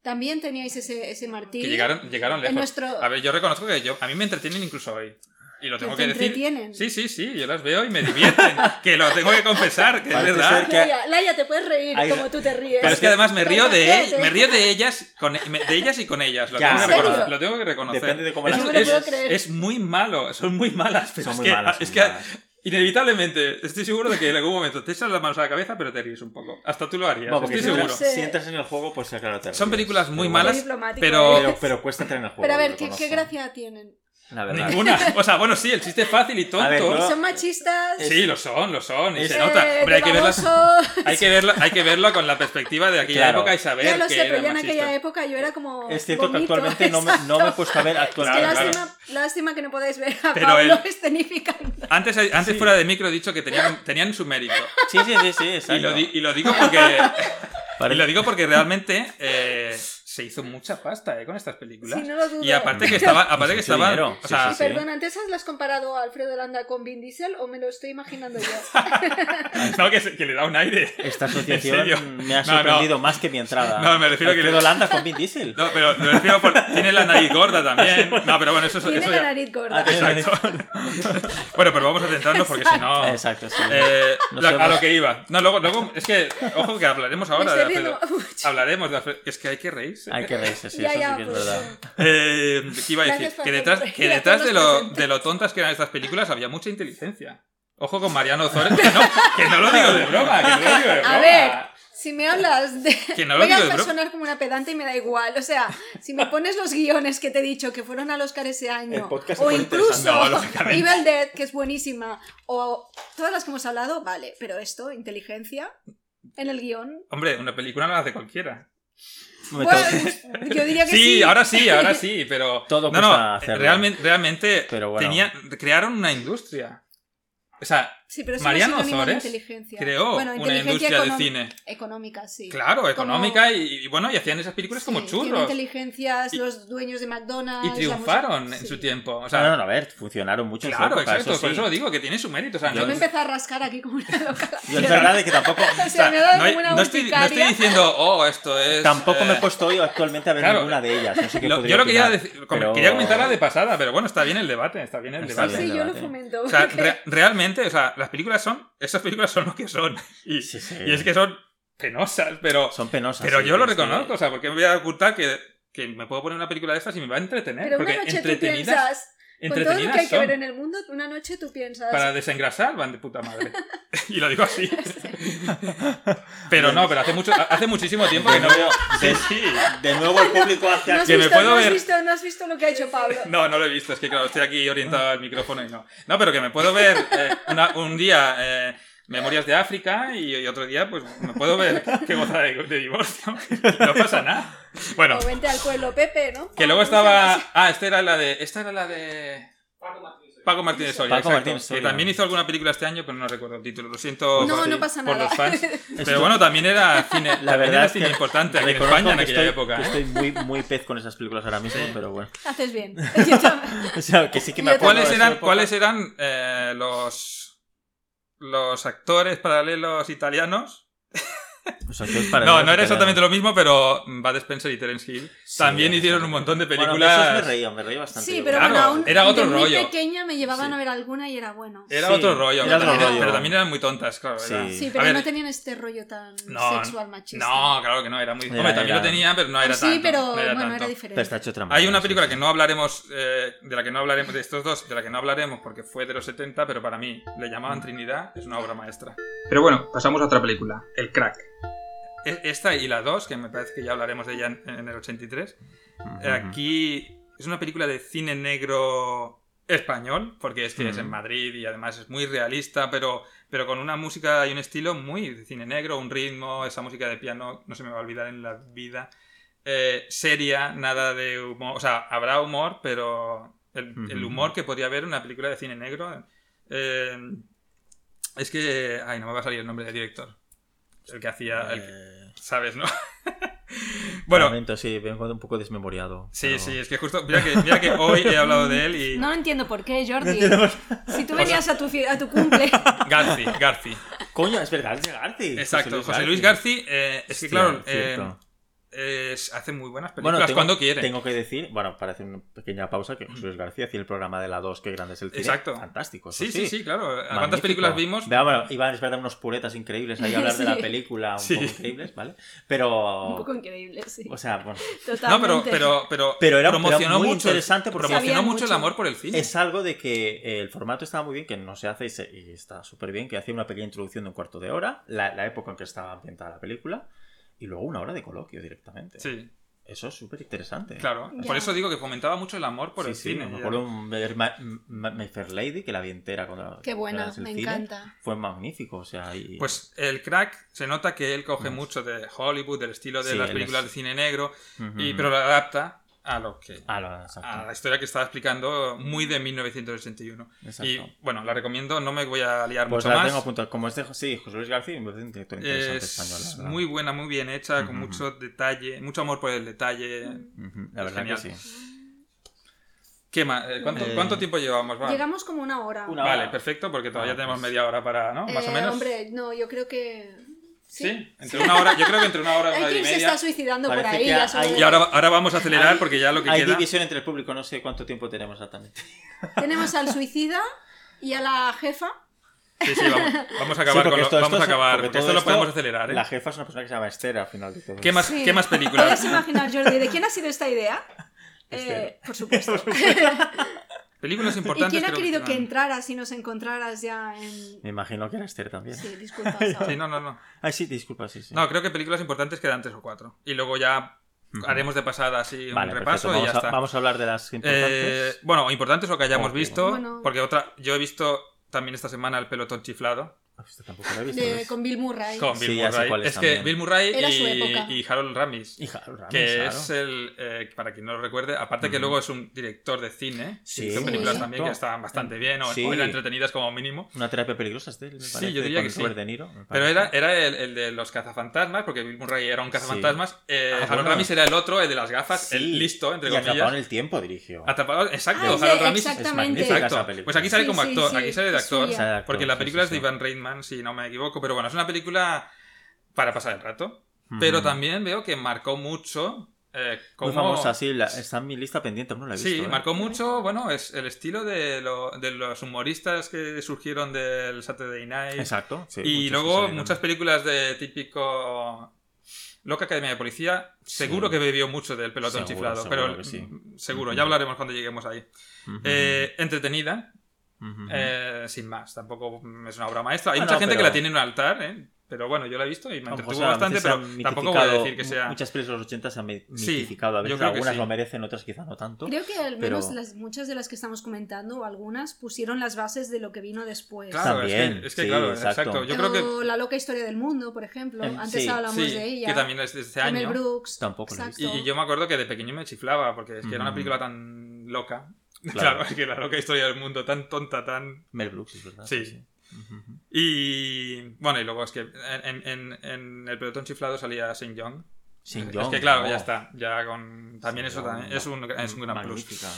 Speaker 3: También teníais ese, ese martillo.
Speaker 1: Que llegaron, llegaron
Speaker 3: en
Speaker 1: lejos.
Speaker 3: nuestro...
Speaker 1: A ver, yo reconozco que yo, a mí me entretienen incluso hoy. Y lo
Speaker 3: que
Speaker 1: tengo
Speaker 3: te
Speaker 1: que decir.
Speaker 3: entretienen.
Speaker 1: Sí, sí, sí, yo las veo y me divierten. que lo tengo que confesar, que es
Speaker 2: Parece
Speaker 1: verdad.
Speaker 2: ser que-
Speaker 3: Laia, Laia, te puedes reír
Speaker 2: Hay-
Speaker 3: como tú te ríes.
Speaker 1: Pero es que además me río de,
Speaker 3: Cállate.
Speaker 1: me río de ellas, con, me- de ellas y con ellas. Lo,
Speaker 2: Ya.
Speaker 1: tengo que
Speaker 3: ¿En serio?
Speaker 1: reconocer, lo tengo que reconocer.
Speaker 2: Depende de cómo
Speaker 1: es,
Speaker 2: las-
Speaker 3: No me lo
Speaker 1: es-
Speaker 3: puedo creer.
Speaker 1: es muy malo, son muy malas. Pero
Speaker 2: Son
Speaker 1: es
Speaker 2: muy
Speaker 1: que,
Speaker 2: malas,
Speaker 1: es
Speaker 2: son
Speaker 1: que
Speaker 2: malas.
Speaker 1: inevitablemente estoy seguro de que en algún momento te echas las manos a la cabeza, pero te ríes un poco. Hasta tú lo harías,
Speaker 2: Bueno, porque
Speaker 1: estoy
Speaker 2: si
Speaker 1: seguro.
Speaker 2: entras, si entras en el juego, pues ya claro, te
Speaker 1: Son
Speaker 2: ríes.
Speaker 1: películas muy
Speaker 2: Pero
Speaker 3: Qué
Speaker 1: malas,
Speaker 3: diplomático ¿eh?
Speaker 1: pero-
Speaker 3: eres.
Speaker 2: Pero, pero cuesta entrar en el juego.
Speaker 3: Pero a ver,
Speaker 2: lo
Speaker 3: ¿qué, qué
Speaker 2: reconozco.
Speaker 3: gracia tienen?
Speaker 2: La verdad.
Speaker 1: Ninguna. O sea, bueno, sí, el chiste es fácil y tonto.
Speaker 2: A ver, no-
Speaker 3: ¿Son machistas?
Speaker 1: Sí, lo son, lo son. Y
Speaker 2: Es-
Speaker 1: se nota.
Speaker 3: Eh,
Speaker 1: Hombre, hay que, verlas,
Speaker 3: babosos.
Speaker 1: hay, que verlo, hay que verlo con la perspectiva de aquella
Speaker 2: Claro.
Speaker 1: época y saber
Speaker 3: Ya lo
Speaker 1: que
Speaker 3: sé, pero
Speaker 1: eran
Speaker 3: ya en aquella
Speaker 1: machistas.
Speaker 3: época yo era como.
Speaker 2: Es cierto
Speaker 3: vomito,
Speaker 2: que actualmente no me, no me he
Speaker 3: exacto.
Speaker 2: puesto a ver
Speaker 3: Es
Speaker 2: actualmente.
Speaker 3: que
Speaker 1: Claro,
Speaker 3: lástima, lástima que no podáis ver a
Speaker 1: Pero
Speaker 3: Pablo
Speaker 1: el-
Speaker 3: escenificando.
Speaker 1: Antes, antes
Speaker 2: Sí.
Speaker 1: fuera de micro he dicho que tenían, tenían su mérito.
Speaker 2: Sí, sí, sí, sí,
Speaker 1: Y
Speaker 2: exacto.
Speaker 1: lo, di- y lo digo porque y
Speaker 2: Parece-
Speaker 1: lo digo porque realmente eh, se hizo mucha pasta eh, con estas películas.
Speaker 3: Si no lo dudo.
Speaker 1: y aparte ah, que estaba, aparte que
Speaker 2: Mucho
Speaker 1: estaba,
Speaker 2: dinero.
Speaker 1: o
Speaker 2: Sí,
Speaker 1: sea,
Speaker 3: Y
Speaker 2: sí.
Speaker 3: perdón, ¿antes las comparado a Alfredo Landa con Vin Diesel o me lo estoy imaginando yo?
Speaker 1: no, que, se- que le da un aire.
Speaker 2: Esta
Speaker 1: ¿En serio?
Speaker 2: asociación me ha
Speaker 1: No, no.
Speaker 2: sorprendido más que mi entrada.
Speaker 1: No, me refiero a que-
Speaker 2: Alfredo Landa con Vin Diesel.
Speaker 1: No, pero me refiero por- tiene la nariz gorda también. No, pero bueno, eso, eso
Speaker 3: Tiene
Speaker 1: ya-
Speaker 3: la nariz gorda.
Speaker 2: Ah, que-
Speaker 1: Exacto. bueno, pero vamos a centrarnos porque si no.
Speaker 2: Exacto, sí.
Speaker 1: Eh,
Speaker 2: Nos
Speaker 1: la- a
Speaker 2: vemos.
Speaker 1: lo que iba. No, luego, luego, es que, ojo que hablaremos
Speaker 3: Me
Speaker 1: ahora de
Speaker 3: estoy
Speaker 1: Alfredo. Ah,
Speaker 3: riendo mucho.
Speaker 1: Hablaremos de Alfredo. Es que hay que reírse.
Speaker 2: Hay que reírse, sí,
Speaker 3: Ya,
Speaker 2: eso
Speaker 3: ya,
Speaker 2: sí que es
Speaker 3: pues,
Speaker 2: verdad.
Speaker 1: Eh, ¿Qué iba a decir?
Speaker 3: Gracias por
Speaker 1: Que detrás,
Speaker 3: hacerme
Speaker 1: que
Speaker 3: reír a
Speaker 1: detrás
Speaker 3: todos
Speaker 1: de,
Speaker 3: los
Speaker 1: lo,
Speaker 3: presentes.
Speaker 1: de lo tontas que eran estas películas había mucha inteligencia. Ojo con Mariano Ozores. Que no, que no lo digo de broma, que no lo digo de broma.
Speaker 3: A ver, si me hablas de.
Speaker 1: Que no lo
Speaker 3: Voy
Speaker 1: digo de
Speaker 3: a
Speaker 1: broma.
Speaker 3: sonar como una pedante y me da igual. O sea, si me pones los guiones que te he dicho que fueron al Oscar ese
Speaker 2: El
Speaker 3: año,
Speaker 2: podcast se
Speaker 3: o
Speaker 2: pone
Speaker 3: incluso
Speaker 1: interesante. No, lógicamente.
Speaker 3: Evil Dead, que es buenísima, o todas las que hemos hablado, vale, pero esto, inteligencia en el guión.
Speaker 1: Hombre, una película no la hace cualquiera.
Speaker 2: Me
Speaker 3: Bueno,
Speaker 2: to-
Speaker 3: pues, yo diría que
Speaker 1: Sí,
Speaker 3: sí.
Speaker 1: ahora sí, ahora sí, pero.
Speaker 2: Todo
Speaker 1: no, no,
Speaker 2: cuesta hacerlo.
Speaker 1: realmente, realmente
Speaker 2: Pero bueno.
Speaker 1: tenía- crearon una industria. O sea,
Speaker 3: Sí, pero eso
Speaker 1: Mariano
Speaker 3: no es sinónimo de
Speaker 1: Ozores
Speaker 3: inteligencia.
Speaker 1: creó
Speaker 3: Bueno,
Speaker 1: una
Speaker 3: inteligencia
Speaker 1: industria de
Speaker 3: econom-
Speaker 1: cine.
Speaker 3: Económica, sí.
Speaker 1: Claro, económica y, y bueno, y hacían esas películas como
Speaker 3: Sí, tiene
Speaker 1: churros.
Speaker 3: inteligencias,
Speaker 1: Y-
Speaker 3: los dueños de McDonald's.
Speaker 1: Y
Speaker 3: la
Speaker 1: triunfaron
Speaker 3: música-
Speaker 1: en
Speaker 3: sí.
Speaker 1: su tiempo. O
Speaker 2: no,
Speaker 1: sea,
Speaker 2: no, no, a ver, funcionaron mucho en su
Speaker 1: claro,
Speaker 2: época,
Speaker 1: exacto.
Speaker 2: eso
Speaker 1: Por
Speaker 2: sí.
Speaker 1: eso lo digo, que tiene su mérito. O sea,
Speaker 2: Yo
Speaker 3: Yo
Speaker 1: no-
Speaker 3: me empecé a rascar aquí como una loca.
Speaker 2: Yo es verdad de que tampoco,
Speaker 3: O sea, me ha dado
Speaker 1: no, hay-
Speaker 3: como una
Speaker 1: no estoy, no estoy
Speaker 3: urticaria.
Speaker 1: diciendo, oh, esto es.
Speaker 2: tampoco me he
Speaker 1: eh,
Speaker 2: puesto hoy actualmente a ver
Speaker 1: claro.
Speaker 2: ninguna de ellas. No sé qué
Speaker 1: lo-
Speaker 2: podría
Speaker 1: yo lo quería,
Speaker 2: opinar,
Speaker 1: decir-
Speaker 2: pero-
Speaker 1: quería comentarla de pasada, pero bueno, está bien el debate. Está bien el
Speaker 2: Está
Speaker 1: debate.
Speaker 2: bien.
Speaker 3: Sí, yo lo
Speaker 2: debate.
Speaker 3: fomento.
Speaker 1: O sea,
Speaker 3: porque-
Speaker 1: re- realmente, o sea, las películas son. Esas películas son lo que son. Y,
Speaker 2: Sí, sí.
Speaker 1: y es que son penosas, pero.
Speaker 2: son penosas.
Speaker 1: Pero
Speaker 2: sí,
Speaker 1: yo lo
Speaker 2: es que-
Speaker 1: reconozco, o sea, porque me voy a ocultar que que me puedo poner una película de estas y me va a entretener.
Speaker 3: Pero
Speaker 1: porque
Speaker 3: una noche tú
Speaker 1: entretenidas,
Speaker 3: piensas, con todo lo
Speaker 1: entretenidas
Speaker 3: que hay que
Speaker 1: son.
Speaker 3: ver en el mundo, una noche tú piensas,
Speaker 1: Para desengrasar van de puta madre. y lo digo así. pero no, pero hace, mucho, hace muchísimo tiempo que no veo... Sí, sí.
Speaker 2: De nuevo el público
Speaker 3: no,
Speaker 2: hacia
Speaker 3: has
Speaker 1: que me
Speaker 3: visto,
Speaker 1: puedo
Speaker 3: no has
Speaker 1: ver-
Speaker 3: visto, no has visto lo que ha hecho Pablo.
Speaker 1: No, no lo he visto, es que claro, estoy aquí orientado al micrófono y no. No, pero que me puedo ver eh, una- un día eh, Memorias de África y, y otro día, pues me puedo ver qué goza de, de divorcio. No pasa nada. Bueno,
Speaker 3: O vente al pueblo Pepe, ¿no?
Speaker 1: que luego
Speaker 3: ¿Cómo se llama
Speaker 1: estaba.
Speaker 3: ese?
Speaker 1: Ah, esta era la de. Esta era la de. Paco Martínez Soria.
Speaker 2: Paco
Speaker 1: exacto,
Speaker 2: Martínez Soria.
Speaker 1: Que también hizo alguna película este año, pero no recuerdo el título. Lo siento
Speaker 3: No,
Speaker 1: por,
Speaker 3: no pasa
Speaker 1: por
Speaker 3: nada.
Speaker 1: los fans. Pero bueno, también era cine,
Speaker 2: La
Speaker 1: también
Speaker 2: verdad
Speaker 1: era
Speaker 2: es que
Speaker 1: cine importante aquí en
Speaker 2: reconozco
Speaker 1: España en
Speaker 2: que
Speaker 1: aquella
Speaker 2: estoy,
Speaker 1: época.
Speaker 2: que
Speaker 1: ¿eh?
Speaker 2: estoy muy, muy pez con esas películas ahora mismo, pero bueno.
Speaker 3: Haces bien. Yo también.
Speaker 2: O sea, que sí que me
Speaker 3: Yo
Speaker 2: acuerdo
Speaker 1: ¿Cuáles
Speaker 2: de esa
Speaker 1: eran,
Speaker 2: época.
Speaker 1: ¿cuáles eran eh, los, los actores paralelos italianos?
Speaker 2: O sea, que es para
Speaker 1: No,
Speaker 2: los
Speaker 1: no era
Speaker 2: italianos.
Speaker 1: exactamente lo mismo, pero Bud Spencer y Terence Hill
Speaker 2: Sí,
Speaker 1: también
Speaker 2: era
Speaker 1: hicieron
Speaker 2: exactamente.
Speaker 1: un montón de
Speaker 2: Bueno, de esos me
Speaker 1: películas.
Speaker 2: reía, me reía bastante.
Speaker 3: Sí,
Speaker 2: yo
Speaker 3: pero
Speaker 2: creo.
Speaker 3: bueno,
Speaker 1: Claro,
Speaker 3: aún
Speaker 1: era otro
Speaker 3: de muy
Speaker 1: rollo.
Speaker 3: pequeña me llevaban
Speaker 2: Sí.
Speaker 3: a ver alguna y era bueno.
Speaker 1: Era
Speaker 2: Sí,
Speaker 1: otro rollo,
Speaker 2: era
Speaker 1: pero
Speaker 2: otro
Speaker 1: también-
Speaker 2: rollo.
Speaker 1: pero también eran muy tontas, claro.
Speaker 2: Sí.
Speaker 1: era-
Speaker 3: Sí,
Speaker 1: A
Speaker 3: pero
Speaker 1: ver,
Speaker 3: no tenían este rollo tan
Speaker 1: No,
Speaker 3: sexual machista.
Speaker 1: No, claro que no, era muy...
Speaker 2: Era-
Speaker 1: Hombre, también
Speaker 2: era-
Speaker 1: lo tenían, pero no era
Speaker 3: Ah, sí,
Speaker 1: tanto.
Speaker 3: pero
Speaker 1: no
Speaker 3: bueno,
Speaker 1: tanto.
Speaker 3: era
Speaker 2: Pero
Speaker 3: diferente.
Speaker 2: está hecho otra manera,
Speaker 1: Hay una
Speaker 2: sí,
Speaker 1: película
Speaker 2: sí.
Speaker 1: que no hablaremos, eh, de la que no hablaremos, de estos dos, de la que no hablaremos porque fue de los 70, pero para mí, le
Speaker 2: Mm.
Speaker 1: llamaban Trinidad, es una obra maestra. Pero bueno, pasamos a otra película, El Crack. E- Esta y la 2, que me parece que ya hablaremos de ella en, en el 83.
Speaker 2: Ujú.
Speaker 1: Aquí es una película de cine negro español, porque este es que es en
Speaker 2: Ujú.
Speaker 1: Madrid y además es muy realista, pero, pero con una música y un estilo muy de cine negro, un ritmo, esa música de piano no se me va a olvidar en la vida. Eh, seria, nada de humor, o sea, habrá humor, pero el, el
Speaker 2: Ujú.
Speaker 1: humor que podría haber en una película de cine negro eh, es que... Ay, no me va a salir el nombre del director. El que hacía... el que-
Speaker 2: Eh,
Speaker 1: ¿Sabes, no? bueno,
Speaker 2: Lamento, sí, vengo de un poco desmemoriado.
Speaker 1: Sí,
Speaker 2: pero-
Speaker 1: sí, es que justo, mira que, mira que hoy he hablado de él y...
Speaker 3: No entiendo por qué,
Speaker 2: No
Speaker 3: Jordi.
Speaker 2: entiendo por qué.
Speaker 3: Si tú venías a tu, fie- a tu cumple.
Speaker 1: Garci, Garci.
Speaker 2: Coño, es verdad, es de Garci.
Speaker 1: Exacto, José Luis Garci, eh, es que
Speaker 2: Hostia,
Speaker 1: claro, eh,
Speaker 2: cierto.
Speaker 1: es- hace muy buenas películas
Speaker 2: Bueno, tengo,
Speaker 1: cuando quiere.
Speaker 2: tengo que decir, bueno, para hacer una pequeña pausa, que José Luis García hacía el programa de la 2, que grande es el cine.
Speaker 1: Exacto.
Speaker 2: Fantástico. eso
Speaker 1: Sí, sí, sí, claro. ¿Cuántas
Speaker 2: pues Magnífico.
Speaker 1: películas vimos?
Speaker 2: Vea, bueno, iban, es verdad, unos puretas increíbles ahí a hablar de la
Speaker 3: Sí.
Speaker 2: película, un
Speaker 1: Sí.
Speaker 2: poco increíbles, ¿vale? Pero.
Speaker 3: Un poco increíble, sí.
Speaker 2: O sea, bueno.
Speaker 1: No,
Speaker 3: Totalmente.
Speaker 1: pero, pero, pero,
Speaker 2: Pero era-
Speaker 1: promocionó
Speaker 2: era muy
Speaker 1: mucho,
Speaker 2: interesante porque-
Speaker 1: promocionó
Speaker 3: Sabían
Speaker 1: mucho el
Speaker 3: mucho.
Speaker 1: amor por el cine.
Speaker 2: Es algo de que eh, el formato estaba muy bien, que no se hace y, se- y está súper bien, que hacía una pequeña introducción de un cuarto de hora, la, la época en que estaba ambientada la película, y luego una hora de coloquio directamente.
Speaker 1: Sí,
Speaker 2: Eso es súper interesante.
Speaker 1: claro.
Speaker 3: Ya.
Speaker 1: Por eso digo que fomentaba mucho el amor por
Speaker 2: sí,
Speaker 1: el
Speaker 2: sí,
Speaker 1: cine.
Speaker 2: Me
Speaker 1: ya.
Speaker 2: acuerdo un- ver Ma- Ma- My Fair Lady, que la vi entera cuando
Speaker 3: Qué buena,
Speaker 2: era el
Speaker 3: me
Speaker 2: cine.
Speaker 3: encanta.
Speaker 2: Fue magnífico, o sea, y...
Speaker 1: Pues el crack se nota que él coge
Speaker 2: Mm.
Speaker 1: mucho de Hollywood, del estilo de
Speaker 2: Sí,
Speaker 1: las
Speaker 2: él
Speaker 1: películas
Speaker 2: es-
Speaker 1: de cine negro,
Speaker 2: Ujú.
Speaker 1: y, pero lo adapta a lo que
Speaker 2: Ah, lo- exacto,
Speaker 1: a la historia que estaba explicando, muy de 1981.
Speaker 2: exacto.
Speaker 1: Y bueno, la recomiendo, no me voy a liar
Speaker 2: Pues
Speaker 1: mucho
Speaker 2: la
Speaker 1: más.
Speaker 2: tengo apuntada. Como es de sí, José Luis García, me parece un director interesante español.
Speaker 1: es
Speaker 2: la verdad.
Speaker 1: muy buena, muy bien hecha, con
Speaker 2: Ujú.
Speaker 1: mucho detalle, mucho amor por el detalle.
Speaker 2: Ujú, La
Speaker 1: es
Speaker 2: verdad que
Speaker 1: genial.
Speaker 2: sí.
Speaker 1: ¿Qué más? Eh, ¿Cuánto,
Speaker 2: Eh,
Speaker 1: cuánto tiempo llevamos? Va.
Speaker 3: Llegamos como una hora.
Speaker 2: Una
Speaker 1: Vale,
Speaker 2: hora.
Speaker 1: perfecto, porque todavía
Speaker 2: Ah,
Speaker 1: tenemos
Speaker 2: pues-
Speaker 1: media hora para, ¿no? Más
Speaker 3: Eh,
Speaker 1: o menos.
Speaker 3: Hombre, no, yo creo que.
Speaker 1: sí, entre una hora, yo creo que entre una hora y
Speaker 3: Hay
Speaker 1: una hora y
Speaker 3: quien se
Speaker 1: media.
Speaker 3: está suicidando por
Speaker 2: Parece
Speaker 3: ahí.
Speaker 2: que
Speaker 3: ya
Speaker 2: hay-
Speaker 3: sabes.
Speaker 1: Y ahora, ahora vamos a acelerar
Speaker 2: Hay-
Speaker 1: porque ya lo que
Speaker 2: Hay
Speaker 1: queda.
Speaker 2: división entre el público, no sé cuánto tiempo tenemos exactamente.
Speaker 3: Tenemos al suicida y a la jefa.
Speaker 1: Sí, sí, vamos, vamos a acabar
Speaker 2: Sí,
Speaker 1: con
Speaker 2: porque
Speaker 1: lo-
Speaker 2: esto-
Speaker 1: Vamos
Speaker 2: esto
Speaker 1: a
Speaker 2: es-
Speaker 1: acabar.
Speaker 2: porque
Speaker 1: porque
Speaker 2: todo
Speaker 1: esto lo
Speaker 2: esto-
Speaker 1: podemos acelerar, ¿eh?
Speaker 2: La jefa es una persona que se llama Esther al final de todo.
Speaker 1: ¿Qué más,
Speaker 3: Sí.
Speaker 1: ¿qué más
Speaker 3: ¿Puedes
Speaker 1: películas?
Speaker 3: imaginar, Jordi, de quién ha sido esta idea? Eh, por supuesto.
Speaker 1: películas
Speaker 3: ¿Y
Speaker 1: importantes.
Speaker 3: quién ha
Speaker 1: Este. creo
Speaker 3: querido que
Speaker 1: no.
Speaker 3: entraras y nos encontraras ya en...?
Speaker 2: Me imagino que era Esther también.
Speaker 3: Sí, disculpa, Sara.
Speaker 1: Sí, no, no, no.
Speaker 2: Ay, sí, disculpa, sí, sí.
Speaker 1: No, creo que películas importantes quedan tres o cuatro. Y luego ya
Speaker 2: Ujú.
Speaker 1: haremos de pasada así un
Speaker 2: Vale,
Speaker 1: repaso
Speaker 2: perfecto.
Speaker 1: y ya
Speaker 2: vamos, a,
Speaker 1: está.
Speaker 2: vamos a hablar de las
Speaker 1: Eh,
Speaker 2: importantes.
Speaker 1: bueno, o importantes o que hayamos
Speaker 2: Ok.
Speaker 1: visto.
Speaker 3: Bueno.
Speaker 1: Porque otra, yo he visto también esta semana el pelotón chiflado
Speaker 2: Ah, Usted tampoco la he visto.
Speaker 3: De-
Speaker 2: ¿ves?
Speaker 3: con Bill Murray. Ah,
Speaker 1: con
Speaker 2: Sí,
Speaker 1: Bill
Speaker 2: ya sé
Speaker 1: Murray.
Speaker 2: cuál es
Speaker 1: Es que
Speaker 2: también.
Speaker 1: Bill Murray
Speaker 3: Era su época.
Speaker 1: y, y Harold Ramis,
Speaker 2: Y Harold Ramis,
Speaker 1: que
Speaker 2: claro.
Speaker 1: es el, eh, para quien no lo recuerde, aparte que
Speaker 2: Ujú.
Speaker 1: luego es un director de cine,
Speaker 2: Sí,
Speaker 1: son películas
Speaker 3: sí.
Speaker 1: también que estaban bastante bien o,
Speaker 2: Sí.
Speaker 1: o eran entretenidas como mínimo.
Speaker 2: Una terapia peligrosa, Esther, me
Speaker 1: Sí,
Speaker 2: parece,
Speaker 1: yo diría
Speaker 2: con
Speaker 1: que sí.
Speaker 2: Robert De Niro, me
Speaker 1: Pero
Speaker 2: parece.
Speaker 1: era, era el, el de los cazafantasmas, porque Bill Murray era un cazafantasmas. eh,
Speaker 2: Ah,
Speaker 1: Harold
Speaker 2: bueno.
Speaker 1: Ramis era el otro, el de las gafas,
Speaker 2: Sí.
Speaker 1: el listo, entre
Speaker 2: y atrapado en
Speaker 1: comillas.
Speaker 2: el tiempo, dirigió.
Speaker 1: Atrapado, exacto,
Speaker 3: Ah, es de-
Speaker 1: Harold Ramis es-
Speaker 3: exactamente.
Speaker 2: magnífica
Speaker 1: Exacto.
Speaker 2: esa película.
Speaker 1: Pues aquí sale
Speaker 3: Sí,
Speaker 1: como
Speaker 3: sí,
Speaker 1: actor,
Speaker 3: sí,
Speaker 1: aquí sale de
Speaker 3: es
Speaker 1: actor,
Speaker 3: suya.
Speaker 2: Sale de actor,
Speaker 1: porque la
Speaker 2: sí,
Speaker 1: película
Speaker 2: sí,
Speaker 1: es de
Speaker 2: sí.
Speaker 1: Ivan Reitman, si no me equivoco, pero bueno, es una película para pasar el rato, pero
Speaker 2: Ujú.
Speaker 1: también veo que marcó mucho eh, como...
Speaker 2: Muy famosa, sí, la- está en mi lista pendiente, aún no la he visto.
Speaker 1: Sí,
Speaker 2: ¿eh?
Speaker 1: marcó mucho, bueno, es el estilo de, lo- de los humoristas que surgieron del Saturday Night.
Speaker 2: Exacto. sí,
Speaker 1: y
Speaker 2: muchas
Speaker 1: luego
Speaker 2: cosas eran-
Speaker 1: muchas películas de típico Loca Academia de Policía, seguro
Speaker 2: Sí.
Speaker 1: que bebió mucho del pelotón
Speaker 2: Seguro,
Speaker 1: chiflado,
Speaker 2: seguro
Speaker 1: pero
Speaker 2: que sí.
Speaker 1: mm, seguro, ya
Speaker 2: Ujú.
Speaker 1: hablaremos cuando lleguemos ahí.
Speaker 2: Ujú.
Speaker 1: Eh, entretenida,
Speaker 2: Ujú.
Speaker 1: eh, sin más, tampoco es una obra maestra. Hay
Speaker 2: No,
Speaker 1: mucha
Speaker 2: no,
Speaker 1: gente
Speaker 2: pero-
Speaker 1: que la tiene en un altar, ¿eh? pero bueno, yo la he visto y me
Speaker 2: Aunque, o
Speaker 1: entretuvo
Speaker 2: sea, a veces
Speaker 1: bastante,
Speaker 2: se
Speaker 1: pero
Speaker 2: han
Speaker 1: tampoco voy a
Speaker 2: mitificado-
Speaker 1: decir que sea...
Speaker 2: Muchas pelis de los 80 se han mi-
Speaker 1: Sí,
Speaker 2: mitificado. A
Speaker 1: yo
Speaker 2: veces
Speaker 1: creo que
Speaker 2: algunas
Speaker 1: sí.
Speaker 2: lo merecen, otras quizá no tanto.
Speaker 3: Creo que al menos
Speaker 2: Pero-
Speaker 3: las, muchas de las que estamos comentando, o algunas, pusieron las bases de lo que vino después.
Speaker 1: Claro, es que-
Speaker 2: También,
Speaker 1: es que,
Speaker 2: sí,
Speaker 1: claro,
Speaker 2: exacto.
Speaker 1: exacto. Yo creo que...
Speaker 3: O La loca historia del mundo, por ejemplo.
Speaker 2: Em,
Speaker 3: Antes
Speaker 2: sí,
Speaker 3: hablamos
Speaker 1: Sí,
Speaker 3: de ella.
Speaker 1: que también es de este
Speaker 3: de Mel
Speaker 1: año.
Speaker 3: Brooks.
Speaker 2: Tampoco lo he
Speaker 3: exacto.
Speaker 1: Y, y yo me acuerdo que de pequeño me chiflaba, porque es que era una
Speaker 2: Mm.
Speaker 1: película tan loca. Claro.
Speaker 2: Claro.
Speaker 1: es que la loca historia del mundo, tan tonta, tan...
Speaker 2: Mel Brooks, es verdad.
Speaker 1: Sí.
Speaker 2: Ujú.
Speaker 1: Y bueno, y luego es que en, en- en el pelotón chiflado salía Sing Young.
Speaker 2: Sin
Speaker 1: es
Speaker 2: Young,
Speaker 1: que claro,
Speaker 2: no.
Speaker 1: ya está. Ya con... También
Speaker 2: Sin
Speaker 1: eso
Speaker 2: Young,
Speaker 1: también
Speaker 2: no.
Speaker 1: es un, es un gran plus.
Speaker 2: Magnífica.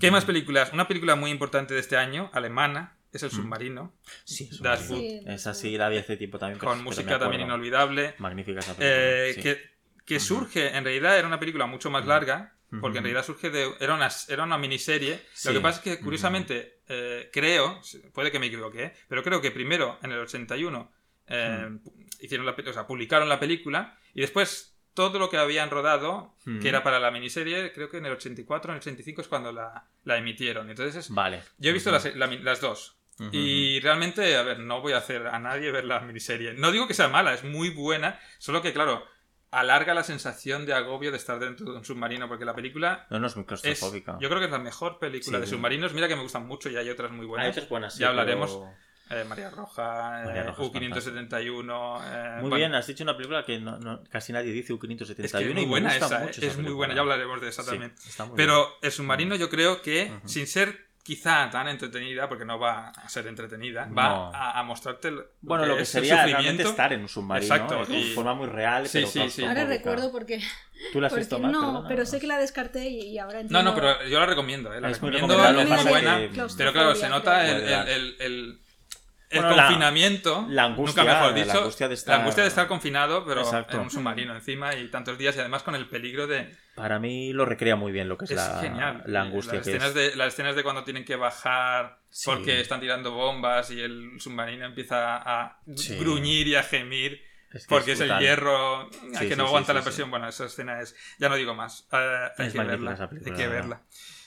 Speaker 1: ¿Qué
Speaker 2: Ujú.
Speaker 1: más películas? Una película muy importante de este año, alemana, es El
Speaker 2: Mm.
Speaker 1: Submarino,
Speaker 2: Sí, es
Speaker 1: Das
Speaker 2: magnífica.
Speaker 3: Boot. Sí.
Speaker 2: Esa sí la vi hace tiempo también. pero-
Speaker 1: con
Speaker 2: pero me
Speaker 1: música
Speaker 2: acuerdo.
Speaker 1: también inolvidable.
Speaker 2: Magnífica esa película.
Speaker 1: Eh,
Speaker 2: sí.
Speaker 1: que, que
Speaker 2: Ujú.
Speaker 1: surge, en realidad era una película mucho más
Speaker 2: Ujú.
Speaker 1: larga, porque
Speaker 2: Ujú.
Speaker 1: en realidad surge de. Era una, era una miniserie. Lo
Speaker 2: Sí.
Speaker 1: que pasa es que,
Speaker 2: Ujú.
Speaker 1: curiosamente, eh, creo, puede que me equivoque, ¿eh? pero creo que primero, en el 81, eh, pu- hicieron la, pe- o sea, publicaron la película y después todo lo que habían rodado,
Speaker 2: Ujú.
Speaker 1: que era para la miniserie, creo que en el 84, en el 85 es cuando la, la emitieron. Entonces, es-
Speaker 2: Vale.
Speaker 1: yo he visto
Speaker 2: Ujú.
Speaker 1: las, la min- las dos.
Speaker 2: Ujú.
Speaker 1: Y realmente, a ver, no voy a hacer a nadie ver la miniserie. No digo que sea mala, es muy buena, solo que, claro, alarga la sensación de agobio de estar dentro de un submarino, porque la película
Speaker 2: No, no es muy
Speaker 1: es.
Speaker 2: claustrofóbica.
Speaker 1: Yo creo que es la mejor película
Speaker 2: Sí.
Speaker 1: de submarinos. Mira que me gustan mucho y hay otras muy buenas.
Speaker 2: buenas,
Speaker 1: sí, Ya hablaremos. Eh, María Roja,
Speaker 2: María
Speaker 1: eh,
Speaker 2: Roja es
Speaker 1: U571. eh,
Speaker 2: Muy
Speaker 1: bueno,
Speaker 2: bien, has dicho una película que no- no- casi nadie dice U571.
Speaker 1: Es que es
Speaker 2: y
Speaker 1: muy
Speaker 2: me
Speaker 1: buena
Speaker 2: gusta
Speaker 1: esa, eh,
Speaker 2: mucho
Speaker 1: es
Speaker 2: esa
Speaker 1: muy
Speaker 2: película.
Speaker 1: buena, ya hablaremos de esa
Speaker 2: Sí,
Speaker 1: también.
Speaker 2: está muy bien.
Speaker 1: Pero el submarino yo creo que,
Speaker 2: Ujú.
Speaker 1: sin ser quizá tan entretenida, porque no va a ser entretenida, va
Speaker 2: No.
Speaker 1: a, a mostrarte el-
Speaker 2: Bueno, lo que
Speaker 1: es el
Speaker 2: sería realmente
Speaker 1: eh, sufrimiento.
Speaker 2: estar en un submarino.
Speaker 1: Exacto,
Speaker 2: eh, De
Speaker 1: y-
Speaker 2: forma muy real,
Speaker 1: Sí,
Speaker 2: pero
Speaker 1: sí, sí.
Speaker 3: Ahora
Speaker 2: claustrofóbica.
Speaker 3: recuerdo porque...
Speaker 2: Tú la has
Speaker 3: porque
Speaker 2: visto más,
Speaker 3: no,
Speaker 2: perdona,
Speaker 3: pero sé que la descarté y, y ahora
Speaker 1: No,
Speaker 3: entiendo...
Speaker 1: no, pero yo la recomiendo, eh, la
Speaker 2: Ah, Es muy
Speaker 1: recomiendo,
Speaker 2: recomendable,
Speaker 1: es muy
Speaker 2: pasa que-
Speaker 1: buena. Pero claro, se nota el,
Speaker 2: Puede dar.
Speaker 1: el- el- el- el
Speaker 2: Bueno, la-
Speaker 1: confinamiento,
Speaker 2: la angustia,
Speaker 1: nunca mejor
Speaker 2: la
Speaker 1: dicho,
Speaker 2: angustia de estar-
Speaker 1: la angustia de estar confinado, pero
Speaker 2: Exacto.
Speaker 1: en un submarino encima y tantos días y además con el peligro de...
Speaker 2: Para mí lo recrea muy bien lo que es,
Speaker 1: Es
Speaker 2: Pues la,
Speaker 1: genial. eh,
Speaker 2: la angustia
Speaker 1: las
Speaker 2: que
Speaker 1: escenas
Speaker 2: es.
Speaker 1: De, las escenas de cuando tienen que bajar
Speaker 2: Sí.
Speaker 1: porque están tirando bombas y el submarino empieza a
Speaker 2: Sí.
Speaker 1: gruñir y a gemir
Speaker 2: Es que
Speaker 1: porque es, el
Speaker 2: brutal.
Speaker 1: hierro
Speaker 2: Sí,
Speaker 1: que
Speaker 2: sí,
Speaker 1: no
Speaker 2: sí,
Speaker 1: aguanta
Speaker 2: sí,
Speaker 1: la
Speaker 2: sí.
Speaker 1: presión. Bueno, esa escena es... Ya no digo más. Eh, hay,
Speaker 2: Es
Speaker 1: que
Speaker 2: magnífica
Speaker 1: verla,
Speaker 2: esa película,
Speaker 1: hay que
Speaker 2: la verdad.
Speaker 1: verla.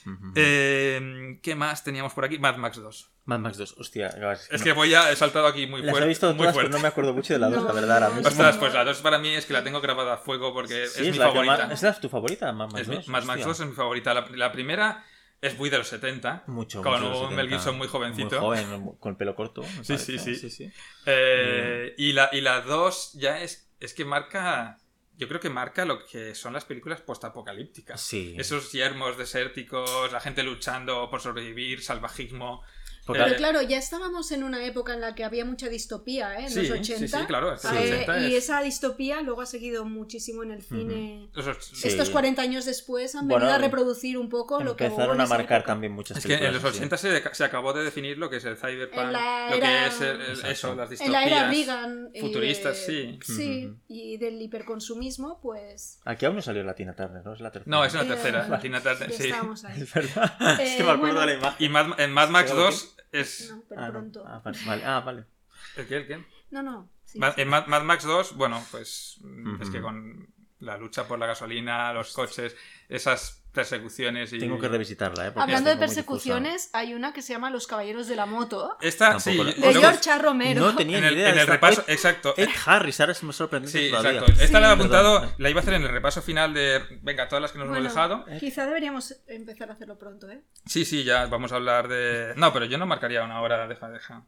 Speaker 2: Ujú.
Speaker 1: Eh, ¿Qué más teníamos por aquí? Mad Max 2.
Speaker 2: Mad Max 2, hostia. Es
Speaker 1: Es que voy a, he saltado aquí muy
Speaker 2: Las
Speaker 1: fuerte.
Speaker 2: he visto
Speaker 1: muy
Speaker 2: todas, pero
Speaker 1: fuerte.
Speaker 2: no me acuerdo mucho de la 2,
Speaker 3: No,
Speaker 2: la verdad. Ahora
Speaker 3: no,
Speaker 2: mismo.
Speaker 1: Ostras, pues la 2 para mí es que la tengo grabada a fuego porque
Speaker 2: Sí,
Speaker 1: es, mi
Speaker 2: la que
Speaker 1: favorita.
Speaker 2: más- ¿Esa es tu favorita, Mad Max
Speaker 1: Es mi-
Speaker 2: 2?
Speaker 1: Mad Max 2 es mi favorita. La, la primera es muy de los 70.
Speaker 2: Mucho,
Speaker 1: Con
Speaker 2: mucho de los
Speaker 1: un Mel
Speaker 2: 70.
Speaker 1: Gibson muy jovencito.
Speaker 2: Muy joven, con el pelo corto. me
Speaker 1: Sí,
Speaker 2: parece.
Speaker 1: sí, sí.
Speaker 2: sí.
Speaker 1: Eh, y la y la 2 ya es, es que marca. Yo creo que marca lo que son las películas postapocalípticas.
Speaker 2: Sí.
Speaker 1: Esos yermos desérticos, la gente luchando por sobrevivir, salvajismo.
Speaker 2: Porque-
Speaker 1: Eh,
Speaker 3: Pero claro, ya estábamos en una época en la que había mucha distopía, ¿eh? En
Speaker 1: sí,
Speaker 3: los 80.
Speaker 1: sí, sí, claro. es que
Speaker 3: Eh,
Speaker 1: los 80
Speaker 3: Y
Speaker 1: es-
Speaker 3: esa distopía luego ha seguido muchísimo en el cine.
Speaker 1: los och-
Speaker 2: Sí.
Speaker 3: Estos 40 años después han
Speaker 2: Bueno, em,
Speaker 3: venido a reproducir un poco lo que hubo
Speaker 2: Empezaron
Speaker 3: en
Speaker 2: a
Speaker 3: esa
Speaker 2: marcar
Speaker 3: época.
Speaker 2: también muchas
Speaker 1: Es que en
Speaker 2: películas.
Speaker 1: los
Speaker 2: así.
Speaker 1: 80 se, se acabó de definir lo que es el cyberpunk,
Speaker 3: En la
Speaker 1: lo que
Speaker 3: era-
Speaker 1: es el- el-
Speaker 2: Exacto.
Speaker 1: eso, las
Speaker 3: En
Speaker 1: distopías.
Speaker 3: la era Reagan. y de-
Speaker 1: futuristas, sí.
Speaker 3: Sí,
Speaker 2: Ujú.
Speaker 3: y del hiperconsumismo, pues.
Speaker 2: Aquí aún no salió Latina Turner, ¿no? Es la tercera.
Speaker 1: No, es una
Speaker 3: Eh,
Speaker 1: tercera, Latina
Speaker 3: Ya
Speaker 1: Turner, sí.
Speaker 3: estábamos ahí.
Speaker 2: Es verdad. es que me acuerdo de la
Speaker 3: Eh, bueno.
Speaker 2: imagen.
Speaker 1: Y Mad- en Mad Max
Speaker 2: ¿Pero
Speaker 1: 2 es...
Speaker 3: No, pero
Speaker 2: ah, no.
Speaker 3: pronto.
Speaker 2: Ah, vale. vale. Ah, vale.
Speaker 1: ¿El qué? ¿El qué?
Speaker 3: No, no. sí,
Speaker 1: Ma-
Speaker 3: sí.
Speaker 1: En Mad, Mad Max 2, bueno, pues
Speaker 2: Ujú.
Speaker 1: es que con la lucha por la gasolina, los coches, esas persecuciones y...
Speaker 2: Tengo que revisitarla, ¿eh? porque
Speaker 3: Hablando de
Speaker 2: la tengo muy
Speaker 3: persecuciones, hay una que se llama Los Caballeros de la Moto,
Speaker 1: Esta, sí,
Speaker 2: Tampoco la-
Speaker 3: de
Speaker 1: luego-
Speaker 3: George A.
Speaker 2: difusa.
Speaker 3: Romero.
Speaker 2: No
Speaker 1: en
Speaker 2: tenía
Speaker 1: el,
Speaker 2: ni idea.
Speaker 1: en
Speaker 2: de
Speaker 1: el
Speaker 2: esta-
Speaker 1: repaso,
Speaker 2: Ed-
Speaker 1: exacto.
Speaker 2: Ed Harris, ahora es más sorprendente
Speaker 1: Sí,
Speaker 2: todavía.
Speaker 1: exacto. Esta la he
Speaker 2: Perdón.
Speaker 1: apuntado, la iba a hacer en el repaso final de, venga, todas las que nos
Speaker 3: Bueno,
Speaker 1: hemos dejado.
Speaker 3: Quizá deberíamos empezar a hacerlo pronto, ¿eh?
Speaker 1: Sí, sí, ya vamos a hablar de. No, pero yo no marcaría una hora, deja, deja.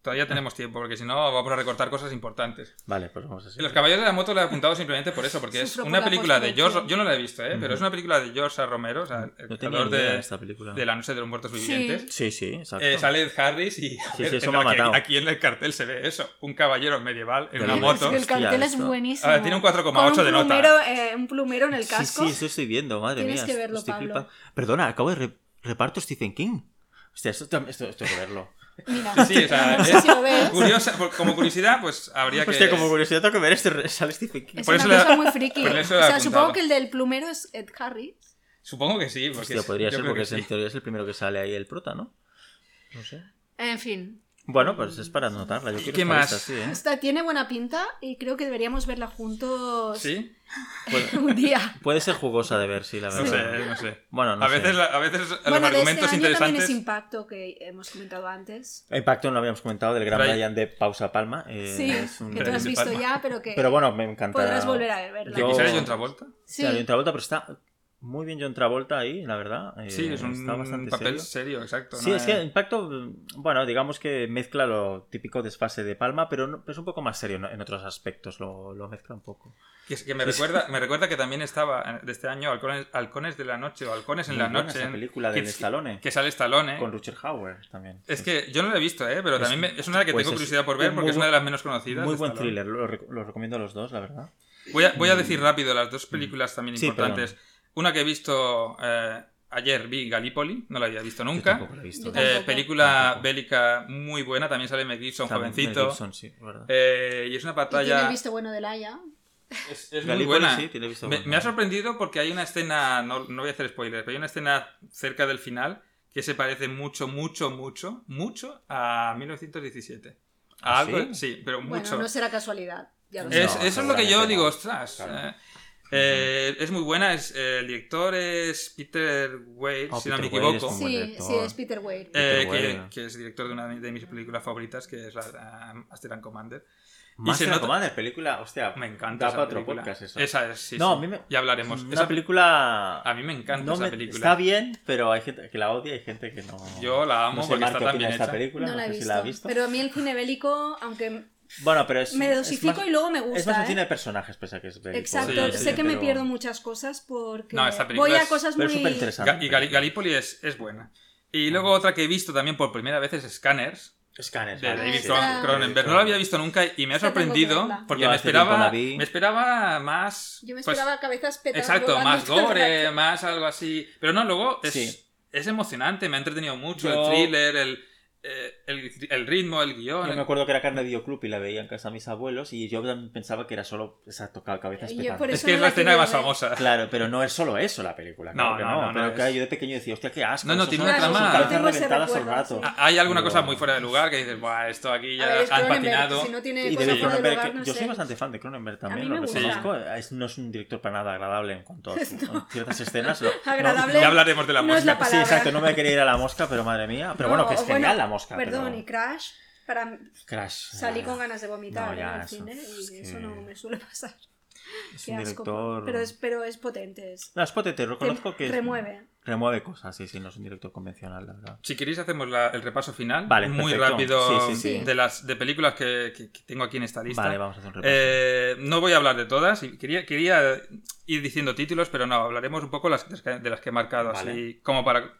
Speaker 1: Todavía
Speaker 3: Ah.
Speaker 1: tenemos tiempo, porque si no vamos a recortar cosas importantes.
Speaker 2: Vale, pues vamos así.
Speaker 1: Los Caballeros de la Moto la he apuntado simplemente por eso, porque es
Speaker 3: Sufro por
Speaker 1: una
Speaker 3: la
Speaker 1: película de George.
Speaker 3: postproducción.
Speaker 1: Yo no la he visto, ¿eh? pero
Speaker 2: Ujú.
Speaker 1: es una película de George A. Romero, o sea, el
Speaker 2: No tenía
Speaker 1: creador
Speaker 2: ni idea de
Speaker 1: de,
Speaker 2: esta película.
Speaker 1: de La Noche de los Muertos
Speaker 3: Sí.
Speaker 1: Vivientes.
Speaker 2: Sí, sí, exacto.
Speaker 1: Eh, sale Ed Harris y a
Speaker 2: Sí,
Speaker 1: ver,
Speaker 2: sí, eso
Speaker 1: en
Speaker 2: me ha
Speaker 1: la que-
Speaker 2: matado.
Speaker 1: aquí en el cartel se ve eso: un caballero medieval en
Speaker 2: Pero
Speaker 1: una
Speaker 2: es
Speaker 1: moto.
Speaker 3: que el
Speaker 2: Hostia,
Speaker 3: cartel es
Speaker 2: esto.
Speaker 3: buenísimo.
Speaker 1: A ver, tiene un 4,8
Speaker 3: Con un
Speaker 1: de nota.
Speaker 3: plumero, eh, un plumero en el casco.
Speaker 2: Sí, sí, eso estoy viendo, madre
Speaker 3: Tienes
Speaker 2: mía.
Speaker 3: que verlo,
Speaker 2: estoy
Speaker 3: Pablo.
Speaker 2: flipando. Perdona, acabo de re- reparto Stephen King. Hostia, esto, tam- esto, esto hay que verlo.
Speaker 3: Mira,
Speaker 1: Sí, sí, o sea,
Speaker 3: no sé
Speaker 1: es-
Speaker 3: si lo ves.
Speaker 1: Curiosa, por- como curiosidad, pues habría que.
Speaker 2: Hostia, como curiosidad tengo que ver este re- sale Stephen King.
Speaker 3: Es
Speaker 1: Por
Speaker 3: una
Speaker 1: eso le-
Speaker 3: cosa muy friki.
Speaker 1: por
Speaker 3: O
Speaker 1: eso le he
Speaker 3: sea, supongo
Speaker 1: apuntado.
Speaker 3: que el del plumero es Ed Harris.
Speaker 1: Supongo que sí, porque
Speaker 2: Hostia, podría
Speaker 1: yo
Speaker 2: ser
Speaker 1: creo
Speaker 2: porque
Speaker 1: que
Speaker 2: es, en
Speaker 1: sí.
Speaker 2: teoría es el primero que sale ahí el prota, ¿no? No sé.
Speaker 3: En fin.
Speaker 2: Bueno, pues es para anotarla. Yo quiero
Speaker 1: ¿Qué
Speaker 2: estar
Speaker 1: más?
Speaker 2: esta, sí, ¿eh?
Speaker 3: Esta tiene buena pinta y creo que deberíamos verla juntos
Speaker 1: ¿Sí?
Speaker 2: Puede,
Speaker 3: un día.
Speaker 2: puede ser jugosa de ver, sí, la
Speaker 1: No
Speaker 2: verdad.
Speaker 1: sé, no sé.
Speaker 2: Bueno, Ah, no
Speaker 1: A veces,
Speaker 2: sé.
Speaker 1: la- a veces los
Speaker 3: bueno, de este
Speaker 1: argumentos
Speaker 3: año también
Speaker 1: interesantes.
Speaker 3: es Impacto, que hemos comentado antes.
Speaker 2: Eh, Impacto no lo habíamos comentado del gran
Speaker 1: Pero hay-
Speaker 2: Brian de Pausa Palma. eh,
Speaker 3: sí,
Speaker 2: es un-
Speaker 3: que tú has
Speaker 1: de
Speaker 3: visto
Speaker 1: Palma.
Speaker 3: ya, pero que
Speaker 2: Pero bueno, me encantará.
Speaker 3: podrás volver a verla.
Speaker 1: ¿Y
Speaker 2: Yo-
Speaker 1: sale John Travolta?
Speaker 3: Sí,
Speaker 2: Claro, John Travolta, pero está muy bien John Travolta ahí, la verdad. eh,
Speaker 1: Sí, es un
Speaker 2: está bastante
Speaker 1: papel serio,
Speaker 2: serio.
Speaker 1: exacto.
Speaker 2: Sí,
Speaker 1: no
Speaker 2: es que Impacto, bueno, digamos que mezcla lo típico desfase de Palma, pero no- es un poco más serio ¿no? en otros aspectos, lo, lo mezcla un poco.
Speaker 1: Que, es- que me,
Speaker 2: Sí, sí.
Speaker 1: recuerda, me recuerda que también estaba eh, de este año Halcones, Halcones de la Noche o Halcones en
Speaker 2: Muy
Speaker 1: la
Speaker 2: buena
Speaker 1: Noche,
Speaker 2: Esa película
Speaker 1: que-
Speaker 2: de Stallone,
Speaker 1: que sale Stallone. ¿eh?
Speaker 2: con Richard Howard también.
Speaker 1: Es que yo no la he visto, ¿eh? pero
Speaker 2: Es-
Speaker 1: también me- es una que
Speaker 2: pues
Speaker 1: tengo
Speaker 2: es
Speaker 1: curiosidad por ver
Speaker 2: un
Speaker 1: porque
Speaker 2: muy
Speaker 1: es una
Speaker 2: buen-
Speaker 1: de las menos conocidas.
Speaker 2: Muy
Speaker 1: de
Speaker 2: buen
Speaker 1: Stallone.
Speaker 2: thriller, lo, rec- lo recomiendo a los dos, la verdad.
Speaker 1: Voy a, voy a decir
Speaker 2: Mm.
Speaker 1: rápido las dos películas también
Speaker 2: Sí,
Speaker 1: importantes. Una que he visto eh, ayer, vi Gallipoli, no la había visto
Speaker 2: Yo
Speaker 1: nunca.
Speaker 2: tampoco lo he visto.
Speaker 3: Yo
Speaker 1: Eh,
Speaker 3: tampoco.
Speaker 1: película
Speaker 2: Tampoco.
Speaker 1: bélica muy buena, también sale Mel Gibson,
Speaker 2: Está Mel
Speaker 1: jovencito.
Speaker 2: Gibson, sí, verdad.
Speaker 1: Eh, y es una
Speaker 3: y tiene el
Speaker 1: batalla...
Speaker 3: visto bueno de Laia.
Speaker 1: Es, es muy
Speaker 2: Gallipoli,
Speaker 1: buena.
Speaker 2: sí, tiene visto
Speaker 1: Me,
Speaker 2: bueno.
Speaker 1: me ha sorprendido porque hay una escena, no, no voy a hacer spoilers, pero hay una escena cerca del final que se parece mucho, mucho, mucho, mucho a 1917. ¿A
Speaker 2: ¿Ah,
Speaker 1: algo?
Speaker 2: sí?
Speaker 1: Sí, pero mucho.
Speaker 3: Bueno, no será casualidad. Ya lo
Speaker 2: No,
Speaker 3: sé.
Speaker 1: Es- eso es lo que yo
Speaker 2: seguramente
Speaker 1: digo,
Speaker 2: no.
Speaker 1: ostras.
Speaker 2: Claro.
Speaker 1: eh, eh, es muy buena, es, eh, el director es Peter Weir,
Speaker 2: Oh,
Speaker 1: si no me
Speaker 2: Peter Weir es
Speaker 1: equivoco.
Speaker 2: muy- buen
Speaker 3: Sí,
Speaker 2: director.
Speaker 3: sí, es Peter Weir.
Speaker 1: eh,
Speaker 2: Peter
Speaker 1: que,
Speaker 2: Weir.
Speaker 1: que es director de una de mis películas favoritas, que es la um, Master and Commander.
Speaker 2: Master
Speaker 1: se nota-
Speaker 2: Commander, película, hostia,
Speaker 1: Me encanta.
Speaker 2: da
Speaker 1: esa
Speaker 2: para otro
Speaker 1: película.
Speaker 2: podcast eso.
Speaker 1: Esa es, sí.
Speaker 2: No,
Speaker 1: sí.
Speaker 2: a mí me-
Speaker 1: Ya hablaremos.
Speaker 2: Una
Speaker 1: Esa película.
Speaker 2: película...
Speaker 1: A mí me encanta
Speaker 2: No
Speaker 1: esa
Speaker 2: me-
Speaker 1: película.
Speaker 2: Está bien, pero hay gente que la odia y hay gente que no.
Speaker 1: Yo la amo
Speaker 2: no sé,
Speaker 1: porque
Speaker 2: Marc,
Speaker 1: está
Speaker 2: ¿qué
Speaker 1: tan
Speaker 2: opina
Speaker 1: bien
Speaker 2: de esta
Speaker 1: hecha.
Speaker 2: película?
Speaker 3: no la he
Speaker 2: sé
Speaker 3: visto.
Speaker 2: si la has visto.
Speaker 3: Pero a mí el cine bélico, aunque
Speaker 2: Bueno, pero es.
Speaker 3: me
Speaker 2: es
Speaker 3: dosifico
Speaker 2: más-
Speaker 3: y luego me gusta.
Speaker 2: Es más un
Speaker 3: ¿eh?
Speaker 2: cine de personajes, pese a que es bélico.
Speaker 3: Exacto,
Speaker 1: Sí, sí,
Speaker 3: sé que me
Speaker 2: pero-
Speaker 3: pierdo muchas cosas porque
Speaker 1: No, esta película
Speaker 3: voy a
Speaker 1: es-
Speaker 3: cosas
Speaker 2: Pero es
Speaker 3: muy...
Speaker 2: súper interesante.
Speaker 1: Ga- y Gali- Gallipoli es, es buena. Y luego otra que he visto también por primera vez es Scanners,
Speaker 2: Scanners.
Speaker 1: de
Speaker 2: vale.
Speaker 1: David
Speaker 3: esta-
Speaker 1: Cron- Cronenberg. No la había visto nunca y me ha
Speaker 3: Esta tengo que
Speaker 1: sorprendido
Speaker 3: verla.
Speaker 1: porque
Speaker 2: Yo
Speaker 1: me
Speaker 2: hace tiempo la
Speaker 1: esperaba,
Speaker 2: vi.
Speaker 1: me esperaba más...
Speaker 3: Yo me
Speaker 1: pues,
Speaker 3: esperaba cabezas petadas.
Speaker 1: Exacto,
Speaker 3: volando
Speaker 1: más
Speaker 3: todo el
Speaker 1: gore,
Speaker 3: rato.
Speaker 1: más algo así. Pero no, luego es,
Speaker 2: Sí.
Speaker 1: es emocionante, me ha entretenido mucho
Speaker 2: Yo-
Speaker 1: el thriller, el, eh, el, el ritmo, el guión.
Speaker 2: Yo me acuerdo que era carne de videoclub y la veía en casa de mis abuelos y yo también pensaba que era solo esa tocada cabezas
Speaker 3: Yo
Speaker 2: petadas.
Speaker 3: por
Speaker 1: es
Speaker 3: eso
Speaker 1: que
Speaker 3: no
Speaker 1: es
Speaker 3: la
Speaker 1: la escena
Speaker 3: quería
Speaker 1: más
Speaker 3: ver.
Speaker 1: famosa.
Speaker 2: Claro, pero no es solo eso la película.
Speaker 1: No,
Speaker 2: claro que
Speaker 1: no, no, no
Speaker 2: pero
Speaker 1: es-
Speaker 2: claro, yo de pequeño decía, hostia, qué asco.
Speaker 1: No, no,
Speaker 2: esos
Speaker 1: tiene
Speaker 2: son-
Speaker 1: una
Speaker 2: son
Speaker 1: trama-
Speaker 2: cabezas
Speaker 3: Yo tengo ese
Speaker 2: reventadas todo el
Speaker 3: recuerdo,
Speaker 2: rato.
Speaker 3: sí.
Speaker 1: Ah, Hay alguna
Speaker 2: Pero-
Speaker 1: cosa muy fuera de lugar que dices, Buah, esto aquí
Speaker 3: A
Speaker 1: ya
Speaker 3: ver, es
Speaker 1: han
Speaker 3: Cronenberg,
Speaker 1: patinado.
Speaker 3: Si no tiene
Speaker 2: Y David
Speaker 3: cosas fuera de
Speaker 2: Cronenberg,
Speaker 3: lugar,
Speaker 2: que-
Speaker 3: no
Speaker 2: yo
Speaker 3: sé.
Speaker 2: soy bastante fan de Cronenberg también,
Speaker 3: mí
Speaker 2: lo
Speaker 3: me gusta.
Speaker 2: reconozco. Es, no es un director para nada agradable en cuanto a
Speaker 3: No.
Speaker 2: en ciertas escenas. lo- no-
Speaker 3: Agradable.
Speaker 1: Ya hablaremos de la
Speaker 3: No es la
Speaker 1: mosca.
Speaker 3: pa-
Speaker 2: Sí,
Speaker 3: palabra.
Speaker 2: exacto, no me quería ir a la mosca, pero madre mía. Pero bueno,
Speaker 3: No,
Speaker 2: que es
Speaker 3: bueno,
Speaker 2: genial la mosca.
Speaker 3: Perdón,
Speaker 2: pero-
Speaker 3: y Crash, para
Speaker 2: Crash.
Speaker 3: salí
Speaker 2: eh,
Speaker 3: con ganas de vomitar
Speaker 2: No, ya,
Speaker 3: en el
Speaker 2: eso-
Speaker 3: cine
Speaker 2: es
Speaker 3: y
Speaker 2: que-
Speaker 3: eso no me suele pasar.
Speaker 2: Es
Speaker 3: Qué
Speaker 2: un
Speaker 3: asco.
Speaker 2: director.
Speaker 3: Pero es, pero es potente. es-
Speaker 2: No, es potente, reconozco que. es-
Speaker 3: remueve.
Speaker 2: Remueve cosas, sí, sí, no es un director convencional, la verdad.
Speaker 1: Si queréis hacemos la- el repaso final,
Speaker 2: Vale,
Speaker 1: muy
Speaker 2: perfecto.
Speaker 1: rápido,
Speaker 2: Sí, sí,
Speaker 3: sí.
Speaker 1: de las de películas que, que- que tengo aquí en esta lista.
Speaker 2: Vale, vamos a hacer un repaso.
Speaker 1: Eh, no voy a hablar de todas, y quería, quería ir diciendo títulos, pero no, hablaremos un poco las, de las que he marcado,
Speaker 2: Vale.
Speaker 1: así como para,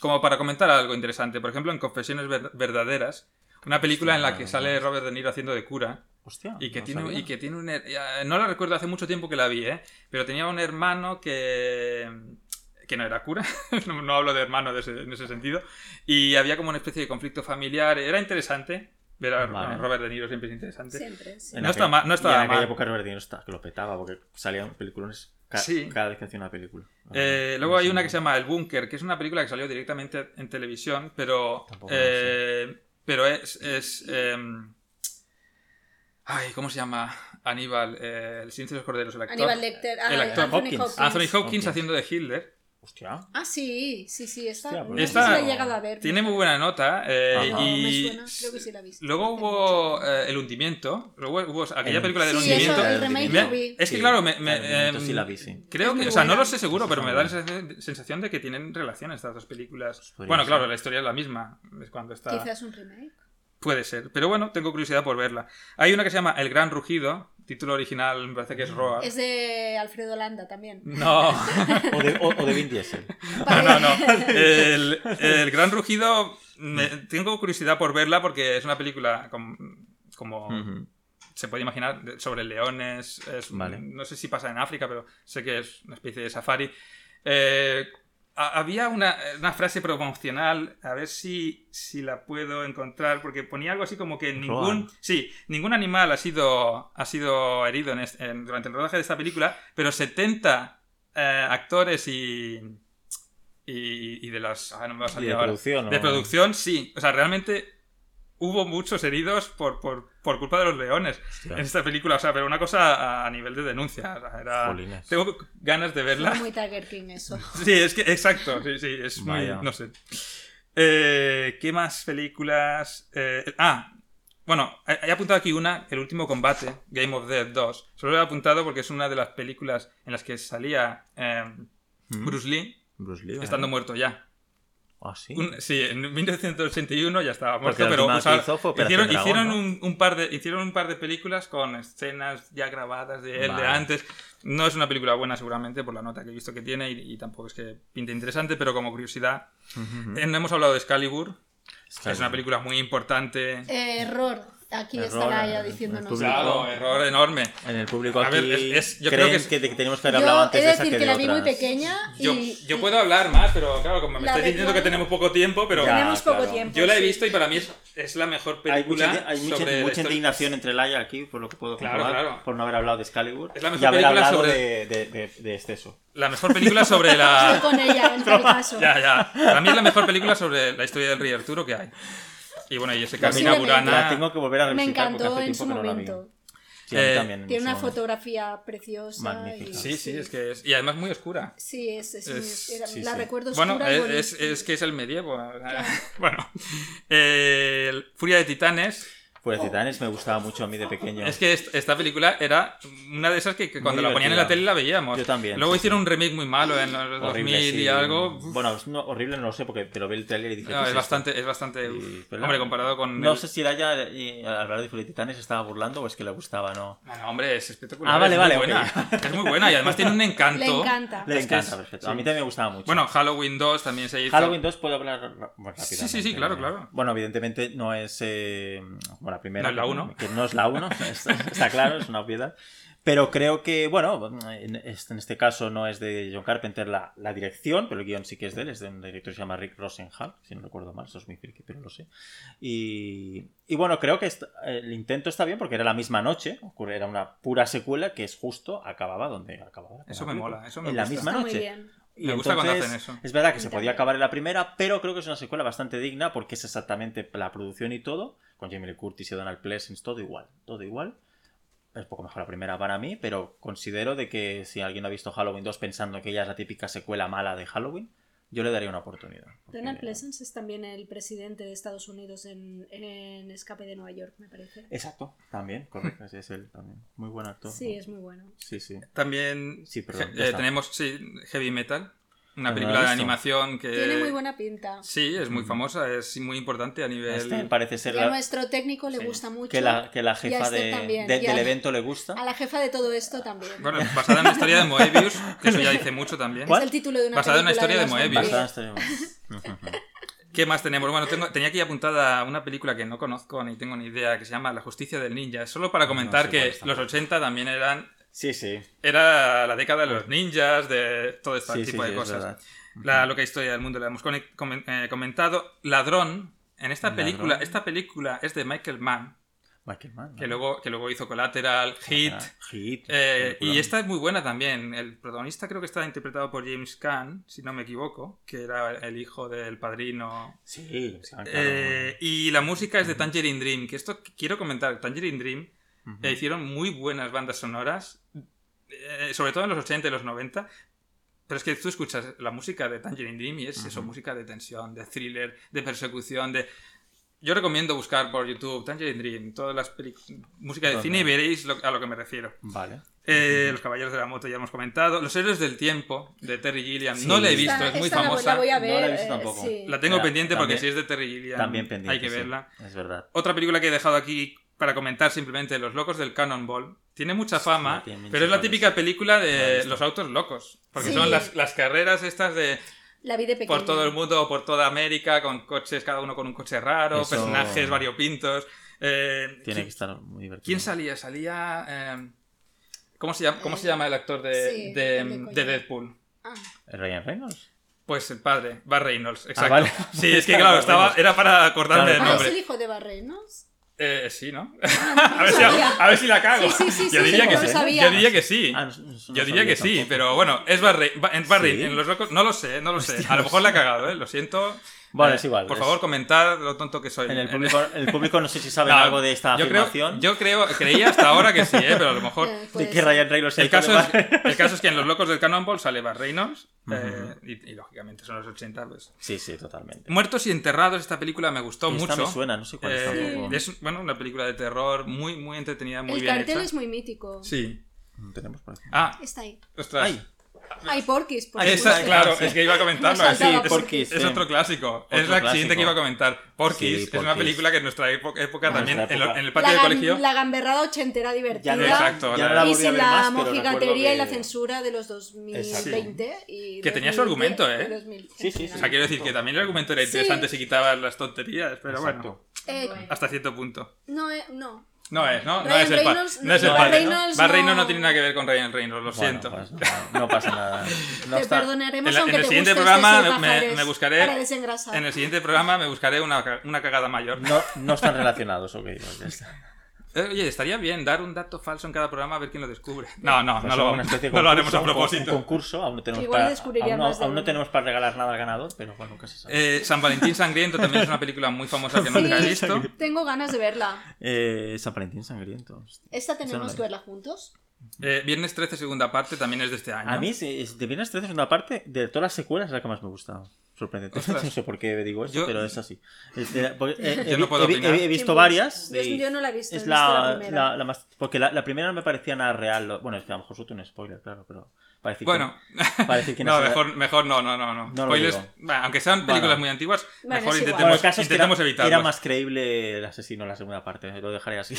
Speaker 1: como para comentar algo interesante. Por ejemplo, en Confesiones Ver- Verdaderas, una película en la que sale Robert De Niro haciendo de cura,
Speaker 2: Hostia.
Speaker 1: Y que,
Speaker 2: no
Speaker 1: tiene,
Speaker 2: sabía.
Speaker 1: y que tiene un... her- eh, No la recuerdo, hace mucho tiempo que la vi, ¿eh? Pero tenía un hermano que... que no era cura, no, no hablo de hermano de ese- en ese sentido, y había como una especie de conflicto familiar, era interesante, ver a
Speaker 2: Vale. Ah,
Speaker 1: bueno, Robert De Niro siempre es interesante.
Speaker 3: Siempre, sí.
Speaker 2: En
Speaker 1: no
Speaker 2: aquella-
Speaker 1: está ma- no está
Speaker 2: y en
Speaker 1: mal.
Speaker 2: aquella época Robert De Niro está- que lo petaba, porque salían películas ca-
Speaker 1: Sí.
Speaker 2: cada vez que hacía una película.
Speaker 1: Eh, luego hay una que se llama El Búnker, que es una película que salió directamente en televisión, pero...
Speaker 2: Tampoco la
Speaker 1: eh, pero es... es, em, Ay, ¿cómo se llama? Aníbal, eh, el silencio de los corderos, el actor.
Speaker 3: Aníbal Lecter, ah,
Speaker 1: el actor
Speaker 3: Anthony
Speaker 2: Hopkins.
Speaker 3: Hopkins.
Speaker 1: Anthony Hopkins
Speaker 2: Hopkins.
Speaker 1: haciendo de Hitler.
Speaker 2: Hostia.
Speaker 3: Ah, sí, sí, sí, esta,
Speaker 2: Hostia,
Speaker 3: no
Speaker 2: pues
Speaker 3: sé si
Speaker 1: esta
Speaker 3: la he llegado a ver.
Speaker 1: Tiene muy buena nota. eh,
Speaker 2: Ajá.
Speaker 3: No,
Speaker 1: y
Speaker 3: me suena, creo que sí la he visto.
Speaker 1: Luego
Speaker 3: Hace
Speaker 1: hubo
Speaker 3: mucho.
Speaker 1: eh, El hundimiento. Luego hubo aquella
Speaker 2: El-
Speaker 1: película del
Speaker 3: Sí,
Speaker 1: hundimiento.
Speaker 3: eso, el remake
Speaker 1: Me-
Speaker 3: lo vi.
Speaker 1: Es que
Speaker 2: Sí,
Speaker 1: claro, me,
Speaker 2: el
Speaker 1: me-
Speaker 2: hundimiento
Speaker 1: em,
Speaker 2: sí la vi, sí.
Speaker 1: creo
Speaker 3: Es
Speaker 1: que,
Speaker 3: muy
Speaker 1: o sea, no
Speaker 3: buena.
Speaker 1: lo sé seguro,
Speaker 2: Sí,
Speaker 1: pero
Speaker 2: sí,
Speaker 1: me da la
Speaker 2: sí.
Speaker 1: sen- sensación de que tienen relación estas dos películas.
Speaker 2: Pues podría
Speaker 1: Bueno,
Speaker 2: ser.
Speaker 1: claro, la historia es la misma. Es cuando está.
Speaker 3: Quizás un remake.
Speaker 1: Puede ser. Pero bueno, tengo curiosidad por verla. Hay una que se llama El gran rugido. Título original me parece que es Roar.
Speaker 3: Es de Alfredo Landa también.
Speaker 1: No.
Speaker 2: O de, o, o de Vin Diesel.
Speaker 1: No, no, no. El, el Gran Rugido, me-
Speaker 2: Mm.
Speaker 1: tengo curiosidad por verla porque es una película com- como,
Speaker 2: Ujú.
Speaker 1: se puede imaginar de- sobre leones. es-
Speaker 2: Vale.
Speaker 1: No sé si pasa en África, pero sé que es una especie de safari. Eh, ha- había una, una frase promocional, a ver si, si la puedo encontrar, porque ponía algo así como que ningún,
Speaker 2: Roan.
Speaker 1: sí, ningún animal ha sido, ha sido herido en est- en- durante el rodaje de esta película, pero 70 eh, actores y, y, y de las... ah, no me va a
Speaker 2: Y
Speaker 1: salir
Speaker 2: de
Speaker 1: ahora.
Speaker 2: producción.
Speaker 1: De
Speaker 2: o-
Speaker 1: producción, sí. O sea, realmente hubo muchos heridos por, por, por culpa de los leones en esta película. O sea, pero una cosa a, a nivel de denuncia. o sea, era-
Speaker 2: Jolines.
Speaker 1: Tengo ganas de verla.
Speaker 3: Es muy Tiger King eso.
Speaker 1: Sí, es que, exacto, sí, sí, es muy,
Speaker 2: Vaya.
Speaker 1: no sé. Eh, ¿Qué más películas? Eh, ah, bueno, he he apuntado aquí una, El último combate, Game of Death 2. Solo lo he apuntado porque es una de las películas en las que salía eh,
Speaker 2: Mm.
Speaker 1: Bruce Lee
Speaker 2: Bruce Lee,
Speaker 1: estando
Speaker 2: ¿eh?
Speaker 1: muerto ya.
Speaker 2: Ah, sí.
Speaker 1: Un- sí, en 1981 ya estaba
Speaker 2: Porque
Speaker 1: muerto,
Speaker 2: la
Speaker 1: pero
Speaker 2: última
Speaker 1: usaba-
Speaker 2: que hizo fue Operación
Speaker 1: hicieron,
Speaker 2: Dragón,
Speaker 1: hicieron
Speaker 2: ¿no?
Speaker 1: un, un par de, hicieron un par de películas con escenas ya grabadas de él de
Speaker 2: Vale.
Speaker 1: antes. No es una película buena seguramente por la nota que he visto que tiene y, y tampoco es que pinte interesante, pero como curiosidad,
Speaker 2: Ujú.
Speaker 1: eh, no hemos hablado de Excalibur, que es
Speaker 2: Claro.
Speaker 1: una película muy importante.
Speaker 3: Eh, error. Aquí
Speaker 2: Error,
Speaker 3: estará ella
Speaker 2: eh,
Speaker 3: diciéndonos.
Speaker 2: el público.
Speaker 1: Claro, error enorme.
Speaker 2: En el público
Speaker 1: A
Speaker 2: aquí
Speaker 1: ver, es- es- yo creo
Speaker 2: creen
Speaker 1: que
Speaker 2: que,
Speaker 1: es-
Speaker 2: te- que tenemos que
Speaker 3: Yo
Speaker 2: haber hablado antes
Speaker 3: he
Speaker 2: de
Speaker 3: de
Speaker 2: esa
Speaker 3: decir
Speaker 2: que,
Speaker 3: que,
Speaker 2: de
Speaker 3: la vi muy
Speaker 2: otras.
Speaker 3: pequeña y
Speaker 1: Yo, yo puedo hablar más, pero claro, como me
Speaker 3: La
Speaker 1: estáis diciendo que
Speaker 3: recuerdo.
Speaker 1: tenemos poco tiempo, pero
Speaker 2: Ya,
Speaker 3: tenemos poco
Speaker 2: claro.
Speaker 3: tiempo.
Speaker 1: yo la he
Speaker 3: sí.
Speaker 1: visto y para mí es, es la mejor
Speaker 2: Hay
Speaker 1: película
Speaker 2: mucha, hay mucha-
Speaker 1: sobre la
Speaker 2: mucha
Speaker 1: historia-
Speaker 2: indignación entre Laia aquí, por lo que puedo
Speaker 1: Claro,
Speaker 2: comprobar,
Speaker 1: claro.
Speaker 2: por no haber hablado de Excalibur
Speaker 1: Es la mejor
Speaker 2: y haber
Speaker 1: película
Speaker 2: hablado
Speaker 1: sobre-
Speaker 2: de, de- de- de exceso.
Speaker 1: La mejor película sobre la...
Speaker 3: Estoy con ella en tal caso.
Speaker 1: Ya, ya. Para mí es la mejor película sobre la historia del rey Arturo que hay. Y bueno, y ese Carmina
Speaker 3: Posiblemente.
Speaker 1: Burana.
Speaker 2: La tengo que volver a
Speaker 3: Me
Speaker 2: revisitar porque
Speaker 3: encantó
Speaker 2: hace
Speaker 3: en
Speaker 2: tiempo
Speaker 3: su
Speaker 2: que no la vi.
Speaker 3: momento.
Speaker 2: Sí, a mí
Speaker 1: Eh,
Speaker 2: también en
Speaker 3: Tiene
Speaker 2: su
Speaker 3: una
Speaker 2: momento.
Speaker 3: fotografía preciosa.
Speaker 2: Magnífica.
Speaker 3: y-
Speaker 1: Sí, sí, es que es. Y además muy oscura.
Speaker 3: Sí, es, es muy-
Speaker 1: Es-
Speaker 3: era-
Speaker 2: sí,
Speaker 3: la
Speaker 2: sí.
Speaker 3: recuerdo
Speaker 1: Bueno,
Speaker 3: oscura y
Speaker 1: es, es-
Speaker 3: bonita.
Speaker 1: es que es el medievo. Bueno, eh, el Furia de Titanes.
Speaker 2: Pues Titanes me gustaba mucho a mí de pequeño.
Speaker 1: Es que est- esta película era una de esas que, que cuando
Speaker 2: Muy
Speaker 1: la ponían en
Speaker 2: divertida.
Speaker 1: la tele la veíamos.
Speaker 2: Yo también,
Speaker 1: Luego
Speaker 2: sí,
Speaker 1: hicieron un remake muy malo en los 2000
Speaker 2: sí.
Speaker 1: y algo. Uf,
Speaker 2: Bueno, es no- horrible no lo sé porque te lo ve el trailer y dices.
Speaker 1: no,
Speaker 2: "¿Qué
Speaker 1: es
Speaker 2: esto?".
Speaker 1: bastante. Es bastante
Speaker 2: Y-
Speaker 1: uf,
Speaker 2: pero-
Speaker 1: hombre, comparado con.
Speaker 2: No
Speaker 1: el-
Speaker 2: sé si Laia, eh, al hablar de Furia de Titanes, estaba burlando o es que le gustaba, ¿no.
Speaker 1: Ah, no, hombre, es espectacular.
Speaker 2: Ah, vale,
Speaker 1: es
Speaker 2: vale,
Speaker 1: Muy buena. Es muy buena y además tiene un encanto.
Speaker 3: Le encanta.
Speaker 2: Le
Speaker 1: Es que
Speaker 2: encanta,
Speaker 1: es-
Speaker 2: perfecto.
Speaker 1: sí.
Speaker 2: A mí también me gustaba mucho.
Speaker 1: Bueno, Halloween 2 también se hizo.
Speaker 2: Pues Halloween 2 puedo hablar ra- bueno,
Speaker 1: Sí,
Speaker 2: rápidamente. ¿eh?
Speaker 1: sí, sí, claro, claro.
Speaker 2: Bueno, evidentemente no es eh, como la primera.
Speaker 1: No es la
Speaker 2: que-
Speaker 1: uno.
Speaker 2: Que no es la 1, está, está claro, es una obviedad. Pero creo que, bueno, en este, en este caso no es de John Carpenter la, la dirección, pero el guión sí que es de él, es de un director que se llama Rick Rosenhall, si no recuerdo mal, eso es muy friki, pero lo sé. Y, y bueno, creo que est- el intento está bien porque era la misma noche, ocurre, era una pura secuela que es justo, acababa donde acababa.
Speaker 1: Eso me mola, eso me
Speaker 2: En la
Speaker 1: gusta.
Speaker 2: misma
Speaker 3: Está muy
Speaker 2: noche.
Speaker 3: bien.
Speaker 2: Y
Speaker 1: Me gusta cuando hacen eso.
Speaker 2: Es verdad que
Speaker 3: A
Speaker 2: se
Speaker 3: mí también.
Speaker 2: podía acabar en la primera, pero creo que es una secuela bastante digna porque es exactamente la producción y todo, con Jamie Lee Curtis y Donald Pleasence, todo igual, todo igual. Es un poco mejor la primera para mí, pero considero de que si alguien no ha visto Halloween 2 pensando que ella es la típica secuela mala de Halloween, yo le daría una oportunidad. porque-
Speaker 3: Donald Pleasence es también el presidente de Estados Unidos en, en Escape de Nueva York, me parece.
Speaker 2: Exacto, también, correcto, sí, es él también. Muy buen actor.
Speaker 3: Sí, es muy bueno.
Speaker 2: Sí, sí.
Speaker 1: También
Speaker 2: Sí,
Speaker 1: Je-
Speaker 2: perdón.
Speaker 1: eh,
Speaker 2: ya está.
Speaker 1: tenemos sí, Heavy Metal, una
Speaker 2: No la he
Speaker 1: película de
Speaker 2: visto.
Speaker 1: animación que
Speaker 3: Tiene muy buena pinta.
Speaker 1: sí es muy
Speaker 2: Mm.
Speaker 1: famosa, es muy importante a nivel.
Speaker 2: Este parece ser
Speaker 3: Y
Speaker 2: la-
Speaker 3: a nuestro técnico le
Speaker 2: sí,
Speaker 3: gusta mucho.
Speaker 2: que la, que la
Speaker 3: Y a
Speaker 2: jefa
Speaker 3: Esther
Speaker 2: de-
Speaker 3: también,
Speaker 2: de-
Speaker 3: y a-
Speaker 2: del evento le gusta.
Speaker 3: A la jefa de todo esto también.
Speaker 1: Bueno, basada en la historia de Moebius, que eso ya dice mucho también.
Speaker 2: ¿Cuál?
Speaker 3: Es el título de una
Speaker 1: Basada en una
Speaker 3: película
Speaker 1: historia de
Speaker 3: las
Speaker 1: Moebius.
Speaker 3: vampiras.
Speaker 2: Bastante-
Speaker 1: ¿Qué más tenemos? Bueno, tengo- tenía aquí apuntada una película que no conozco ni tengo ni idea que se llama La Justicia del Ninja. Es Solo para comentar
Speaker 2: sé cuál
Speaker 1: que
Speaker 2: está.
Speaker 1: los 80 también eran
Speaker 2: Sí, sí.
Speaker 1: era la década de los ninjas, de todo este
Speaker 2: Sí, sí,
Speaker 1: tipo
Speaker 2: sí,
Speaker 1: de
Speaker 2: es
Speaker 1: cosas.
Speaker 2: verdad.
Speaker 1: La loca historia del mundo la hemos cone- comen- eh, comentado. Ladrón. En esta
Speaker 2: Ladrón.
Speaker 1: película, esta película es de Michael Mann,
Speaker 2: Michael Mann.
Speaker 1: que
Speaker 2: ¿no?
Speaker 1: luego, que luego hizo Collateral, Hit.
Speaker 2: Ah, Hit.
Speaker 1: eh,
Speaker 2: Peliculón.
Speaker 1: y esta es muy buena también. El protagonista creo que está interpretado por James Caan, si no me equivoco, que era el hijo del padrino.
Speaker 2: Sí, sí, ah, claro.
Speaker 1: Eh, y la música es de Tangerine Dream, que esto quiero comentar. Tangerine Dream
Speaker 2: Ujú.
Speaker 1: eh, hicieron muy buenas bandas sonoras, eh, sobre todo en los 80 y los 90. Pero es que tú escuchas la música de Tangerine Dream y es eso,
Speaker 2: Ujú.
Speaker 1: música de tensión, de thriller, de persecución, de... Yo recomiendo buscar por YouTube Tangerine Dream, todas las pelic- música de
Speaker 2: ¿Dónde?
Speaker 1: cine y veréis lo- a lo que me refiero.
Speaker 2: Vale.
Speaker 1: Eh, Los Caballeros de la Moto ya hemos comentado. Los Héroes del Tiempo, de Terry Gilliam,
Speaker 2: Sí.
Speaker 1: no la he
Speaker 3: Esta-
Speaker 1: visto, es muy
Speaker 3: esta la voy-
Speaker 1: famosa.
Speaker 3: La voy a
Speaker 2: No
Speaker 3: ver.
Speaker 2: la he visto
Speaker 3: eh,
Speaker 2: tampoco.
Speaker 3: sí.
Speaker 1: La tengo
Speaker 2: Era-
Speaker 1: pendiente porque
Speaker 2: también-
Speaker 1: si es de Terry Gilliam
Speaker 2: También pendiente.
Speaker 1: hay que
Speaker 2: sí.
Speaker 1: verla.
Speaker 2: Es verdad.
Speaker 1: Otra película que he dejado aquí para comentar simplemente, Los locos del Cannonball. Tiene mucha fama,
Speaker 2: Sí, tiene mucha
Speaker 1: pero es la
Speaker 2: fama.
Speaker 1: típica película
Speaker 2: La he
Speaker 1: de
Speaker 2: visto.
Speaker 1: los autos locos. Porque
Speaker 3: Sí.
Speaker 1: son las, las carreras estas de
Speaker 3: La vi de pequeña.
Speaker 1: por todo el mundo o por toda América, con coches, cada uno con un coche raro,
Speaker 2: Eso-
Speaker 1: personajes variopintos. Eh,
Speaker 2: Tiene que
Speaker 1: ¿qui-
Speaker 2: estar muy divertido.
Speaker 1: ¿Quién salía? Salía... eh, ¿cómo, se llama, ¿Cómo se llama el actor de,
Speaker 3: Sí,
Speaker 1: de- em,
Speaker 3: el de coño.
Speaker 1: de Deadpool?
Speaker 3: Ah,
Speaker 2: ¿Ryan Reynolds?
Speaker 1: Pues el padre, Bar Reynolds, exacto.
Speaker 2: Ah, vale.
Speaker 1: Sí, es que claro, estaba, era para acordarme
Speaker 2: Claro,
Speaker 1: del
Speaker 2: claro.
Speaker 3: ah, es
Speaker 1: nombre.
Speaker 3: el hijo de Barrenos.
Speaker 1: Eh, sí, ¿no?
Speaker 3: Ah,
Speaker 1: A ver, si,
Speaker 3: sabía.
Speaker 1: a ver si la cago.
Speaker 3: Sí, sí, sí,
Speaker 1: yo,
Speaker 3: sí,
Speaker 1: diría
Speaker 2: no
Speaker 1: que,
Speaker 2: lo
Speaker 1: sí.
Speaker 3: sabía.
Speaker 1: yo diría que sí.
Speaker 2: Ah, no- no- no
Speaker 1: Yo diría
Speaker 2: sabía
Speaker 1: que sí,
Speaker 2: tampoco.
Speaker 1: pero bueno, es Barry. Ba- en Barry,
Speaker 2: Sí.
Speaker 1: en los locos. No lo sé, no lo sé. A lo mejor la he cagado, ¿eh? Lo siento.
Speaker 2: Bueno,
Speaker 1: Eh,
Speaker 2: es igual.
Speaker 1: Por
Speaker 2: es-
Speaker 1: favor, comentad lo tonto que soy.
Speaker 2: En el público, el público no sé si sabe
Speaker 1: No,
Speaker 2: algo de esta
Speaker 1: yo creo,
Speaker 2: afirmación.
Speaker 1: yo creo, creía hasta ahora que sí, ¿eh? pero a lo mejor.
Speaker 3: Eh, puede
Speaker 2: de que
Speaker 3: ser.
Speaker 2: Ryan Reynolds se
Speaker 1: El caso,
Speaker 2: hizo
Speaker 1: es,
Speaker 2: de-
Speaker 1: el caso es que en Los Locos del Cannonball sale Bar Reynolds, eh,
Speaker 2: Ujú.
Speaker 1: y, y lógicamente son los 80. Pues.
Speaker 2: Sí, sí, totalmente.
Speaker 1: Muertos y Enterrados, esta película me gustó
Speaker 2: Esta
Speaker 1: mucho.
Speaker 2: me suena, no sé cuál es
Speaker 1: Eh,
Speaker 2: Pues tampoco.
Speaker 3: Sí.
Speaker 1: es bueno, una película de terror muy, muy entretenida, muy
Speaker 3: el
Speaker 1: bien
Speaker 3: cartel
Speaker 1: hecha.
Speaker 3: es muy mítico.
Speaker 1: Sí.
Speaker 2: Mm, Tenemos por aquí.
Speaker 1: Ah,
Speaker 3: Está ahí.
Speaker 1: ostras.
Speaker 2: Ay,
Speaker 3: Hay porquis, por
Speaker 2: Ahí
Speaker 1: Esa,
Speaker 2: está,
Speaker 3: supuesto.
Speaker 1: claro,
Speaker 2: Ah, sí.
Speaker 1: es que iba a comentarlo.
Speaker 3: Me
Speaker 1: Es,
Speaker 3: ha saltado
Speaker 1: es-
Speaker 2: Porky's,
Speaker 1: es
Speaker 2: sí.
Speaker 1: otro clásico. es la
Speaker 2: clásico.
Speaker 1: siguiente que iba a comentar. Porky's
Speaker 2: Sí,
Speaker 1: es una
Speaker 2: Porky's.
Speaker 1: película que en nuestra epo- época
Speaker 2: En
Speaker 1: también,
Speaker 2: nuestra
Speaker 1: en, lo-
Speaker 2: época.
Speaker 1: en el patio de
Speaker 3: la, gam-
Speaker 1: colegio.
Speaker 3: la gamberrada ochentera divertida.
Speaker 2: ya no,
Speaker 1: Exacto,
Speaker 2: ya no la
Speaker 3: y
Speaker 2: volví a
Speaker 3: sin
Speaker 2: ver
Speaker 3: la
Speaker 2: más, pero recuerdo
Speaker 3: mojigatería y la
Speaker 2: que-
Speaker 3: censura de los 2020. Y
Speaker 1: Que tenía su argumento, ¿eh?
Speaker 3: 2000.
Speaker 2: Sí, sí,
Speaker 1: O sea, quiero decir que también el argumento era
Speaker 3: Sí.
Speaker 1: interesante si quitabas las tonterías, pero bueno,
Speaker 2: Exacto.
Speaker 3: Eh,
Speaker 1: hasta cierto punto.
Speaker 3: no, eh, no.
Speaker 1: No es, ¿no? No
Speaker 3: Ryan
Speaker 1: es el, pa-
Speaker 3: Reynolds-
Speaker 1: no es el
Speaker 2: no,
Speaker 1: padre.
Speaker 3: Reynolds
Speaker 1: Bar Reynolds
Speaker 3: no-
Speaker 1: no tiene nada que ver con Ryan Reynolds, lo
Speaker 2: Bueno,
Speaker 1: siento.
Speaker 2: pues nada, no pasa nada. No
Speaker 3: te
Speaker 2: está-
Speaker 3: perdonaremos
Speaker 1: En la- en
Speaker 3: aunque
Speaker 1: el
Speaker 3: te
Speaker 1: siguiente
Speaker 3: guste
Speaker 1: programa
Speaker 3: estos
Speaker 1: me-
Speaker 3: pajares
Speaker 1: me buscaré-
Speaker 3: Para desengrasar.
Speaker 1: En el siguiente programa me buscaré una, ca- una cagada mayor.
Speaker 2: no, no están relacionados, ok. pues ya está.
Speaker 1: Eh, Oye, estaría bien dar un dato falso en cada programa a ver quién lo descubre. No, no,
Speaker 2: Pues
Speaker 1: no
Speaker 2: es
Speaker 1: lo,
Speaker 2: una especie de
Speaker 1: no lo haremos a
Speaker 2: concurso, un
Speaker 1: propósito.
Speaker 2: concurso, aún no tenemos,
Speaker 3: Igual
Speaker 2: para,
Speaker 3: descubriría
Speaker 2: aún no-
Speaker 3: más de
Speaker 2: aún no
Speaker 3: uno.
Speaker 2: tenemos para regalar nada al ganador, pero bueno, nunca se sabe.
Speaker 1: Eh, San Valentín Sangriento también es una película muy famosa que nunca he
Speaker 3: Sí.
Speaker 1: visto.
Speaker 3: Tengo ganas de verla.
Speaker 2: Eh, San Valentín sangriento.
Speaker 3: ¿Esta
Speaker 2: Esa no
Speaker 3: tenemos
Speaker 2: la
Speaker 3: que verla juntos?
Speaker 1: Eh, Viernes 13, segunda parte, también es de este año.
Speaker 2: A mí, si- si- de Viernes 13 es una parte, de todas las secuelas, es la que más me gusta. Sorprendente.
Speaker 1: Ostras.
Speaker 2: No sé por qué digo eso,
Speaker 1: Yo-
Speaker 2: pero es así. Es de- porque, eh,
Speaker 1: Yo
Speaker 2: he,
Speaker 1: no puedo
Speaker 2: he- he-
Speaker 1: opinar.
Speaker 2: he visto
Speaker 3: Sí,
Speaker 2: varias.
Speaker 3: Yo,
Speaker 2: y
Speaker 3: yo no la he visto.
Speaker 2: es
Speaker 3: he visto la,
Speaker 2: la,
Speaker 3: primera.
Speaker 2: la- la más. Porque la, la primera no me parecía nada real. lo- Bueno, es que a lo mejor suelto un spoiler, claro, pero. Para decir
Speaker 1: Bueno,
Speaker 2: quién- para decir quién
Speaker 1: no,
Speaker 2: es el-
Speaker 1: mejor, mejor no, no, no. no.
Speaker 2: No lo
Speaker 1: Spoilers,
Speaker 2: digo.
Speaker 1: bueno, aunque sean películas
Speaker 2: Bueno.
Speaker 1: muy antiguas, mejor
Speaker 3: Bueno, es igual.
Speaker 1: intentemos,
Speaker 2: Bueno, el caso es que era,
Speaker 1: intentamos evitarlos.
Speaker 2: era más creíble el asesino en la segunda parte. ¿eh? Lo dejaré así.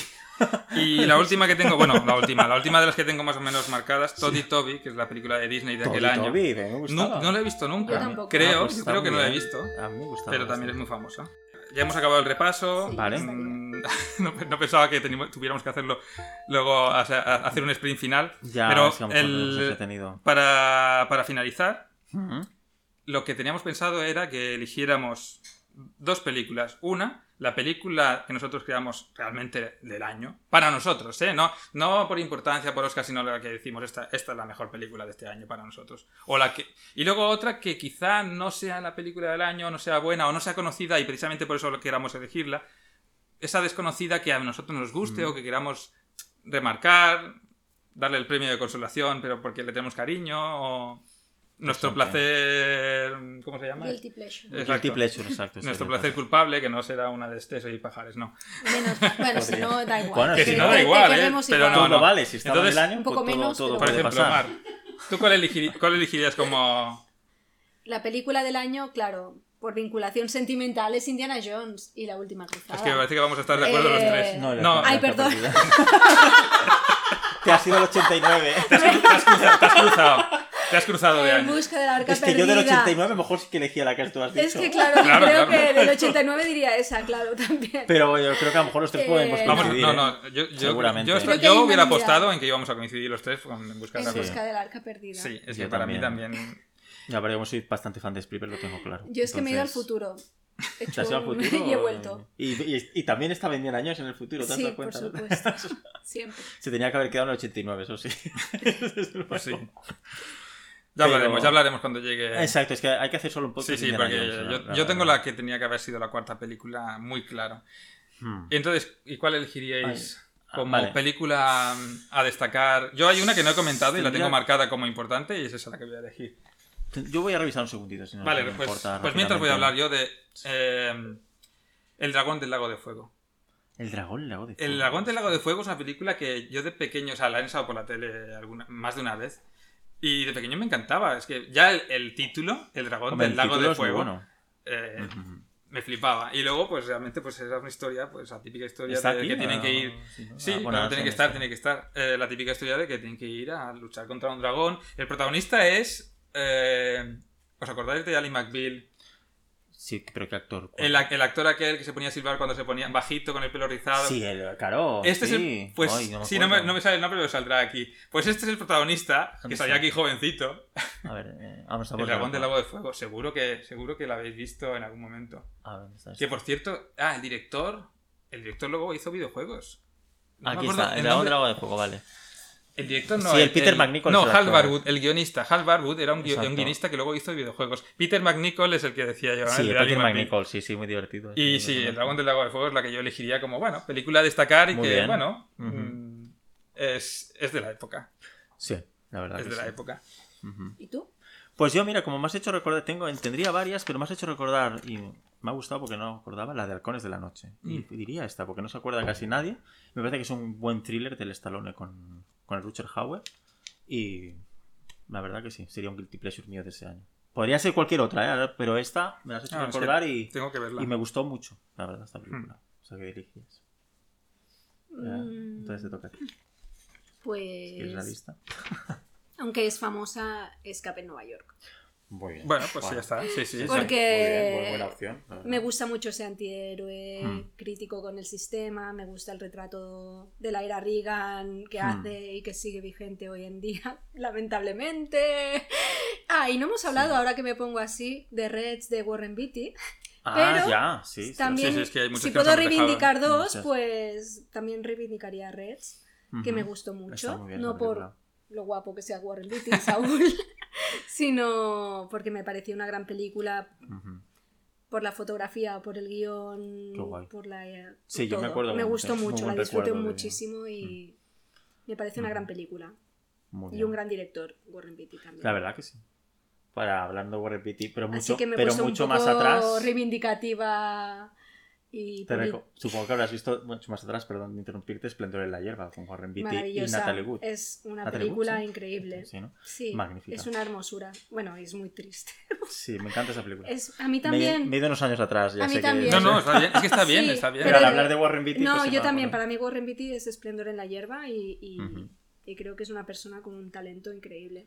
Speaker 1: Y la última que tengo, bueno, la última, la última de las que tengo más o menos marcadas, Toddy Toby, que es la película de Disney de aquel
Speaker 2: Toby,
Speaker 1: año.
Speaker 2: Toby, me gustaba.
Speaker 1: No, no la he visto nunca.
Speaker 3: Yo tampoco.
Speaker 1: Creo,
Speaker 2: Ah, pues está
Speaker 1: creo
Speaker 2: muy
Speaker 1: que no la he
Speaker 2: bien.
Speaker 1: visto.
Speaker 2: A mí me gustaba
Speaker 1: Pero también es
Speaker 2: bastante.
Speaker 1: muy famosa. Ya hemos acabado el repaso.
Speaker 3: Sí,
Speaker 2: Vale.
Speaker 3: ya estaría.
Speaker 1: Mm, No, no pensaba que teníamos- tuviéramos que hacerlo luego, o sea, a- hacer un sprint final.
Speaker 2: Ya,
Speaker 1: pero
Speaker 2: es que a lo mejor no nos hemos
Speaker 1: el,
Speaker 2: entretenido.
Speaker 1: para, para finalizar,
Speaker 2: Ujú.
Speaker 1: lo que teníamos pensado era que eligiéramos dos películas. Una, la película que nosotros creamos realmente del año, para nosotros, ¿eh? No, no por importancia, por Oscar, sino la que decimos, esta, esta es la mejor película de este año para nosotros. O la que... Y luego otra que quizá no sea la película del año, no sea buena o no sea conocida y precisamente por eso lo queramos elegirla. Esa desconocida que a nosotros nos guste
Speaker 2: Mm.
Speaker 1: o que queramos remarcar, darle el premio de consolación, pero porque le tenemos cariño o... Nuestro placer... Eh, ¿Cómo se llama?
Speaker 3: Guilty pleasure.
Speaker 1: Exacto.
Speaker 2: Guilty pleasure, exacto. sí,
Speaker 1: Nuestro
Speaker 2: me
Speaker 1: placer culpable, que no será una de Esteso y Pajares, no.
Speaker 3: Menos. Bueno, si no, da igual.
Speaker 2: Bueno,
Speaker 1: Que
Speaker 2: sí,
Speaker 1: si
Speaker 2: sí.
Speaker 1: no,
Speaker 2: Te-
Speaker 1: da
Speaker 2: te
Speaker 1: igual, ¿eh?
Speaker 3: queremos
Speaker 1: Pero
Speaker 3: igual.
Speaker 1: no,
Speaker 2: todo
Speaker 1: no.
Speaker 2: vale, si estaba
Speaker 1: Entonces,
Speaker 2: en el año,
Speaker 3: un poco
Speaker 2: pues todo-
Speaker 3: menos,
Speaker 2: todo
Speaker 3: pero
Speaker 1: Por
Speaker 2: puede
Speaker 1: ejemplo,
Speaker 2: pasar.
Speaker 1: Omar, ¿tú cuál, elegiri- cuál elegirías como...?
Speaker 3: La película del año, claro, por vinculación sentimental es Indiana Jones y la última cruzada.
Speaker 1: Es que me parece que vamos a estar de acuerdo
Speaker 3: Eh,
Speaker 1: los tres.
Speaker 2: No, la-
Speaker 1: No,
Speaker 2: la-
Speaker 3: Ay,
Speaker 2: la-
Speaker 3: perdón.
Speaker 2: Te ha sido el 89.
Speaker 1: te has cruzado, te has cruzado, te has cruzado de
Speaker 3: En
Speaker 1: año.
Speaker 3: busca del arca
Speaker 2: Es que yo
Speaker 3: perdida.
Speaker 2: del 89 a lo mejor sí que elegía la que tú has dicho.
Speaker 3: Es que claro, yo
Speaker 1: Claro,
Speaker 3: creo
Speaker 1: claro.
Speaker 3: que del 89 diría esa, claro, también.
Speaker 2: Pero yo creo que a lo mejor los tres
Speaker 3: Eh,
Speaker 2: podemos
Speaker 3: no.
Speaker 1: Vamos,
Speaker 2: coincidir.
Speaker 1: no,
Speaker 2: ¿eh?
Speaker 1: no, yo, yo,
Speaker 2: Seguramente.
Speaker 1: yo,
Speaker 3: Creo que hay
Speaker 1: yo
Speaker 3: una
Speaker 1: hubiera
Speaker 3: unidad.
Speaker 1: apostado en que íbamos a coincidir los tres con En busca de
Speaker 3: En
Speaker 1: la
Speaker 2: Sí.
Speaker 1: Rosa.
Speaker 3: busca del arca perdida.
Speaker 1: Sí, es que
Speaker 2: Yo
Speaker 1: para mí
Speaker 2: también.
Speaker 1: también...
Speaker 2: Ya, pero yo soy bastante fan de Spielberg, lo tengo claro.
Speaker 3: Yo es que me he ido al
Speaker 2: Entonces,
Speaker 3: futuro. He
Speaker 2: ¿Te has ido al
Speaker 3: hecho un-
Speaker 2: futuro?
Speaker 3: y he vuelto.
Speaker 2: Y, y- y también está vendiendo años en el futuro, ¿te has
Speaker 3: Sí,
Speaker 2: dado
Speaker 3: por
Speaker 2: cuenta?
Speaker 3: supuesto. Siempre.
Speaker 2: Se tenía que haber quedado en el 89, eso sí.
Speaker 1: Pues sí. Ya hablaremos,
Speaker 2: Pero-
Speaker 1: ya hablaremos cuando llegue...
Speaker 2: Exacto, es que hay que hacer solo un poco
Speaker 1: Sí, sí, porque yo, yo tengo la que tenía que haber sido la cuarta película muy claro.
Speaker 2: Hmm.
Speaker 1: Entonces, ¿y cuál elegiríais
Speaker 2: Ah,
Speaker 1: como
Speaker 2: vale.
Speaker 1: película mm, a destacar? Yo hay una que no he comentado y la
Speaker 2: Tendría-
Speaker 1: tengo marcada como importante y es esa la que voy a elegir.
Speaker 2: Yo voy a revisar un segundito, si no
Speaker 1: vale,
Speaker 2: no me
Speaker 1: pues,
Speaker 2: importa,
Speaker 1: pues mientras voy a
Speaker 2: rápidamente.
Speaker 1: hablar yo de eh, El dragón del lago de fuego.
Speaker 2: El dragón del lago de fuego.
Speaker 1: El dragón del lago de fuego es una película que yo de pequeño, o sea, la he ensayado por la tele alguna, más de una vez. Y de pequeño me encantaba. Es que ya el, el título, El dragón
Speaker 2: Hombre,
Speaker 1: del
Speaker 2: el
Speaker 1: lago
Speaker 2: título
Speaker 1: de
Speaker 2: es muy
Speaker 1: fuego,
Speaker 2: bueno.
Speaker 1: eh,
Speaker 2: Ujú.
Speaker 1: me flipaba. Y luego, pues realmente, pues era una historia, pues la típica historia
Speaker 2: ¿Está
Speaker 1: de
Speaker 2: aquí
Speaker 1: que tienen
Speaker 2: o-
Speaker 1: que ir
Speaker 2: no?
Speaker 1: Sí,
Speaker 2: Ah, bueno,
Speaker 1: bueno,
Speaker 2: ahora
Speaker 1: tiene que
Speaker 2: sí me
Speaker 1: estar,
Speaker 2: está.
Speaker 1: tiene que estar. Eh, la típica historia de que tienen que ir a luchar contra un dragón. El protagonista es. eh, ¿Os acordáis de Ali McBeal?
Speaker 2: Sí, pero qué actor. ¿Cuál?
Speaker 1: El, ac- el actor aquel que se ponía a silbar cuando se ponía bajito con el pelo rizado.
Speaker 2: Sí, el caro.
Speaker 1: Este
Speaker 2: sí.
Speaker 1: es el. Pues
Speaker 2: Ay,
Speaker 1: sí, no me,
Speaker 2: acuerdo.
Speaker 1: no me sale el nombre, pero saldrá aquí. Pues este es el protagonista, que
Speaker 2: ¿Dónde
Speaker 1: salía
Speaker 2: está?
Speaker 1: aquí jovencito.
Speaker 2: A ver, eh, vamos a
Speaker 1: El dragón del lago de fuego. Seguro que, seguro que lo habéis visto en algún momento.
Speaker 2: A ver, ¿dónde está este?
Speaker 1: Que por cierto, ah, el director. El director luego hizo videojuegos. No me
Speaker 2: Aquí
Speaker 1: acuerdo
Speaker 2: está, el
Speaker 1: el
Speaker 2: dragón
Speaker 1: nombre-
Speaker 2: del lago de fuego, vale.
Speaker 1: El director no.
Speaker 2: Sí, el Peter McNichol
Speaker 1: No,
Speaker 2: es el
Speaker 1: Hal
Speaker 2: actor.
Speaker 1: Barwood, el guionista. Hal Barwood era un, guio-
Speaker 2: Exacto.
Speaker 1: un guionista que luego hizo videojuegos. Peter McNichol es el que decía yo. ¿eh?
Speaker 2: Sí,
Speaker 1: El de
Speaker 2: Peter
Speaker 1: Alien McNichol.
Speaker 2: McNichol, sí, sí, muy divertido.
Speaker 1: Y sí, El Dragón del Lago de Fuego es la que yo elegiría como, bueno, película a destacar y
Speaker 2: Muy
Speaker 1: que,
Speaker 2: bien.
Speaker 1: bueno,
Speaker 2: Ujú.
Speaker 1: mm, es, es de la época.
Speaker 2: Sí, la verdad.
Speaker 1: Es
Speaker 2: que
Speaker 1: de la
Speaker 2: sí.
Speaker 1: época.
Speaker 2: Ujú.
Speaker 3: ¿Y tú?
Speaker 2: Pues yo, mira, como me has hecho recordar, tengo, tendría varias, pero me has hecho recordar y me ha gustado porque no acordaba la de Halcones de la Noche. Y
Speaker 1: Mm.
Speaker 2: diría esta, porque no se acuerda casi nadie. Me parece que es un buen thriller del Stallone con, con el Richard Howard. Y la verdad que sí, sería un guilty pleasure mío de ese año. Podría ser cualquier otra, ¿eh? Ahora- pero esta me la has hecho
Speaker 1: Ah, es que
Speaker 2: recordar y,
Speaker 1: Tengo que verla.
Speaker 2: y me gustó mucho, la verdad, esta película.
Speaker 1: Mm.
Speaker 2: O sea, que dirigías. Ya,
Speaker 3: Mm,
Speaker 2: Entonces te toca. a ti. ¿Quieres la
Speaker 3: Pues.
Speaker 2: lista?
Speaker 3: Aunque es famosa, Escape en Nueva York.
Speaker 2: Muy bien.
Speaker 1: Bueno, pues sí, ya está. Sí, sí.
Speaker 2: Sí, sí.
Speaker 1: sí.
Speaker 3: Porque-
Speaker 2: Muy bien, bu- buena opción. la verdad.
Speaker 3: Me gusta mucho ese antihéroe
Speaker 2: Hmm.
Speaker 3: crítico con el sistema, me gusta el retrato de la era Reagan que
Speaker 2: Hmm.
Speaker 3: hace y que sigue vigente hoy en día, lamentablemente. Ah, y no hemos hablado, ahora que me pongo así, de Reds de Warren Beatty.
Speaker 2: Ah,
Speaker 3: pero
Speaker 2: ya, sí. sí,
Speaker 3: también,
Speaker 1: sí, sí, es que hay muchos
Speaker 3: si
Speaker 1: que nos
Speaker 3: puedo
Speaker 1: han dejado.
Speaker 3: reivindicar dos,
Speaker 2: Muchas.
Speaker 3: pues también reivindicaría Reds, que
Speaker 2: Ujú.
Speaker 3: me gustó
Speaker 2: Está
Speaker 3: mucho,
Speaker 2: muy bien
Speaker 3: no
Speaker 2: la
Speaker 3: por
Speaker 2: película.
Speaker 3: lo guapo que sea Warren Beatty, Saúl, sino porque me pareció una gran película,
Speaker 2: Ujú.
Speaker 3: por la fotografía, por el
Speaker 2: Qué guay.
Speaker 3: guión, por la... eh,
Speaker 2: Sí, yo me
Speaker 3: todo.
Speaker 2: acuerdo
Speaker 3: Me
Speaker 2: mucho,
Speaker 3: gustó
Speaker 2: muy
Speaker 3: mucho,
Speaker 2: buen
Speaker 3: la disfruté
Speaker 2: recuerdo de- Mm.
Speaker 3: muchísimo y me parece una
Speaker 2: Ujú.
Speaker 3: gran película.
Speaker 2: Muy
Speaker 3: Y
Speaker 2: bien.
Speaker 3: un gran director, Warren Beatty también.
Speaker 2: La verdad que sí. Para hablando Warren Beatty, pero mucho,
Speaker 3: Así que me
Speaker 2: pero
Speaker 3: puso
Speaker 2: mucho
Speaker 3: un poco
Speaker 2: más atrás.
Speaker 3: reivindicativa y...
Speaker 2: te
Speaker 3: public-
Speaker 2: reco- Supongo que habrás visto mucho más atrás, perdón, de interrumpirte, Esplendor en la hierba con Warren Beatty y
Speaker 3: maravillosa.
Speaker 2: Natalie Wood.
Speaker 3: Es una
Speaker 2: Natalie Wood,
Speaker 3: película
Speaker 2: sí.
Speaker 3: increíble.
Speaker 2: Sí, ¿no?
Speaker 3: Sí,
Speaker 2: Magnífica.
Speaker 3: es una hermosura. Bueno, es muy triste.
Speaker 2: Sí, me encanta esa película.
Speaker 3: Es, a mí
Speaker 2: Me- Me,
Speaker 3: también...
Speaker 2: he ido unos años atrás, ya
Speaker 3: A mí
Speaker 2: sé que-
Speaker 3: también.
Speaker 1: No, no, está bien. Es que está bien,
Speaker 3: Sí,
Speaker 1: está bien.
Speaker 2: pero, al hablar de Warren Beatty.
Speaker 3: No,
Speaker 2: pues se me
Speaker 3: yo
Speaker 2: va a
Speaker 3: también.
Speaker 2: acordar.
Speaker 3: Para mí Warren Beatty es esplendor en la hierba y, y-
Speaker 2: Ujú.
Speaker 3: y creo que es una persona con un talento increíble.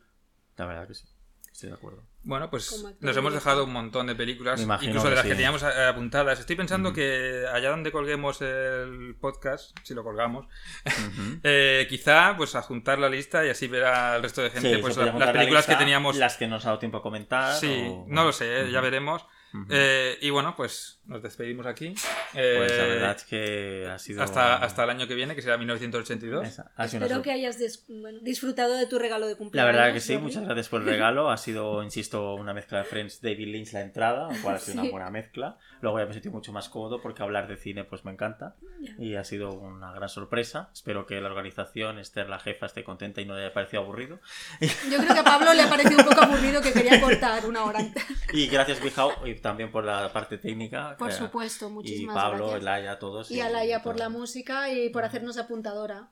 Speaker 2: La verdad que sí. Estoy de acuerdo.
Speaker 1: Bueno, pues
Speaker 3: Como actor
Speaker 1: nos hemos
Speaker 3: director.
Speaker 1: dejado un montón de películas,
Speaker 2: Me imagino
Speaker 1: incluso de
Speaker 2: que
Speaker 1: las
Speaker 2: sí.
Speaker 1: que teníamos eh, apuntadas. Estoy pensando
Speaker 2: Ujú.
Speaker 1: que allá donde colguemos el podcast, si lo colgamos,
Speaker 2: Ujú.
Speaker 1: eh, quizá pues adjuntar la lista y así verá el resto de gente
Speaker 2: Sí,
Speaker 1: pues
Speaker 2: se podía
Speaker 1: la- las
Speaker 2: montar la
Speaker 1: películas que
Speaker 2: lista,
Speaker 1: teníamos.
Speaker 2: Las que nos ha dado tiempo a comentar.
Speaker 1: Sí,
Speaker 2: o-
Speaker 1: no lo sé, ya
Speaker 2: Ujú.
Speaker 1: veremos.
Speaker 2: Ujú.
Speaker 1: Eh, y bueno, pues nos despedimos aquí. Eh,
Speaker 2: Pues la verdad es que ha sido.
Speaker 1: hasta, hasta el año que viene, que será 1982.
Speaker 2: Esa- ha sido una
Speaker 3: Espero
Speaker 2: sor-
Speaker 3: que hayas des- bueno, disfrutado de tu regalo de
Speaker 2: La
Speaker 3: cumpleaños.
Speaker 2: verdad que sí,
Speaker 3: Jordi.
Speaker 2: muchas gracias por el regalo. Ha sido, insisto, una mezcla de Friends David Lynch la entrada, lo cual ha sido
Speaker 3: Sí.
Speaker 2: una buena mezcla. Luego ya me he sentido mucho más cómodo porque hablar de cine pues me encanta
Speaker 3: Ya.
Speaker 2: y ha sido una gran sorpresa. Espero que la organización, Esther, la jefa, esté contenta y no le haya parecido aburrido.
Speaker 3: Yo creo que a Pablo le ha parecido un poco aburrido que quería cortar una hora antes.
Speaker 2: Y gracias, Bijao, y también por la parte técnica.
Speaker 3: Por
Speaker 2: que-
Speaker 3: supuesto,
Speaker 2: Y
Speaker 3: muchísimas
Speaker 2: Pablo,
Speaker 3: gracias.
Speaker 2: Elaya, todos.
Speaker 3: Y a Laia por la
Speaker 2: todo.
Speaker 3: música y por hacernos apuntadora.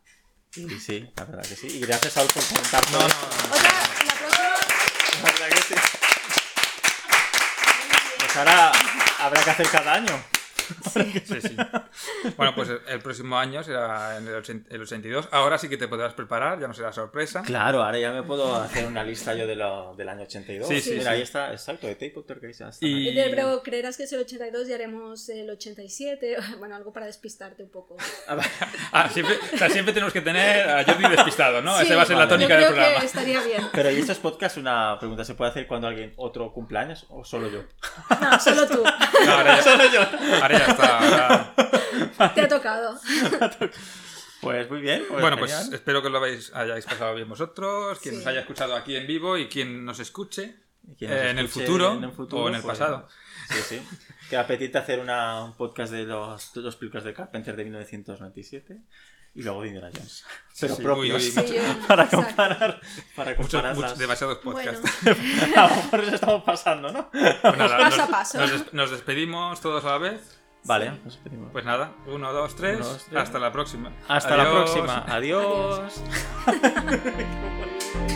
Speaker 2: Sí, sí, la verdad que sí. Y gracias, Saúl, por comentarnos.
Speaker 1: No, no, no.
Speaker 3: Otra, la próxima.
Speaker 2: La verdad que sí. Pues ahora habrá que hacer cada año.
Speaker 1: Sí, sí. Bueno, pues el próximo año será en el, 80 el 82. Ahora sí que te podrás preparar, ya no será sorpresa.
Speaker 2: Claro, ahora ya me puedo hacer una lista yo de lo- del año 82.
Speaker 1: Sí, sí,
Speaker 2: Mira,
Speaker 1: sí.
Speaker 2: ahí está, exacto, de Tape Outer que dice, hasta
Speaker 1: Y-
Speaker 2: ahí.
Speaker 3: De- Pero creerás que es el 82 y haremos el 87. Bueno, algo para despistarte un poco.
Speaker 2: Ah, vale.
Speaker 1: Ah, siempre, o sea, siempre tenemos que tener a Jordi despistado, ¿no?
Speaker 3: Sí,
Speaker 1: Esa va a ser la
Speaker 2: vale.
Speaker 1: tónica
Speaker 3: yo
Speaker 1: del
Speaker 3: creo
Speaker 1: programa.
Speaker 3: que estaría bien.
Speaker 2: Pero ¿y estos podcasts? Una pregunta, ¿se puede hacer cuando alguien otro cumpleaños o solo yo?
Speaker 3: No, solo tú.
Speaker 1: No, ahora, ya,
Speaker 2: Solo yo.
Speaker 1: ahora ya está. ahora-
Speaker 3: Te ha tocado.
Speaker 2: Pues muy bien. pues
Speaker 1: Bueno, pues
Speaker 2: genial.
Speaker 1: espero que lo habéis, hayáis pasado bien vosotros, quien
Speaker 3: Sí.
Speaker 1: nos haya escuchado aquí en vivo y quien nos escuche.
Speaker 2: Y quien nos
Speaker 1: eh, en el
Speaker 2: escuche
Speaker 1: futuro o en el
Speaker 2: pues,
Speaker 1: pasado.
Speaker 2: Sí, sí. Que apetite hacer una, un podcast de los, los películas de Carpenter de 1997 y luego de Indiana Jones. Pero
Speaker 1: sí,
Speaker 2: propios.
Speaker 1: uy, uy,
Speaker 3: Sí, yo-
Speaker 2: para
Speaker 3: exacto.
Speaker 2: comparar, para
Speaker 1: Muchos,
Speaker 2: comparar
Speaker 1: muchos-
Speaker 2: las...
Speaker 1: demasiados
Speaker 3: Bueno,
Speaker 1: podcasts.
Speaker 2: A lo mejor nos estamos pasando, ¿no?
Speaker 1: Pues nada,
Speaker 3: Paso
Speaker 1: nos-
Speaker 3: a paso.
Speaker 1: Nos, des- nos despedimos todos a la vez.
Speaker 2: Vale, nos despedimos.
Speaker 1: Pues nada, uno, dos, tres.
Speaker 2: Uno, dos, tres.
Speaker 1: Hasta la próxima.
Speaker 2: Hasta la
Speaker 1: Adiós.
Speaker 2: próxima. Adiós.